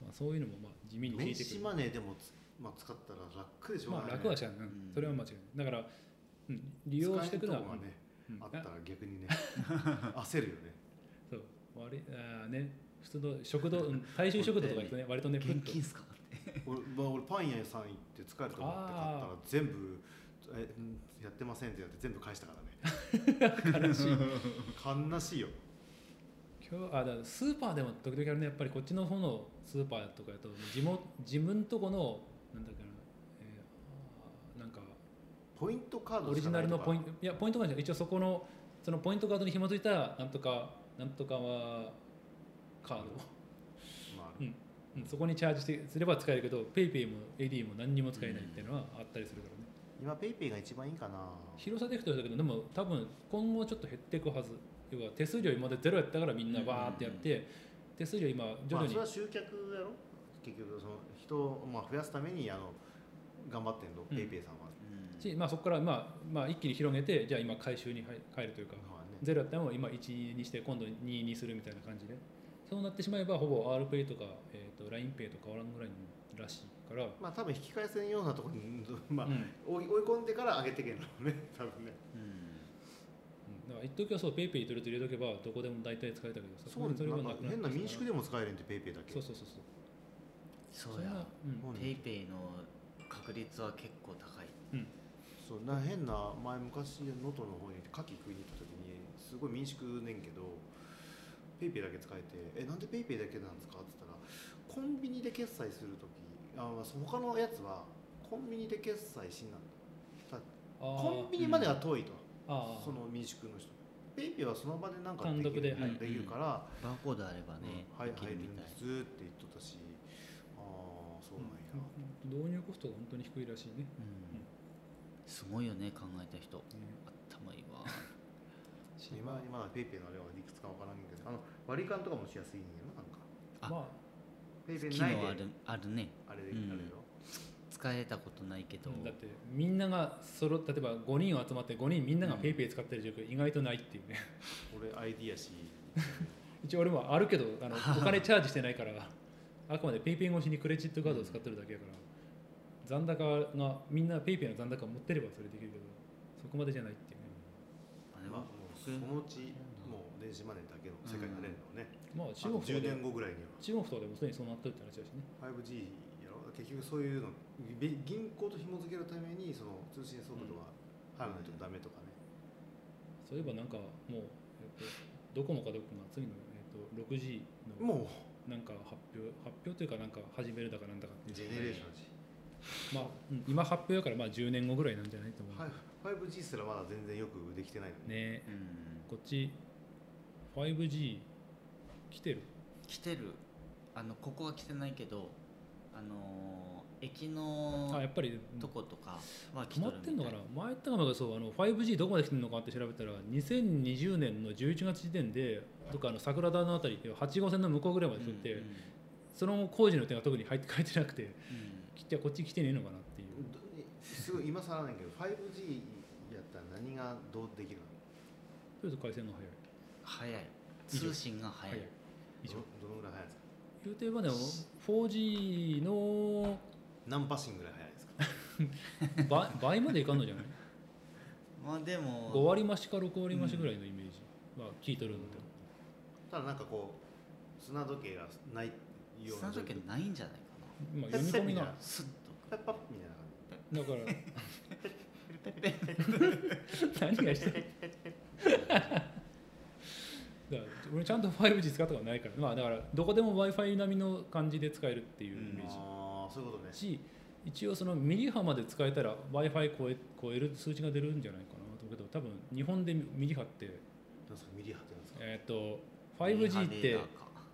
[SPEAKER 1] まあ、そういうのもまあ地味に効い
[SPEAKER 2] 電
[SPEAKER 1] てく
[SPEAKER 2] 子
[SPEAKER 1] る
[SPEAKER 2] マネーでもつ、まあ、使ったら楽でしょう
[SPEAKER 1] まあ楽はしゃあない、うんそれは間違いないだから、うん、利用してくのは、
[SPEAKER 2] 使えるとこがね、
[SPEAKER 1] うん
[SPEAKER 2] あったら
[SPEAKER 1] あ
[SPEAKER 2] 逆にね焦るよね
[SPEAKER 1] そう割あーね普通の食堂、うん、大衆食堂とか行くとね割とねプッ
[SPEAKER 3] 現
[SPEAKER 1] と
[SPEAKER 3] 金っすかって
[SPEAKER 2] 俺,、まあ、俺パン屋さん行って使えると思って買ったら全部えんやってませんってやって全部返したから
[SPEAKER 1] 悲しい
[SPEAKER 2] ね悲しいよ
[SPEAKER 1] 今日あだからスーパーでも時々あるねやっぱりこっちの方のスーパーとかやと地元自分とこのなんだっけな、えーあーなんか
[SPEAKER 2] ポイントカード
[SPEAKER 1] オリジナルのポイン
[SPEAKER 2] ト
[SPEAKER 1] トいやポイントカードじゃない一応そこのそのポイントカードに紐付いたなんとかなんとかはカード、
[SPEAKER 2] まあ
[SPEAKER 1] うん、そこにチャージしてすれば使えるけど PayPay も AD も何にも使えないっていうのはあったりするからね、
[SPEAKER 2] 今ペイペイが一番いいかな
[SPEAKER 1] 広さでいくとだけどでも多分今後ちょっと減っていくはず要は手数料今までゼロやったからみんなバーってやって、手数料今徐々
[SPEAKER 2] まあ
[SPEAKER 1] に、
[SPEAKER 2] それは集客やろ結局その人を、まあ、増やすためにあの頑張ってんの、
[SPEAKER 1] うん
[SPEAKER 2] ペイペイさんは、
[SPEAKER 1] しまあ、そこから、まあまあ、一気に広げてじゃあ今回収に入入るというか
[SPEAKER 2] まあね、
[SPEAKER 1] ゼロやったのを今1にして今度2にするみたいな感じでそうなってしまえばほぼ RPay とか、えー、と LINEPay と変わらんぐらいらしいから、
[SPEAKER 2] まあ多分引き返せんようなところに、まあ
[SPEAKER 1] うん
[SPEAKER 2] 追い追い込んでから上げてけんのね多分ね
[SPEAKER 3] う
[SPEAKER 1] うんだか
[SPEAKER 3] ん
[SPEAKER 1] ら一時はそう PayPay とりあえず入れとけばどこでも大体使えたけどさ
[SPEAKER 2] そう
[SPEAKER 1] れが
[SPEAKER 2] なん
[SPEAKER 1] く
[SPEAKER 2] か
[SPEAKER 1] ってきた
[SPEAKER 2] 変な民宿でも使えるんでペイペイだけ
[SPEAKER 1] そうそうそうそう
[SPEAKER 3] そうや
[SPEAKER 1] んなうん
[SPEAKER 2] もうね
[SPEAKER 3] ペイペイの確率は結構高い
[SPEAKER 2] そうな変な前昔能登の方に牡蠣食いに行った時にすごい民宿ねんけどペイペイだけ使えて「えなんでペイペイだけなんですか?」って言ったらコンビニで決済する時あまあそ他のやつはコンビニで決済しんなんだ
[SPEAKER 1] あー
[SPEAKER 2] コンビニまでは遠いと、
[SPEAKER 1] あー
[SPEAKER 2] その民宿の人ペイペイはその場でなんかで
[SPEAKER 1] 単
[SPEAKER 2] き
[SPEAKER 1] 独
[SPEAKER 2] る
[SPEAKER 1] で
[SPEAKER 2] で,、
[SPEAKER 1] はい
[SPEAKER 2] きるから、
[SPEAKER 3] バーコードあればね、
[SPEAKER 2] うんはい
[SPEAKER 3] でき
[SPEAKER 2] 入
[SPEAKER 3] る
[SPEAKER 2] るん
[SPEAKER 3] みた
[SPEAKER 2] で
[SPEAKER 3] い
[SPEAKER 2] すって言っとったしああそうなんや、
[SPEAKER 1] うん導入コストが本当に低いらしいね
[SPEAKER 3] うんすごいよね考えた人頭いいわ
[SPEAKER 1] シ
[SPEAKER 2] 今にまだペイペイのあれはいくつかわからんけどあの割り勘とかもしやすいんやろなんか
[SPEAKER 3] あ
[SPEAKER 1] ま
[SPEAKER 2] ペイペイ
[SPEAKER 3] 機
[SPEAKER 2] ない
[SPEAKER 3] 能
[SPEAKER 2] で
[SPEAKER 3] あるあるね
[SPEAKER 2] あれで、
[SPEAKER 3] うん
[SPEAKER 2] あれよ
[SPEAKER 3] 使えたことないけど、
[SPEAKER 1] あだってみんながそろ例えば5人集まって5人みんながペイペイ使ってる状況意外とないっていうね
[SPEAKER 2] 俺 ID やし
[SPEAKER 1] 一応俺もあるけど あのお金チャージしてないからあくまでペイペイ越しにクレジットカードを使ってるだけやから、残高がみんなペイペイの残高持ってればそれできるけどそこまでじゃないっていうね
[SPEAKER 3] あで
[SPEAKER 2] まあ
[SPEAKER 3] も
[SPEAKER 2] もうそのうちもう電子マネーだけの世界になれるのね、
[SPEAKER 1] まあ
[SPEAKER 2] あ
[SPEAKER 1] 中国
[SPEAKER 2] と
[SPEAKER 1] とか
[SPEAKER 2] 10
[SPEAKER 1] で
[SPEAKER 2] 年後ぐらいには
[SPEAKER 1] 中国とかでもすでにそうなってるって話だしね
[SPEAKER 2] 5G やろ結局そういうのび銀行と紐付けるためにその通信速度は入らないとダメとかね、
[SPEAKER 1] そういえばなんかもう、えっと、ドコモかどこかが次の、えっと、6G の
[SPEAKER 2] も
[SPEAKER 1] なんか発表発表というかなんか始めるだかなんだかってい
[SPEAKER 2] う
[SPEAKER 1] う
[SPEAKER 2] ジェネレーション
[SPEAKER 1] ま
[SPEAKER 2] やし、
[SPEAKER 1] あ、うん今発表だからまあ10年後ぐらいなんじゃないと思う、
[SPEAKER 2] はい 5G すらまだ全然よくできてないのね
[SPEAKER 1] ね
[SPEAKER 3] う
[SPEAKER 1] こ
[SPEAKER 3] ん
[SPEAKER 1] っち 5G 来てる
[SPEAKER 3] 来てるあのここは来てないけどあのー駅の
[SPEAKER 1] あやっぱり
[SPEAKER 3] とことかは
[SPEAKER 1] 止
[SPEAKER 3] 来て
[SPEAKER 1] ま
[SPEAKER 3] る
[SPEAKER 1] ってん
[SPEAKER 3] み
[SPEAKER 1] の
[SPEAKER 3] た
[SPEAKER 1] か
[SPEAKER 3] い
[SPEAKER 1] な前言ったかもがそうあの 5G どこまで来てるのかって調べたら2020年の11月時点でどっかあの桜田のあたり8号線の向こうぐらいまで来てて、
[SPEAKER 3] うんうん
[SPEAKER 1] その工事の点が特に入って書いてなくて
[SPEAKER 3] うん
[SPEAKER 1] 来てこっち来てねえのかなっていう
[SPEAKER 2] どすごい今更ないけど 5G やったら何がどうできるの
[SPEAKER 1] とりあえず回線が早い
[SPEAKER 3] 早い
[SPEAKER 1] 以上
[SPEAKER 3] 通信が早い
[SPEAKER 1] 以上
[SPEAKER 2] どどのぐらい速いですか
[SPEAKER 1] 言うてばね 4G の
[SPEAKER 2] 何パッシングぐらい速いですか
[SPEAKER 1] 倍倍までいかんのじゃない
[SPEAKER 3] まあで
[SPEAKER 1] 5
[SPEAKER 3] も
[SPEAKER 1] 割増しか6割増しぐらいのイメージは聞いとるんだけど、
[SPEAKER 2] ただなんかこう砂時計がないよう
[SPEAKER 3] 砂
[SPEAKER 2] な
[SPEAKER 3] 時計ないんじゃないか
[SPEAKER 1] まあ、読み込みがだか
[SPEAKER 3] なスッと
[SPEAKER 2] パッパッみたいな感
[SPEAKER 1] ら 何がしたいだから俺ちゃんと 5G 使ったことないからまあだからどこでも w i f i 並みの感じで使えるっていうイ
[SPEAKER 2] じ
[SPEAKER 1] メージ、
[SPEAKER 2] ああそういうことね
[SPEAKER 1] し一応そのミリ波まで使えたら w i f i 超え超える数値が出るんじゃないかなと思うけど多分日本でミリ波って
[SPEAKER 2] なんすかミリ波ってなんですか
[SPEAKER 1] えっ、と 5G っ
[SPEAKER 3] レー
[SPEAKER 1] て
[SPEAKER 3] ダーか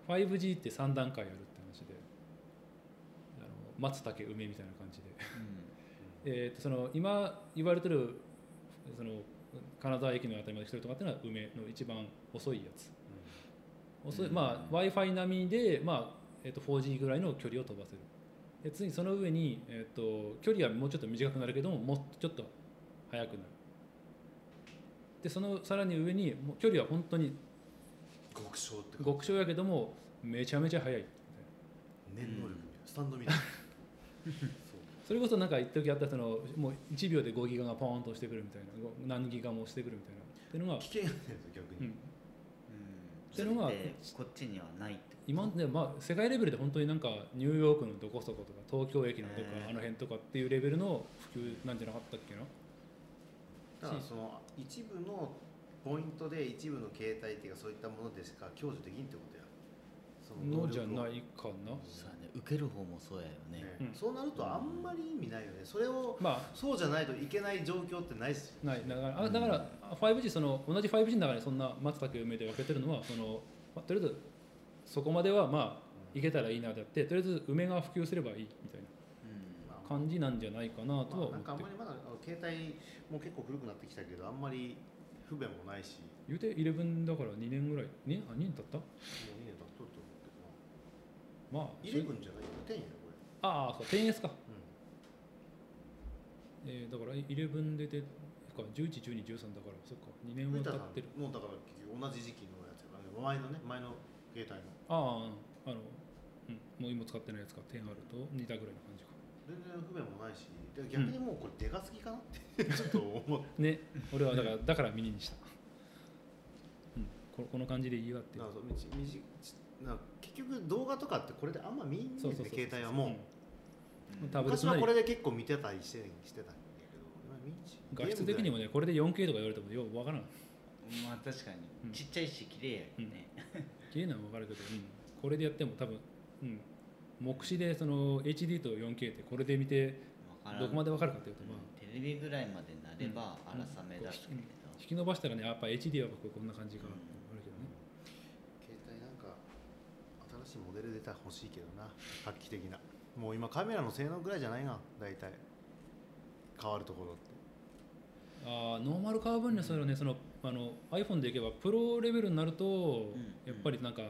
[SPEAKER 1] 5G って3段階あるって話であの松竹梅みたいな感じで
[SPEAKER 3] うん
[SPEAKER 1] えー、とその今言われてるその金沢駅の辺りまで来てるとかっていうのは梅の一番遅いやつ遅い、
[SPEAKER 3] うん
[SPEAKER 1] まあ w i f i 並みで、まあえー、と 4G ぐらいの距離を飛ばせるで次にその上に、えー、と距離はもうちょっと短くなるけどももうちょっと速くなるでそのさらに上にもう距離は本当に
[SPEAKER 2] 極小ってか
[SPEAKER 1] 極小やけどもめちゃめちゃ速い
[SPEAKER 2] 念能力みたいなスタン ドみたいなそう
[SPEAKER 1] それこそなんか一時あったそのもう1秒で5ギガがポーンと押してくるみたいな何ギガも押してくるみたいなっていうのが、
[SPEAKER 2] 危険なんですよ逆
[SPEAKER 1] う
[SPEAKER 2] に、
[SPEAKER 1] ん、
[SPEAKER 3] うん
[SPEAKER 1] ってのが
[SPEAKER 3] それってこっちにはないってこと
[SPEAKER 1] 今でまあ世界レベルで本当になんかニューヨークのどこそことか東京駅のどこ
[SPEAKER 3] へー
[SPEAKER 1] あの辺とかっていうレベルの普及なんじゃなかったっけな
[SPEAKER 2] ただその一部のポイントで一部の携帯っていうかそういったものでしか享受できんってことやそ
[SPEAKER 1] のじゃ
[SPEAKER 2] 能力を
[SPEAKER 1] ないかな
[SPEAKER 3] そうやね受ける方もそうやよね
[SPEAKER 2] ね
[SPEAKER 1] うん
[SPEAKER 2] そうなるとあんまり意味ないよねそれを
[SPEAKER 1] ま
[SPEAKER 2] そうじゃないといけない状況ってないっす
[SPEAKER 1] あないだからあだからあ 5G その同じ 5G の中でそんな松竹梅で分けてるのはその、まあ、とりあえずそこまではまあいけたらいいなだってとりあえず梅が普及すればいいみたいな
[SPEAKER 3] うん
[SPEAKER 2] まあ
[SPEAKER 1] 感じなんじゃないかなとは
[SPEAKER 2] まあ
[SPEAKER 1] 思
[SPEAKER 2] なんかあ
[SPEAKER 1] って
[SPEAKER 2] んま
[SPEAKER 1] る
[SPEAKER 2] りまだあの携帯も結構古くなってきたけどあんまり不便もないし
[SPEAKER 1] 言うて11だから2年ぐらい2あ2年経った
[SPEAKER 2] もう2年経っとると思うけどな
[SPEAKER 1] まあそれ
[SPEAKER 2] 11じゃないよ10やねこれ
[SPEAKER 1] ああそう 10S か
[SPEAKER 2] うん
[SPEAKER 1] えー、だから11出てか111213だからそっか2年は
[SPEAKER 2] 古
[SPEAKER 1] 経
[SPEAKER 2] 田
[SPEAKER 1] っ
[SPEAKER 2] さん
[SPEAKER 1] てる
[SPEAKER 2] もうだから結局同じ時期のやつやから前のね前の携帯の
[SPEAKER 1] あああの、うん、もう今使ってないやつか10あると似たぐらいの感じか
[SPEAKER 2] 全然不便もないしで逆にもうこれでかすぎかな って、ちょっと思って
[SPEAKER 1] ね俺はだからだからミニにした、うん、ここの感じでいいわっていう
[SPEAKER 2] なんかそうみじみじちなんか結局動画とかってこれであんま見んねん
[SPEAKER 1] そう
[SPEAKER 2] ね
[SPEAKER 1] そうそう
[SPEAKER 2] 携帯はもう、
[SPEAKER 1] うん
[SPEAKER 3] うん
[SPEAKER 1] タブレッ
[SPEAKER 2] 昔
[SPEAKER 1] トな
[SPEAKER 2] は
[SPEAKER 1] り
[SPEAKER 2] これで結構見てたりしてしてたんだけど今見んし
[SPEAKER 1] 画質的にもねこれで 4K とか言われてもようわからん
[SPEAKER 3] まあ確かに、
[SPEAKER 1] うん
[SPEAKER 3] ちっちゃいし綺麗やけどね、
[SPEAKER 1] 綺麗なのはわかるけど、うん、これでやっても多分うん目視でその HD と 4K ってこれで見て
[SPEAKER 3] わからん
[SPEAKER 1] どこまでわかるかっていうとまあ
[SPEAKER 3] うんテレビぐらいまでなれば
[SPEAKER 1] う
[SPEAKER 3] 改
[SPEAKER 1] ん
[SPEAKER 3] めだけど、
[SPEAKER 1] 引き伸ばしたらねやっぱ HD は僕こんな感じかなってあるけどね
[SPEAKER 2] 携帯なんか新しいモデル出たら欲しいけどな画期的なもう今カメラの性能ぐらいじゃないな大体変わるところって
[SPEAKER 1] あーノーマルカーブにはそういうのねそのあの iPhone でいけばプロレベルになると
[SPEAKER 3] うん
[SPEAKER 1] やっぱりなんか、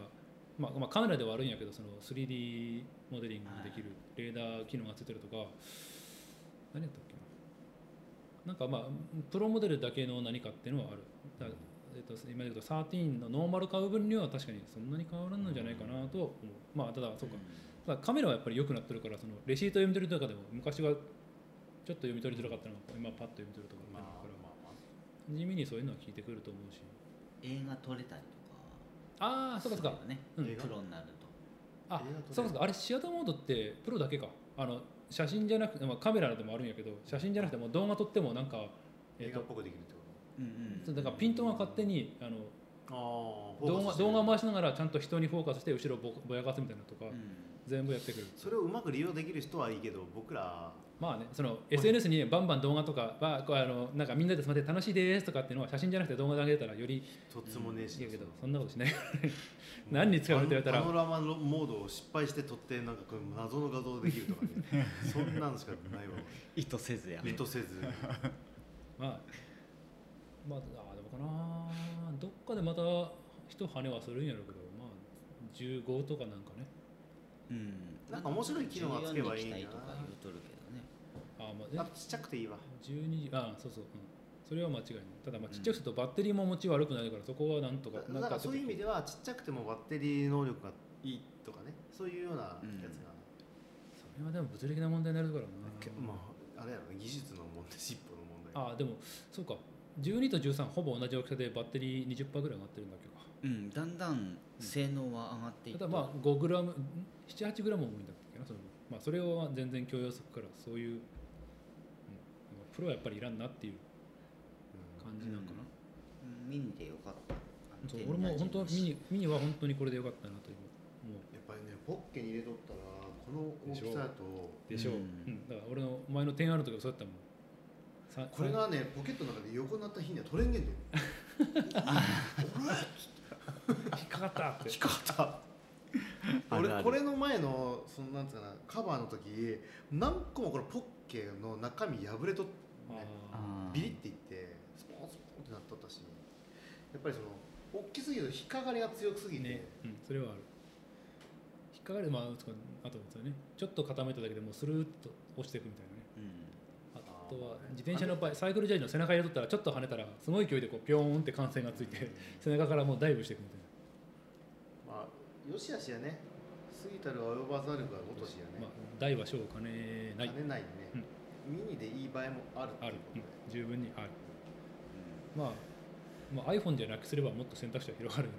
[SPEAKER 1] まあまあ、カメラではあるんやけどその 3D モデリングできるレーダー機能がついてるとか何やったっけななんかまあプロモデルだけの何かっていうのはあるだえっと、今で言うと13のノーマル買う分には確かにそんなに変わらんのじゃないかなとは思うまあただそうかただカメラはやっぱり良くなってるからそのレシート読み取りとかでも昔はちょっと読み取りづらかったのが今パッと読み取るとかに
[SPEAKER 2] ま
[SPEAKER 1] な
[SPEAKER 2] あ
[SPEAKER 1] るから、
[SPEAKER 2] まあま
[SPEAKER 1] 地味にそういうのは聞いてくると思うし
[SPEAKER 3] 映画撮れたり
[SPEAKER 1] あ
[SPEAKER 3] と
[SPEAKER 1] あ
[SPEAKER 3] か
[SPEAKER 1] そうかそうか
[SPEAKER 3] するよね
[SPEAKER 1] うん
[SPEAKER 2] 映画
[SPEAKER 3] プロになると
[SPEAKER 1] あ
[SPEAKER 2] 映画撮れる
[SPEAKER 1] そうかそうかあれシアターモードってプロだけかあの写真じゃなくて、まあ、カメラでもあるんやけど写真じゃなくてもう動画撮ってもなんか、
[SPEAKER 2] あ
[SPEAKER 1] え
[SPEAKER 2] 映
[SPEAKER 1] っ
[SPEAKER 2] 画っ
[SPEAKER 1] と
[SPEAKER 2] ぽくできるってこ
[SPEAKER 3] うんうん
[SPEAKER 1] だからピントが勝手にあの
[SPEAKER 2] とああ
[SPEAKER 1] 動画動画回しながらちゃんと人にフォーカスして後ろぼぼやかすみたいなのとか、
[SPEAKER 3] うん
[SPEAKER 1] 全部やってくる
[SPEAKER 2] それをうまく利用できる人はいいけど僕ら
[SPEAKER 1] まあねその SNS にバンバン動画とかはこうあのなんかみんなで集まって楽しいですとかっていうのは写真じゃなくて動画であげたらより
[SPEAKER 2] とつもねえし
[SPEAKER 1] いいけどそんなことしない何に使うのって言われたら
[SPEAKER 2] パノラマモードを失敗して撮ってなんかこう謎の画像できるとか ねそんなのしかないわ
[SPEAKER 3] 意図せずや
[SPEAKER 2] 俺意図せず
[SPEAKER 1] まあ、まあ、あでもかなどっかでまた人跳ねはするんやろうけどまあ15とかなんかね
[SPEAKER 3] うん
[SPEAKER 2] なんか面白い機能がつけばいい
[SPEAKER 3] 14
[SPEAKER 2] な
[SPEAKER 3] に行きたとか言うとるけどね
[SPEAKER 1] あま
[SPEAKER 2] あ
[SPEAKER 1] あ
[SPEAKER 2] とちっちゃくていいわ
[SPEAKER 1] 12時あそうそう、うん、それは間違いないただまあちっちゃくするとバッテリーも持ち悪くなるからそこはなんとか
[SPEAKER 2] だ
[SPEAKER 1] なん
[SPEAKER 2] だからそういう意味
[SPEAKER 1] で
[SPEAKER 2] ではちっちゃくてもバッテリー能力がいいとかねそういうようなやつが、
[SPEAKER 1] それはでも物理的な問題になるからな
[SPEAKER 2] けまああれやろね技術の問題尻尾の問題
[SPEAKER 1] あでもそうか12と13ほぼ同じ大きさでバッテリー20%ぐらい上がってるんだっけか
[SPEAKER 3] うんだんだん性能は上がってい
[SPEAKER 1] た
[SPEAKER 3] って
[SPEAKER 1] だまあ 5g78g 重いんだっけなその、まあ、それは全然許容するからそういう、うん、まあプロはやっぱりいらんなっていう感じなんかな、
[SPEAKER 3] うんミニでよかった
[SPEAKER 1] そう俺も本当はミニミニは本当にこれでよかったなという思う
[SPEAKER 2] やっぱりねポッケに入れとったらこの大きさだと
[SPEAKER 1] でしょう、
[SPEAKER 3] う
[SPEAKER 1] うんんだから俺の前の点ある時もそうやったもんさ
[SPEAKER 2] これがねポケットの中で横になった日には取れんねんで
[SPEAKER 1] さ引っかかったって
[SPEAKER 2] 引っかかった
[SPEAKER 3] ある
[SPEAKER 2] 俺
[SPEAKER 3] ある
[SPEAKER 2] これの前のそのなんつうかなカバーの時何個もこのポッケの中身破れとっ
[SPEAKER 1] あ
[SPEAKER 2] ビリっていってスポンスポンってなっとったしやっぱりその大きすぎると引っかかりが強すぎ
[SPEAKER 1] ー
[SPEAKER 2] て、
[SPEAKER 1] ねうんそれはある引っかかるまあつかあとですよねちょっと固めただけでもうスルーッと落ちていくみたいなねあとは自転車の場合サイクルジャージの背中入れとったらちょっと跳ねたらすごい勢いでこうピョーンって感染がついて 背中からもうダイブしていくみたいな
[SPEAKER 2] まあよしあしやね過ぎたるは及ばざるがごとしやね、
[SPEAKER 1] まあ、大は小を兼ねない
[SPEAKER 2] 金ないね、ミニでいい場合もあるって
[SPEAKER 1] あ
[SPEAKER 2] いう
[SPEAKER 1] る、
[SPEAKER 2] こと
[SPEAKER 1] うん
[SPEAKER 2] で、
[SPEAKER 1] 十分にあるまあ、まあ、iPhone じゃなくすればもっと選択肢は広がるんだ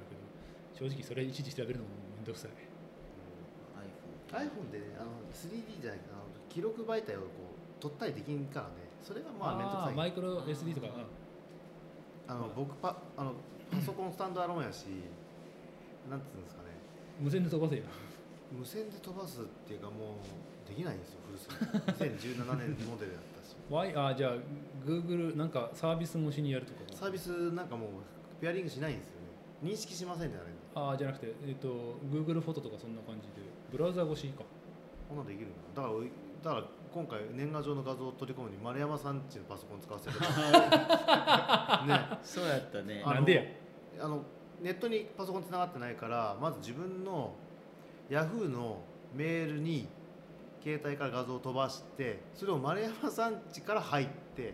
[SPEAKER 1] けど正直それ一時調べるのも面倒くさい
[SPEAKER 2] うん iPhone でねあの 3D じゃないかな記録媒体をこう取ったりできんからねそれがまあ面倒くさい
[SPEAKER 1] マイクロ SD とか
[SPEAKER 3] あー
[SPEAKER 2] あの僕パあのパソコンスタンドアローンやしなんていうんですかね
[SPEAKER 1] うん無線で飛ばせよ
[SPEAKER 2] 無線で飛ばすっていうかもうできないんですよ古ル2017年モデルだったし
[SPEAKER 1] Y あーじゃあ Google なんかサービス越しにやるとか
[SPEAKER 2] サービスなんかもうペアリングしないんですよね認識しませんねあれ
[SPEAKER 1] ああじゃなくて、えっと Google フォトとかそんな感じでブラウザ越しか
[SPEAKER 2] こんなんできるのだからおいだから今回年賀状の画像を取り込むに丸山さんちのパソコン使わせてもらってね
[SPEAKER 3] そうやったね
[SPEAKER 2] あの
[SPEAKER 1] なんでや
[SPEAKER 2] あのネットにパソコンつながってないからまず自分の Yahoo のメールに携帯から画像を飛ばしてそれを丸山さん家から入って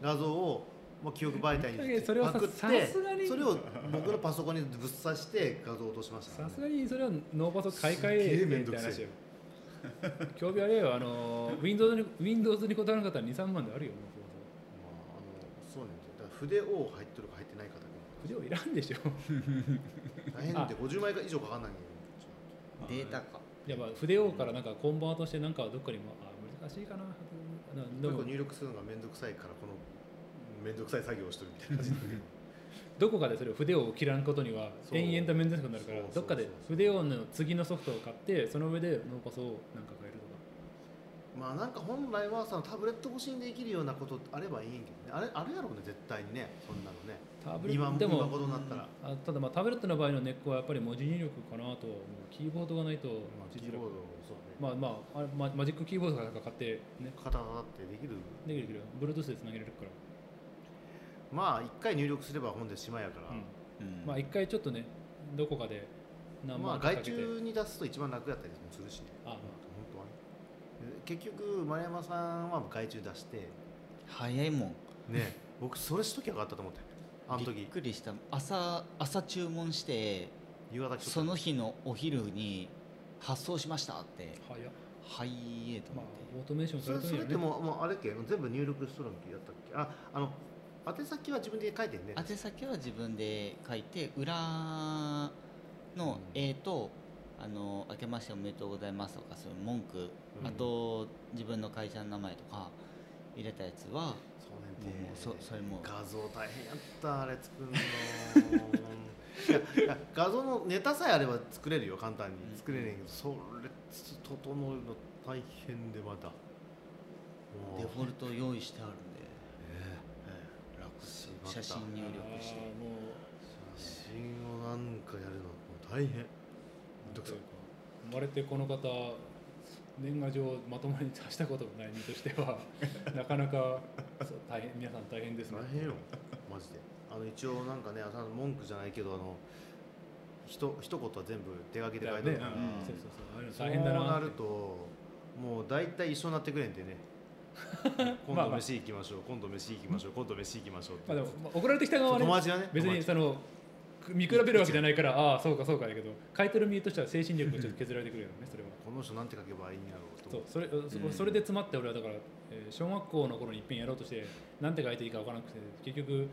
[SPEAKER 2] 画像をもう記憶媒体に
[SPEAKER 1] それは
[SPEAKER 2] パ
[SPEAKER 1] さ
[SPEAKER 2] クっ
[SPEAKER 1] さ
[SPEAKER 2] て
[SPEAKER 1] すがに
[SPEAKER 2] それを僕のパソコンにぶっ刺して画像を落としましたから
[SPEAKER 1] さす
[SPEAKER 2] ね
[SPEAKER 1] がにそれはノーパソ買い替
[SPEAKER 2] すっげ
[SPEAKER 1] え
[SPEAKER 2] えめ
[SPEAKER 1] み
[SPEAKER 2] ん
[SPEAKER 1] た
[SPEAKER 2] ど
[SPEAKER 1] いな
[SPEAKER 2] くせえ
[SPEAKER 1] 話よ興味あれよあの Windows に Windows にこだわる方は23万であるよもうそもそも
[SPEAKER 2] まあ、あのそうなんですよだから筆を入ってるか入ってないかだ
[SPEAKER 1] 不条いらんでしょ
[SPEAKER 2] け大変で50枚以上かかんないんで
[SPEAKER 3] データか
[SPEAKER 1] いやまあ筆をからなんかコンバートしてなんかどっかにもあ難しいかななで
[SPEAKER 2] 結
[SPEAKER 1] も
[SPEAKER 2] 構入力するのが面倒くさいからこの面倒くさい作業をしてるみたいな感じなんだけど
[SPEAKER 1] どこかでそれを筆を切らんことには
[SPEAKER 2] そう
[SPEAKER 1] 延々と面倒くさくなるから
[SPEAKER 2] そうそうそ
[SPEAKER 1] ど
[SPEAKER 2] う
[SPEAKER 1] っかで筆をの次のソフトを買ってその上でノーパソをなんか変えるとか
[SPEAKER 2] まあなんか本来はそのタブレット越しにできるようなことあればいいんやけどねあれあるやろうね絶対にねそんなのね
[SPEAKER 1] タブレッ
[SPEAKER 2] 今
[SPEAKER 1] ト
[SPEAKER 2] で
[SPEAKER 1] で
[SPEAKER 2] も今
[SPEAKER 1] も
[SPEAKER 2] ほどになったら、
[SPEAKER 1] あただまあタブレットの場合の根っこはやっぱり文字入力かなとは思うキーボードがないと
[SPEAKER 2] まあ、
[SPEAKER 1] 文
[SPEAKER 2] キ
[SPEAKER 1] 字
[SPEAKER 2] ー
[SPEAKER 1] 入
[SPEAKER 2] ボード
[SPEAKER 1] 力
[SPEAKER 2] そうね、
[SPEAKER 1] まあまああれママジックキーボードかなんか買ってね
[SPEAKER 2] カタカタってできる
[SPEAKER 1] できるできる Bluetooth でつなげられるから
[SPEAKER 2] まあ1回入力すれば本でしまいやから、
[SPEAKER 3] うん
[SPEAKER 1] まあ一回ちょっとねどこかで何
[SPEAKER 2] まあ
[SPEAKER 1] 万かか
[SPEAKER 2] 外
[SPEAKER 1] けて、
[SPEAKER 2] 注に出すと一番楽だったりもするしね
[SPEAKER 1] あまあ
[SPEAKER 2] 本当はねで結局丸山さんは外注出して
[SPEAKER 3] 早いもん
[SPEAKER 2] ね僕それしときゃよかったと思ってあの
[SPEAKER 3] び
[SPEAKER 2] 時
[SPEAKER 3] っくりした朝朝注文して
[SPEAKER 2] 夕方来とった
[SPEAKER 3] その日のお昼に発送しましたって
[SPEAKER 1] 早っ
[SPEAKER 3] はいえと
[SPEAKER 1] ま
[SPEAKER 3] 思っ
[SPEAKER 1] あオートメーション
[SPEAKER 2] そ
[SPEAKER 1] され
[SPEAKER 2] れ
[SPEAKER 1] て
[SPEAKER 2] そ
[SPEAKER 1] る
[SPEAKER 2] れ
[SPEAKER 1] よ
[SPEAKER 2] って
[SPEAKER 1] ね
[SPEAKER 2] もうもうあれっけ全部入力しとるんけやったっけああの宛先は自分で書いてんね
[SPEAKER 3] て、宛先は自分で書いて裏
[SPEAKER 2] う
[SPEAKER 3] の
[SPEAKER 2] ん
[SPEAKER 3] 絵と「あの明けましておめでとうございます」とかそういう文句、
[SPEAKER 2] うん
[SPEAKER 3] あと自分の会社の名前とか入れたやつは
[SPEAKER 2] そうね
[SPEAKER 3] もうそそれも
[SPEAKER 2] 画像大変やったあれ作るのいやいや画像のネタさえあれば作れるよ簡単に
[SPEAKER 3] うん
[SPEAKER 2] 作れねえけどそれつ整えるの大変でまたもう
[SPEAKER 3] デフォルト用意してあるんで、
[SPEAKER 2] ね
[SPEAKER 3] ええ楽
[SPEAKER 2] し
[SPEAKER 3] し
[SPEAKER 2] まった
[SPEAKER 3] 写真入力して
[SPEAKER 1] あーもう
[SPEAKER 2] 写真をなんかやるのもう大変
[SPEAKER 1] なんというか生まれてこの方年賀状をまともに出したことがない身として はなかなかそう大変皆さん大変ですね
[SPEAKER 2] 大変よマジであの一応なんかねあの文句じゃないけどあのひと一言は全部手書きで
[SPEAKER 1] だよ
[SPEAKER 2] 書いて
[SPEAKER 1] ね、
[SPEAKER 2] あ
[SPEAKER 1] うん
[SPEAKER 2] るから、
[SPEAKER 1] そうそうそうああいうの
[SPEAKER 2] そう
[SPEAKER 1] 大変だなって
[SPEAKER 2] なるともう大体一緒になってくれ んでね今
[SPEAKER 1] まあ
[SPEAKER 2] 度
[SPEAKER 1] まあ
[SPEAKER 2] 飯行きましょう今度飯行きましょう今度飯行きましょうっ
[SPEAKER 1] ま
[SPEAKER 2] て
[SPEAKER 1] あでも、まあ、送られてきた側
[SPEAKER 2] そう
[SPEAKER 1] はね
[SPEAKER 2] 友達がね
[SPEAKER 1] 別に
[SPEAKER 2] 友達
[SPEAKER 1] そのく見比べるわけじゃないからああそうかそうかだけど書いてる身としては精神力がちょっと削られてくるよねそれは
[SPEAKER 2] この人なんて書けばいいんやろうと
[SPEAKER 1] そう
[SPEAKER 2] 思って
[SPEAKER 1] それ
[SPEAKER 3] うん
[SPEAKER 1] そそれで詰まって俺はだから、えー小学校の頃にいっぺんやろうとしてなんて書いていいか分からなくて結局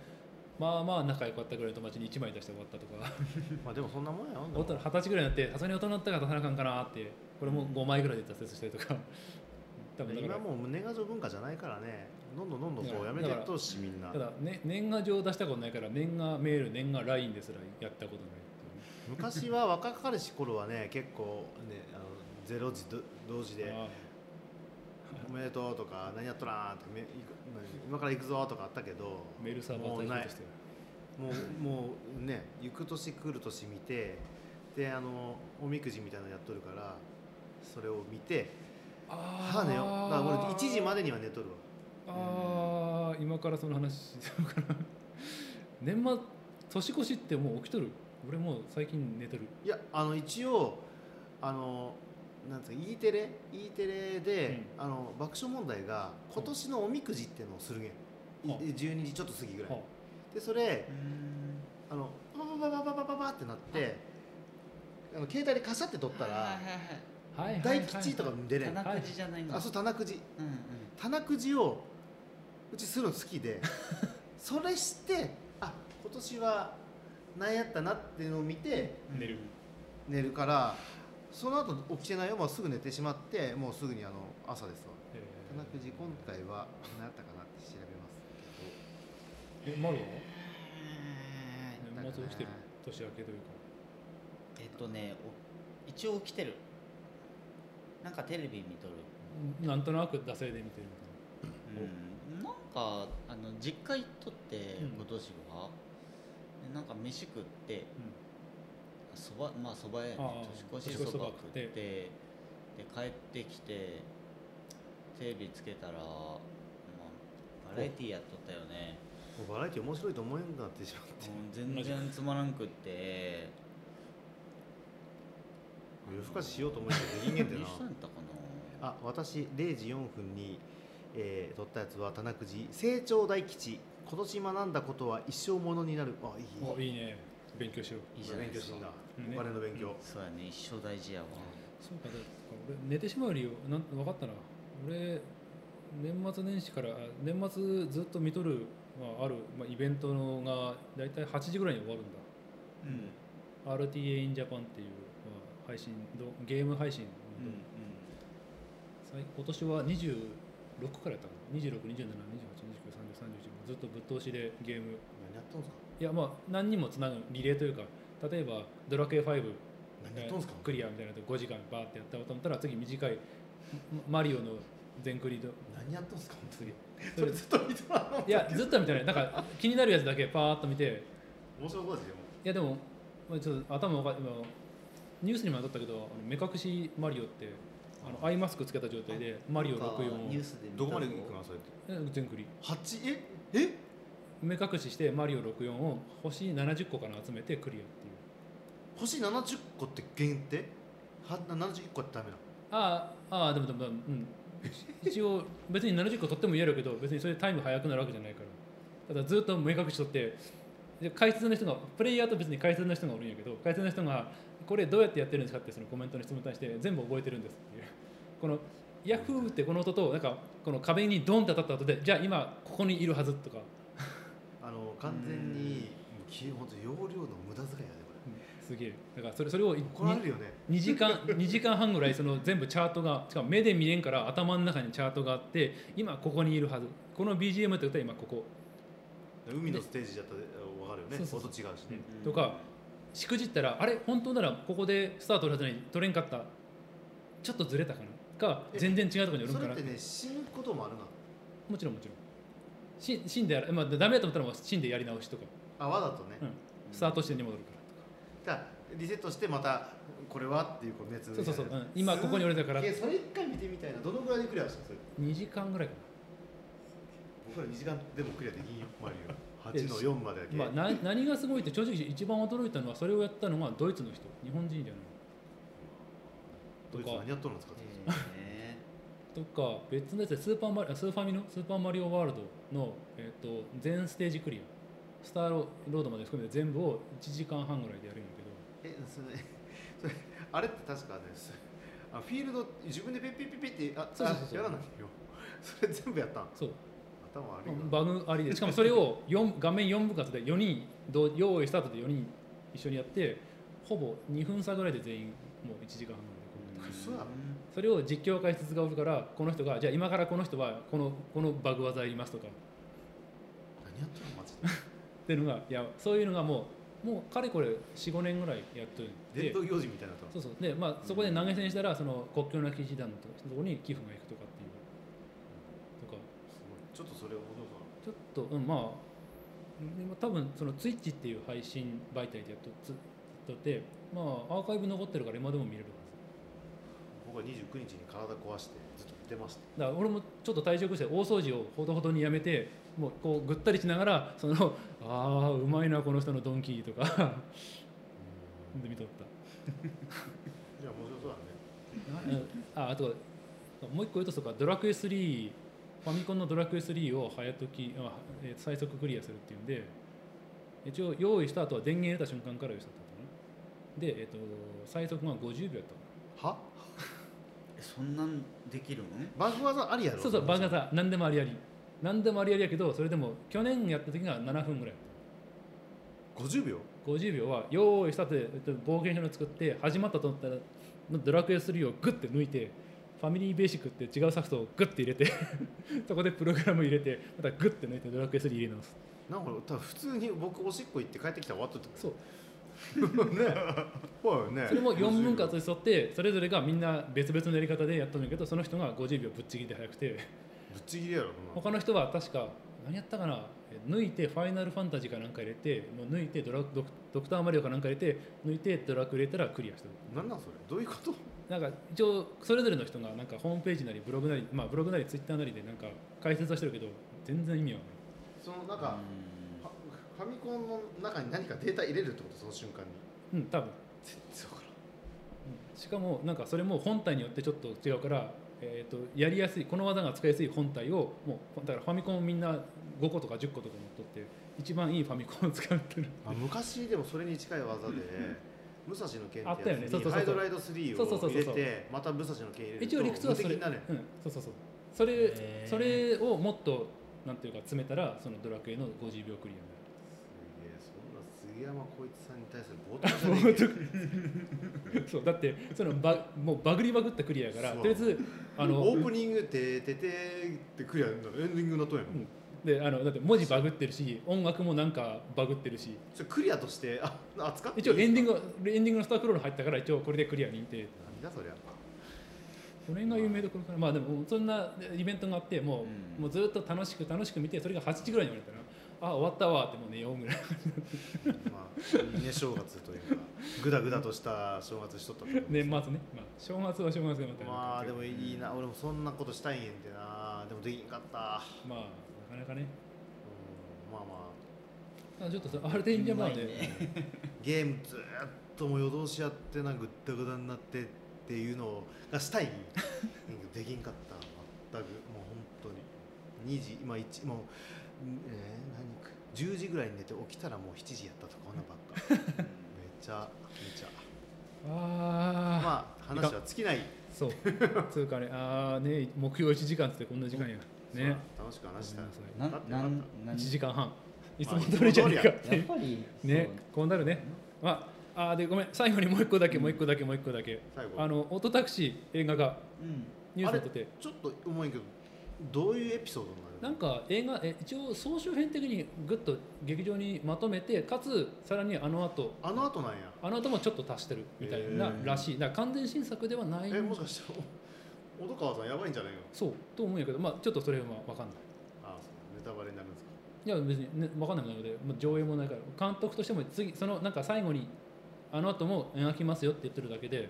[SPEAKER 1] まあまあ仲良かったぐらいの友達に1枚出して終わったとか
[SPEAKER 2] まあでもそんなもんやよ
[SPEAKER 1] 大人二十歳ぐらいになってさすがに大人になったから出さなあかんかなってこれも5枚ぐらいで挫折したりとか 多分だか
[SPEAKER 2] 今
[SPEAKER 1] ら
[SPEAKER 2] もう年賀状文化じゃないからねどんどんどんどんこう
[SPEAKER 1] だ
[SPEAKER 2] や
[SPEAKER 1] から
[SPEAKER 2] めてとしみんな
[SPEAKER 1] ただ、ね、年賀状出したことないから年賀メール年賀 LINE ですらやったことないっ
[SPEAKER 2] 昔は若かりし頃はね結構ねあのゼロ時ど同時
[SPEAKER 1] ていうね
[SPEAKER 2] で
[SPEAKER 1] あ
[SPEAKER 2] 「おめでとう」とか「何やっとらん」とかめいく「今から行くぞ」とかあったけど
[SPEAKER 1] あメールサーバー
[SPEAKER 2] もう
[SPEAKER 1] 対
[SPEAKER 2] ない
[SPEAKER 1] 抗としては
[SPEAKER 2] もうもうね行く年来る年見てであのおみくじみたいなのやっとるからそれを見て
[SPEAKER 1] あ
[SPEAKER 2] 母寝よだから俺1時ま
[SPEAKER 1] で
[SPEAKER 2] でには寝とるわ
[SPEAKER 1] ああ今からその話しようかな 年末年越しってもう起きとる俺もう最近寝てる
[SPEAKER 2] いやあの一応あのなんつうか E テレ E テレで、あの爆笑問題が今年のおみくじっていうのをするげん、い
[SPEAKER 1] うん
[SPEAKER 2] 12時ちょっと過ぎぐらい、
[SPEAKER 1] は
[SPEAKER 2] でそれ
[SPEAKER 3] う
[SPEAKER 2] あ
[SPEAKER 3] ん
[SPEAKER 2] のパパパパパパパパってなってあの携帯でカシャって取った
[SPEAKER 3] はい
[SPEAKER 2] ら
[SPEAKER 3] はいはいはい
[SPEAKER 1] あはいはいはい
[SPEAKER 2] 大吉とか出れん、
[SPEAKER 3] 田中じゃないの、
[SPEAKER 2] あそう棚くじ
[SPEAKER 3] うんうん
[SPEAKER 2] 棚くじをうちするの好きでそれしてあ今年は何やったなっていうのを見て
[SPEAKER 1] 寝る
[SPEAKER 2] 寝るからその後起きてないよ、まあ、すぐ寝てしまってもうすぐにあの朝ですわ
[SPEAKER 1] えー
[SPEAKER 2] 棚くじ今回は何やったかなって調べます
[SPEAKER 1] えマルは
[SPEAKER 3] え
[SPEAKER 2] なんか
[SPEAKER 1] 年末起きてる
[SPEAKER 2] ね
[SPEAKER 1] 年明けというか
[SPEAKER 3] ーえっとねお一応起きてるなんかテレビ見とる、
[SPEAKER 1] なんとなく惰性で見てる
[SPEAKER 3] うん、なんかあの実家行っとって
[SPEAKER 1] うん
[SPEAKER 3] 今年は、でなんか飯食って
[SPEAKER 1] み
[SPEAKER 3] そばまあそば屋や
[SPEAKER 1] あ
[SPEAKER 3] ね
[SPEAKER 1] あ
[SPEAKER 3] 年越しそば食ってで帰ってきてテレビつけたら、まあ、バラエティーやっとったよね
[SPEAKER 2] もうバラエティ面白いと思えなくなってしまって
[SPEAKER 3] もう全然つまらんくって
[SPEAKER 2] 夜更かししようと思ってできんげんて
[SPEAKER 3] 何
[SPEAKER 2] な
[SPEAKER 3] したんやったかな
[SPEAKER 2] あ私0時4分に、えー、撮ったやつは棚くじ成長大吉今年学んだことは一生ものになるあいい
[SPEAKER 1] たいなおいいね勉強しよう
[SPEAKER 3] いいじゃない
[SPEAKER 2] 勉
[SPEAKER 3] で
[SPEAKER 2] 強
[SPEAKER 3] す
[SPEAKER 2] し
[SPEAKER 3] か
[SPEAKER 2] んだ、
[SPEAKER 1] うんね
[SPEAKER 2] お金の勉強、
[SPEAKER 3] そうやね一生大事やわ
[SPEAKER 1] そうかだから俺寝てしまう理由なん分かったな俺年末年始からあ年末ずっと見とる、まあ、ある、まあ、イベントのが大体8時ぐらいに終わるんだ
[SPEAKER 3] うん
[SPEAKER 1] RTA in Japan っていう、まあ、配信どゲーム配信、
[SPEAKER 3] うんうん
[SPEAKER 1] 最今年は26からやったかな262728293031ずっとぶっ通しでゲーム
[SPEAKER 2] 何やっとんすか
[SPEAKER 1] いやまあ何にもつなぐリレーというか例えば「ドラクエ5」
[SPEAKER 2] 何やっとんすか
[SPEAKER 1] クリアみたいなとこ5時間バーってやったと思ったら次短いママリオの全クリの
[SPEAKER 2] 何やっとんすか本当に
[SPEAKER 1] それ
[SPEAKER 2] ずっと見てもらう
[SPEAKER 1] いやずっと見てないなんか気になるやつだけパーッと見て
[SPEAKER 2] 面白いことですよ
[SPEAKER 1] いやでもまあちょっと頭おか今ニュースにもなっとったけどあの目隠しマリオってあのアイマスクつけた状態でマリオ
[SPEAKER 3] なんか
[SPEAKER 1] 64を
[SPEAKER 3] ニュースで見た
[SPEAKER 2] どこまで行くのそれって
[SPEAKER 1] え全クリ
[SPEAKER 2] 八ええ
[SPEAKER 1] 目隠ししてマリオ64を星70個から集めてクリアっていう
[SPEAKER 2] 星70個って限定は71個ってダメだ
[SPEAKER 1] ああああでもでもでもうん一応別に70個取ってもいいやろうけど別にそれでタイム速くなるわけじゃないからただずっと目隠し取ってで解説の人がプレイヤーと別に解説の人がおるんやけど解説の人が「これどうやってやってるんですか?」ってそのコメントの質問に対して全部覚えてるんですっていうこの「ヤフー」ってこの音となんかこの壁にドンって当たった後で「じゃあ今ここにいるはず」とか
[SPEAKER 2] あの完全にもうき本当容量の無駄遣いだね
[SPEAKER 1] すげえだからそれそれを
[SPEAKER 2] これ怒られるよね
[SPEAKER 1] 2時間 二時間半ぐらいその全部チャートがしかも目で見れんから頭の中にチャートがあって今ここにいるはずこの BGM って歌は今ここ、
[SPEAKER 2] 海のステージだったら分かるよね
[SPEAKER 1] そうそうそう
[SPEAKER 2] 音違うし
[SPEAKER 1] うん
[SPEAKER 2] ね、
[SPEAKER 1] とかしくじったらあれ本当ならここでスタート取るはずなのに取れんかったちょっとずれたかなか
[SPEAKER 2] え
[SPEAKER 1] 全然違うところに寄る
[SPEAKER 2] そ
[SPEAKER 1] ん
[SPEAKER 2] れ
[SPEAKER 1] か
[SPEAKER 2] っ
[SPEAKER 1] な
[SPEAKER 2] てね死ぬこともあるな
[SPEAKER 1] もちろんもちろんし死んでやる、まあ、ダメだと思ったらもう死んでやり直しとか
[SPEAKER 2] あわざとね、
[SPEAKER 1] うんスタートしてに戻るから
[SPEAKER 2] だからリセットしてまたこれはっていうこう熱
[SPEAKER 1] そうそうそう、うん今ここに俺だから
[SPEAKER 2] いやそれ一回見てみたいなどのぐらいでクリアしたのそれ
[SPEAKER 1] 2時間ぐらいか
[SPEAKER 2] 僕ら2時間でもクリアできんよマリオ8の4までだけ、
[SPEAKER 1] な、まあ、な何がすごいって正直一番驚いたのはそれをやったのはドイツの人日本人じゃない
[SPEAKER 2] ドイツ何やっとるんですか、
[SPEAKER 3] え
[SPEAKER 1] とか別のやつでスーパーマリあスーファミのスーパーマリオワールドの、えっと全ステージクリアスターロードまで含めて全部を1時間半ぐらいでやるんだけど
[SPEAKER 2] えそれそれあれって確かねすあフィールド自分でペッペッペッペッってあ
[SPEAKER 1] そうそうそうそう
[SPEAKER 2] あやらないよそれ全部やったん
[SPEAKER 1] そう
[SPEAKER 2] 頭悪いな
[SPEAKER 1] バグありでしかもそれを四画面4分割で4人同用意スタートで4人一緒にやってほぼ2分差ぐらいで全員もう1時間半ぐらいで
[SPEAKER 2] 嘘だろ
[SPEAKER 1] それを実況解説がおるからこの人がじゃあ今からこの人はこのこのバグ技やりますとか
[SPEAKER 2] 何やったのマジで
[SPEAKER 1] っていうのがいやそういうのがもうもうかれこれ45年ぐらいやっとるん
[SPEAKER 2] 伝
[SPEAKER 1] で
[SPEAKER 2] 統行事みたいになった
[SPEAKER 1] そうそうで、まあ、そこで投げ銭したらその国境なき師団のとそこに寄付がいくとかっていうとか
[SPEAKER 2] ちょっとそれを驚くわ
[SPEAKER 1] ちょっと、うん、まあでも多分そのツイッチっていう配信媒体でやっとつやっとってまあアーカイブ残ってるから今でも見れるはず
[SPEAKER 2] 僕は29日に体壊してずっと寝てました
[SPEAKER 1] だから俺もちょっと退職して大掃除をほどほどにやめてもうこうぐったりしながらその 「ああうまいなこの人のドンキー」とか で見とった
[SPEAKER 2] いや面白そうだね
[SPEAKER 1] ああともう一個言うとそうかドラクエ3ファミコンのドラクエ3を早解きあえー最速クリアするっていうんで一応用意した後は電源入れた瞬間から用意したってねで、えっと最速が50秒やったか
[SPEAKER 2] は
[SPEAKER 3] そんなんできるの
[SPEAKER 2] バグ技ありやろ
[SPEAKER 1] なそうそうバカさ何でもありあり何でもありありやけどそれでも去年やった時が7分ぐらい
[SPEAKER 2] 50秒
[SPEAKER 1] 50秒は用意したって、えっと冒険者の作って始まったと思ったらドラクエ3をグッて抜いてファミリーベーシックって違うソフトをグッて入れて そこでプログラム入れてまたグッて抜いてドラクエ3入れ直す
[SPEAKER 2] なんか多分普通に僕おしっこ行って帰ってきたら終わっとった
[SPEAKER 1] そう
[SPEAKER 2] ねほいね
[SPEAKER 1] それも4分割に沿ってそれぞれがみんな別々のやり方でやったんだけどその人が50秒ぶっちぎりで速くて
[SPEAKER 2] ぶっちぎりやろそんな
[SPEAKER 1] 他の人は確か何やったかなえ抜いてファイナルファンタジーかなんか入れてもう抜いてドラドクドクターマリオかなんか入れて抜いてドラクエ入れたらクリアした
[SPEAKER 2] なんなんそれどういうこと
[SPEAKER 1] なんか一応それぞれの人がなんかホームページなりブログなりまあブログなりツイッターなりでなんか解説はしてるけど全然意味は
[SPEAKER 2] そのなんかファファミコンの中に何かデータ入れるってことその瞬間
[SPEAKER 1] な
[SPEAKER 2] に
[SPEAKER 1] いうん多分
[SPEAKER 2] そうから
[SPEAKER 1] しかもなんかそれも本体によってちょっと違うから、えー、とやりやすいこの技が使いやすい本体をもうだからファミコンをみんな5個とか10個とか持っとって一番いいファミコンを使ってる
[SPEAKER 2] あ昔でもそれに近い技で武蔵の剣
[SPEAKER 1] あったよねそうそうそうそう
[SPEAKER 2] ハイドライド3
[SPEAKER 1] そうそうそ
[SPEAKER 2] を
[SPEAKER 1] う
[SPEAKER 2] 入
[SPEAKER 1] そう
[SPEAKER 2] れてまた武蔵の剣入れると
[SPEAKER 1] 一応理屈はそれ、
[SPEAKER 2] 無
[SPEAKER 1] う
[SPEAKER 2] 敵
[SPEAKER 1] ん
[SPEAKER 2] になる、
[SPEAKER 1] そうそうそうそれ
[SPEAKER 3] へー
[SPEAKER 1] それをもっとなんていうか詰めたらそのドラクエの50秒クリ
[SPEAKER 2] すげえそんな杉山浩一さんに対する冒涜じゃ
[SPEAKER 1] アに
[SPEAKER 2] ね
[SPEAKER 1] なる
[SPEAKER 2] えけど
[SPEAKER 1] そうだってそのバもうバグりバグったクリアやから
[SPEAKER 2] そう
[SPEAKER 1] とりあえずあの
[SPEAKER 2] オープニングてててってクリアになるエンディングになっとんやもん
[SPEAKER 1] うんであのだって文字バグってるし音楽もなんかバグってるし
[SPEAKER 2] それクリアとしてあ扱っていい
[SPEAKER 1] 一応エンディン
[SPEAKER 2] グ
[SPEAKER 1] グはエンディングのスタークロール入ったから一応これでクリア認定
[SPEAKER 2] 何だそりゃ
[SPEAKER 1] これが有名どころかなまあでもそんなイベントがあってもう,、
[SPEAKER 3] うん
[SPEAKER 1] もうずっと楽しく楽しく見てそれが8時ぐらいに終われたらあ終わったわってもう寝ようぐらい
[SPEAKER 2] まあ いいね正月というかぐだぐだとした正月しとったと思うんで
[SPEAKER 1] 年末ね、
[SPEAKER 2] すけど
[SPEAKER 1] まあ、正月は正月でまた
[SPEAKER 2] まあでもいいな俺もそんなことしたいんやんてなでもできんかった
[SPEAKER 1] まあなかなかね
[SPEAKER 2] うんまあまあ
[SPEAKER 1] あちょっとさあれでいいんじゃない
[SPEAKER 3] うん
[SPEAKER 1] ね
[SPEAKER 2] ゲームずーっともう夜通しやってなぐったぐだになってっていうのがしたいうんできんかった全くもう本当に2時今1もう、えー何か10時ぐらいに寝て起きたらもう7時やったとかこんなばっかめちゃめちゃ
[SPEAKER 1] ああ
[SPEAKER 2] まあ話は尽きない
[SPEAKER 1] そうつうかねああね目標1時間っつってこんな時間やね
[SPEAKER 2] そう楽しく話した
[SPEAKER 3] な
[SPEAKER 2] よかった
[SPEAKER 3] な
[SPEAKER 2] よ
[SPEAKER 3] ん
[SPEAKER 2] かっ
[SPEAKER 3] なん
[SPEAKER 1] 1時間半いつ
[SPEAKER 2] ま
[SPEAKER 1] も
[SPEAKER 2] あ
[SPEAKER 1] 通りじゃねえかって
[SPEAKER 3] や
[SPEAKER 1] い
[SPEAKER 3] っ
[SPEAKER 1] う
[SPEAKER 3] ぱり
[SPEAKER 1] ね
[SPEAKER 3] そう
[SPEAKER 1] こうなるねまああーでごめん最後にもう一個だけもう一個だけもう一個だけ
[SPEAKER 2] た最
[SPEAKER 1] あ
[SPEAKER 2] 後
[SPEAKER 1] のオトタクシー映画が
[SPEAKER 3] うん
[SPEAKER 1] ニュースになってて
[SPEAKER 2] ちょっと重いけどどういうエピソードにな
[SPEAKER 1] なん
[SPEAKER 2] る
[SPEAKER 1] か映画え一応総集編的にぐっと劇場にまとめてかつさらにあの後
[SPEAKER 2] あの後なんや
[SPEAKER 1] あの後もちょっと足してるみたいな
[SPEAKER 2] へー
[SPEAKER 1] らしいだから完全新作ではない
[SPEAKER 2] えもしかしてお小川さんやばいんじゃないよ
[SPEAKER 1] そうと思うんやけどまあちょっとそれは分かんない
[SPEAKER 2] ああそうネタバレになるんですか
[SPEAKER 1] いや別に、ね、分かんなくなるので、まあ、上映もないから監督としても次そのなんか最後にあの後も描きますよって言ってるだけで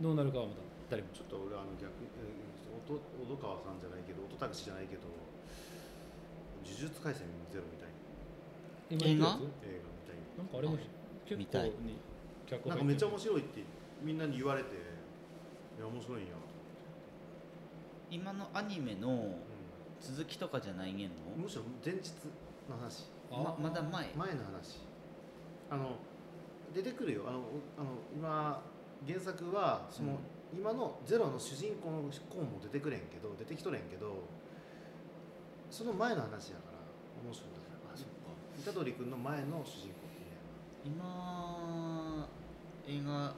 [SPEAKER 1] どうなるかはまだ誰も
[SPEAKER 2] ちょっと俺あの逆にうん音小川さんじゃないけど音タクシーじゃないけど呪術廻戦ゼロみたいな
[SPEAKER 1] 今言ってるやつ
[SPEAKER 3] 映
[SPEAKER 2] 映画みたいに
[SPEAKER 1] なんかあれも結
[SPEAKER 3] 見た
[SPEAKER 1] 構
[SPEAKER 3] い
[SPEAKER 1] に脚
[SPEAKER 2] なん
[SPEAKER 1] 本入っ
[SPEAKER 2] かめってちゃ
[SPEAKER 1] る
[SPEAKER 2] 面白いってみんなに言われていや面白いんや
[SPEAKER 3] 今のアニメの
[SPEAKER 2] う
[SPEAKER 3] 続きとかじゃないげんの
[SPEAKER 2] ん、むしろ前日の話
[SPEAKER 3] ま
[SPEAKER 1] あー
[SPEAKER 3] まだ前
[SPEAKER 2] 前の話あの出てくるよあのあの今原作はその、今の「ゼロの主人公のコーンも出てくれんけど出てきとれんけどその前の話やから面白いだからあそっか虎杖君の前の主人公ってね
[SPEAKER 3] 今映画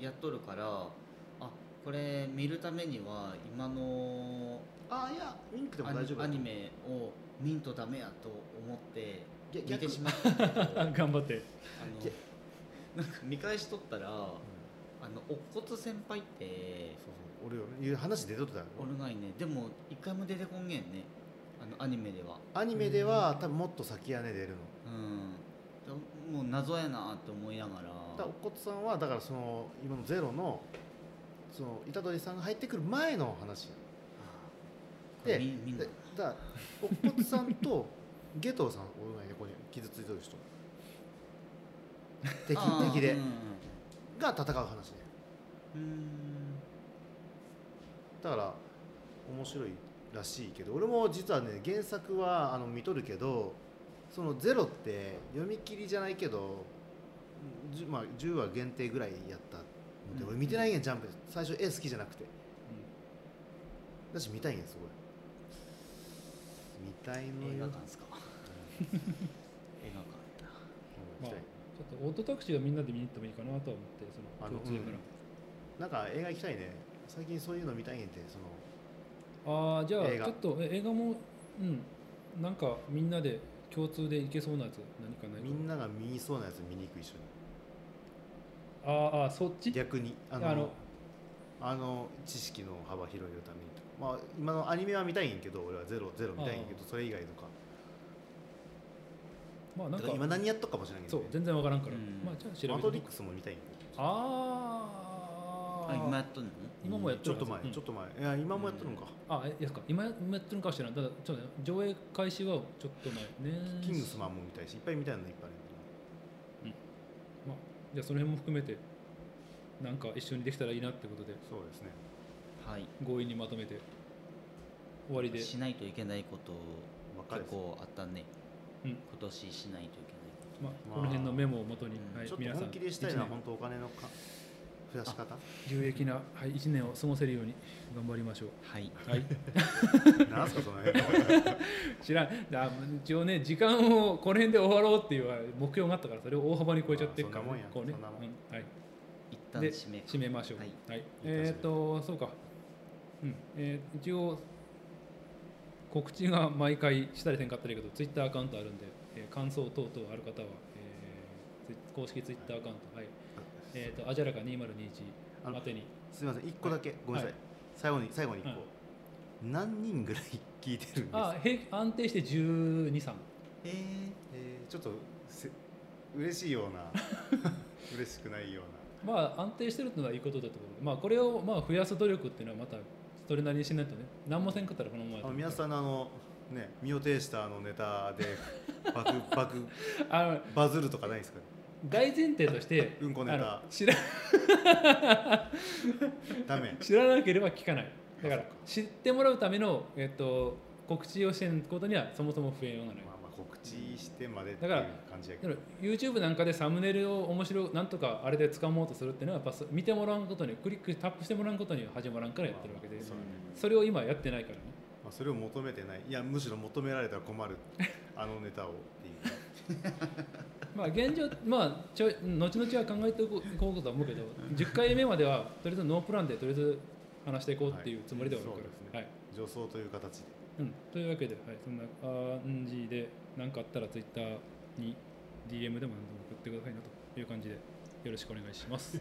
[SPEAKER 3] やっとるからあこれ見るためには今の
[SPEAKER 2] ああいやミンクでも
[SPEAKER 3] ア
[SPEAKER 2] 大
[SPEAKER 3] ニ
[SPEAKER 2] 丈夫
[SPEAKER 3] ア
[SPEAKER 2] やと思
[SPEAKER 3] ニ
[SPEAKER 2] う
[SPEAKER 3] メを見んとダメやと思って
[SPEAKER 2] いや逆
[SPEAKER 3] 見てしまったんだけどあの
[SPEAKER 1] 頑張って
[SPEAKER 3] なんか見返しとったらあの乙骨先輩って
[SPEAKER 2] そうそう俺よねいう話出とったよ
[SPEAKER 3] おるないねでも一回も出てこんげんねあのアニメでは
[SPEAKER 2] アニメでは多分もっと先やね出るの
[SPEAKER 3] うんだもう謎やなって思いながら
[SPEAKER 2] だからお骨さんはだからその今の「ゼロのその虎杖さんが入ってくる前の話やで
[SPEAKER 3] でみみんな
[SPEAKER 2] でだからお骨さんとゲトウさんおるないねここに傷ついてる 人敵
[SPEAKER 3] あー
[SPEAKER 2] 敵で
[SPEAKER 3] うんうん
[SPEAKER 2] が戦う話ね
[SPEAKER 3] うんうん
[SPEAKER 2] だから面白いらしいけど俺も実はね原作はあの見とるけどその「ゼロって読み切りじゃないけど、じゅまあ、10話限定ぐらいやったので、
[SPEAKER 3] うん
[SPEAKER 2] 俺見てないやんジャンプ最初絵好きじゃなくてだし見たいんやすごい見たいのよ
[SPEAKER 3] 映画
[SPEAKER 2] うん
[SPEAKER 3] 館ですか映画館
[SPEAKER 2] 見たい
[SPEAKER 1] ちょっとオートタクシーはみんなで見に行ってもいいかなとは思ってそ
[SPEAKER 2] あ
[SPEAKER 1] の
[SPEAKER 2] の
[SPEAKER 1] 共通から、
[SPEAKER 2] なんか映画行きたいね最近そういうの見たいんやってその
[SPEAKER 1] ああーじゃあ
[SPEAKER 2] 映画
[SPEAKER 1] ちょっとえ映画もうんなんかみんなで共通で行けそうなやつ何かないか
[SPEAKER 2] みんなが見そうなやつ見に行く一緒
[SPEAKER 1] あーあーそっち
[SPEAKER 2] に逆にあの
[SPEAKER 1] あ
[SPEAKER 2] あ
[SPEAKER 1] の
[SPEAKER 2] の知識の幅広げるためにとまあ今のアニメは見たいんやけど俺はゼロゼロ見たいんやけどそれ以外とか
[SPEAKER 1] まあなん
[SPEAKER 2] だ
[SPEAKER 1] か
[SPEAKER 2] から今何やっとくかもしれないけ
[SPEAKER 1] そ
[SPEAKER 2] ど
[SPEAKER 1] う
[SPEAKER 2] ね、
[SPEAKER 1] 全然わからんから、
[SPEAKER 3] うん
[SPEAKER 1] まあじゃあ調べて
[SPEAKER 2] マ
[SPEAKER 1] み
[SPEAKER 2] トリックスも見たいんやけど
[SPEAKER 1] あ
[SPEAKER 3] あ
[SPEAKER 1] ー
[SPEAKER 3] 今やっとんの
[SPEAKER 1] 今もやって
[SPEAKER 2] ちょ
[SPEAKER 1] る
[SPEAKER 2] っと前、
[SPEAKER 1] うん
[SPEAKER 2] ちょっと前いや今もやってるのか、
[SPEAKER 1] あえいやですか今やってるのかもしれないただちょっとね上映開始はちょっと前ね
[SPEAKER 2] キングスマンも見たいしいっぱい見たいのいっぱいあるんや
[SPEAKER 1] じゃ
[SPEAKER 2] けど
[SPEAKER 1] あその辺も含めてなんか一緒にできたらいいなってことで
[SPEAKER 2] そうですね
[SPEAKER 3] はい
[SPEAKER 1] 強引にまとめて終わりで
[SPEAKER 3] しないといけないこと
[SPEAKER 2] ばっかりです
[SPEAKER 3] 結構あったね、
[SPEAKER 1] うん
[SPEAKER 3] 今年しないといけないこ
[SPEAKER 1] まあ、
[SPEAKER 2] まあ
[SPEAKER 1] この辺のメモをもとに、
[SPEAKER 3] うん
[SPEAKER 1] はい
[SPEAKER 2] ちょっ、と
[SPEAKER 1] 皆さ
[SPEAKER 2] 本
[SPEAKER 1] ん
[SPEAKER 2] 気でしたいのは
[SPEAKER 1] 一
[SPEAKER 2] 本当お金のか増やし方
[SPEAKER 1] 年有益な、はい、1年を過ごせるように頑張りましょう。
[SPEAKER 3] とはい
[SPEAKER 1] はい、
[SPEAKER 2] なんすかその辺
[SPEAKER 1] 知らんだ一応ね時間をこの辺で終わろうっていう目標があったからそれを大幅に超えちゃってるから、
[SPEAKER 2] まあそ
[SPEAKER 1] こう
[SPEAKER 2] んなもんや
[SPEAKER 1] ね
[SPEAKER 2] そんなもん
[SPEAKER 1] うんはい、
[SPEAKER 3] 一旦
[SPEAKER 1] で
[SPEAKER 3] 締め
[SPEAKER 1] 締めましょう。は
[SPEAKER 3] はいい。
[SPEAKER 1] えっ、とそうか。うん。えー一応告知が毎回したりせんかったりやけど、ツイッターアカウントあるんで、えー感想等々ある方は、えーツイ公式ツイッターアカウントはい。 えっ、とアジャラカ2021
[SPEAKER 2] あの
[SPEAKER 1] 宛てに。
[SPEAKER 2] すみません一個だけごめんなさい、
[SPEAKER 1] は
[SPEAKER 2] 最後に最後に一個、
[SPEAKER 1] はい
[SPEAKER 2] 何人ぐらい聞いてるんです
[SPEAKER 1] あ
[SPEAKER 2] か、
[SPEAKER 1] 平安定して12、3。
[SPEAKER 3] えー
[SPEAKER 2] えーちょっとせ嬉しいような 嬉しくないよう
[SPEAKER 1] まあ安定してるのはいいことだと思う。まあこれをまあ増やす努力っていうのはまたそれなりにしないとね。何もせんかったらこのままや
[SPEAKER 2] な
[SPEAKER 1] と
[SPEAKER 2] あの
[SPEAKER 1] 思うから。
[SPEAKER 2] 皆さんのあのね身を挺したあのネタでバク バク
[SPEAKER 1] あの
[SPEAKER 2] バズるとかないですか
[SPEAKER 1] 大前提として
[SPEAKER 2] うんこネ
[SPEAKER 1] あ
[SPEAKER 2] タ
[SPEAKER 1] の知ら
[SPEAKER 2] ダメ
[SPEAKER 1] 知らなければ聞かないだから知ってもらうための、えっと、告知をしてることにはそもそも不縁はならない
[SPEAKER 2] まあまあ告知してまでっていう
[SPEAKER 1] だか
[SPEAKER 2] 感
[SPEAKER 1] ら
[SPEAKER 2] じやけ
[SPEAKER 1] だ
[SPEAKER 2] ど
[SPEAKER 1] から YouTube なんかでサムネイルを面白いなんとかあれで掴もうとするっていうのはやっぱ見てもらうことにクリックタップしてもらうことには始まらんからやってるわけで、
[SPEAKER 2] そうだね
[SPEAKER 1] それを今やってないからね
[SPEAKER 2] まあ、それを求めてないいやむしろ求められたら困るあのネタをっていう
[SPEAKER 1] まあ現状まあちょい後々は考えていこうことは思うけど10回目まではとりあえずノープランでとりあえず話していこうっていうつもりではある
[SPEAKER 2] は
[SPEAKER 1] か
[SPEAKER 2] いそうですね
[SPEAKER 1] ら、はい
[SPEAKER 2] 女装という形で
[SPEAKER 1] うん、というわけで、はい、そんな感じで何かあったら Twitter に DM でも何でも送ってくださいなという感じでよろしくお願いし ます。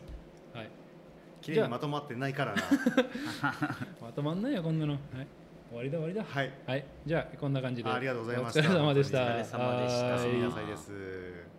[SPEAKER 1] はい、
[SPEAKER 2] 綺麗にまとまってないか らなは
[SPEAKER 1] まとまんないよこんなの、はい、終わりだ終わりだ。
[SPEAKER 2] い
[SPEAKER 1] はい、じゃあこんな感じで
[SPEAKER 2] ありがとうございました
[SPEAKER 1] お疲れ様でした。
[SPEAKER 2] お疲
[SPEAKER 3] れ様でした
[SPEAKER 2] おやすみな
[SPEAKER 1] は
[SPEAKER 2] さいです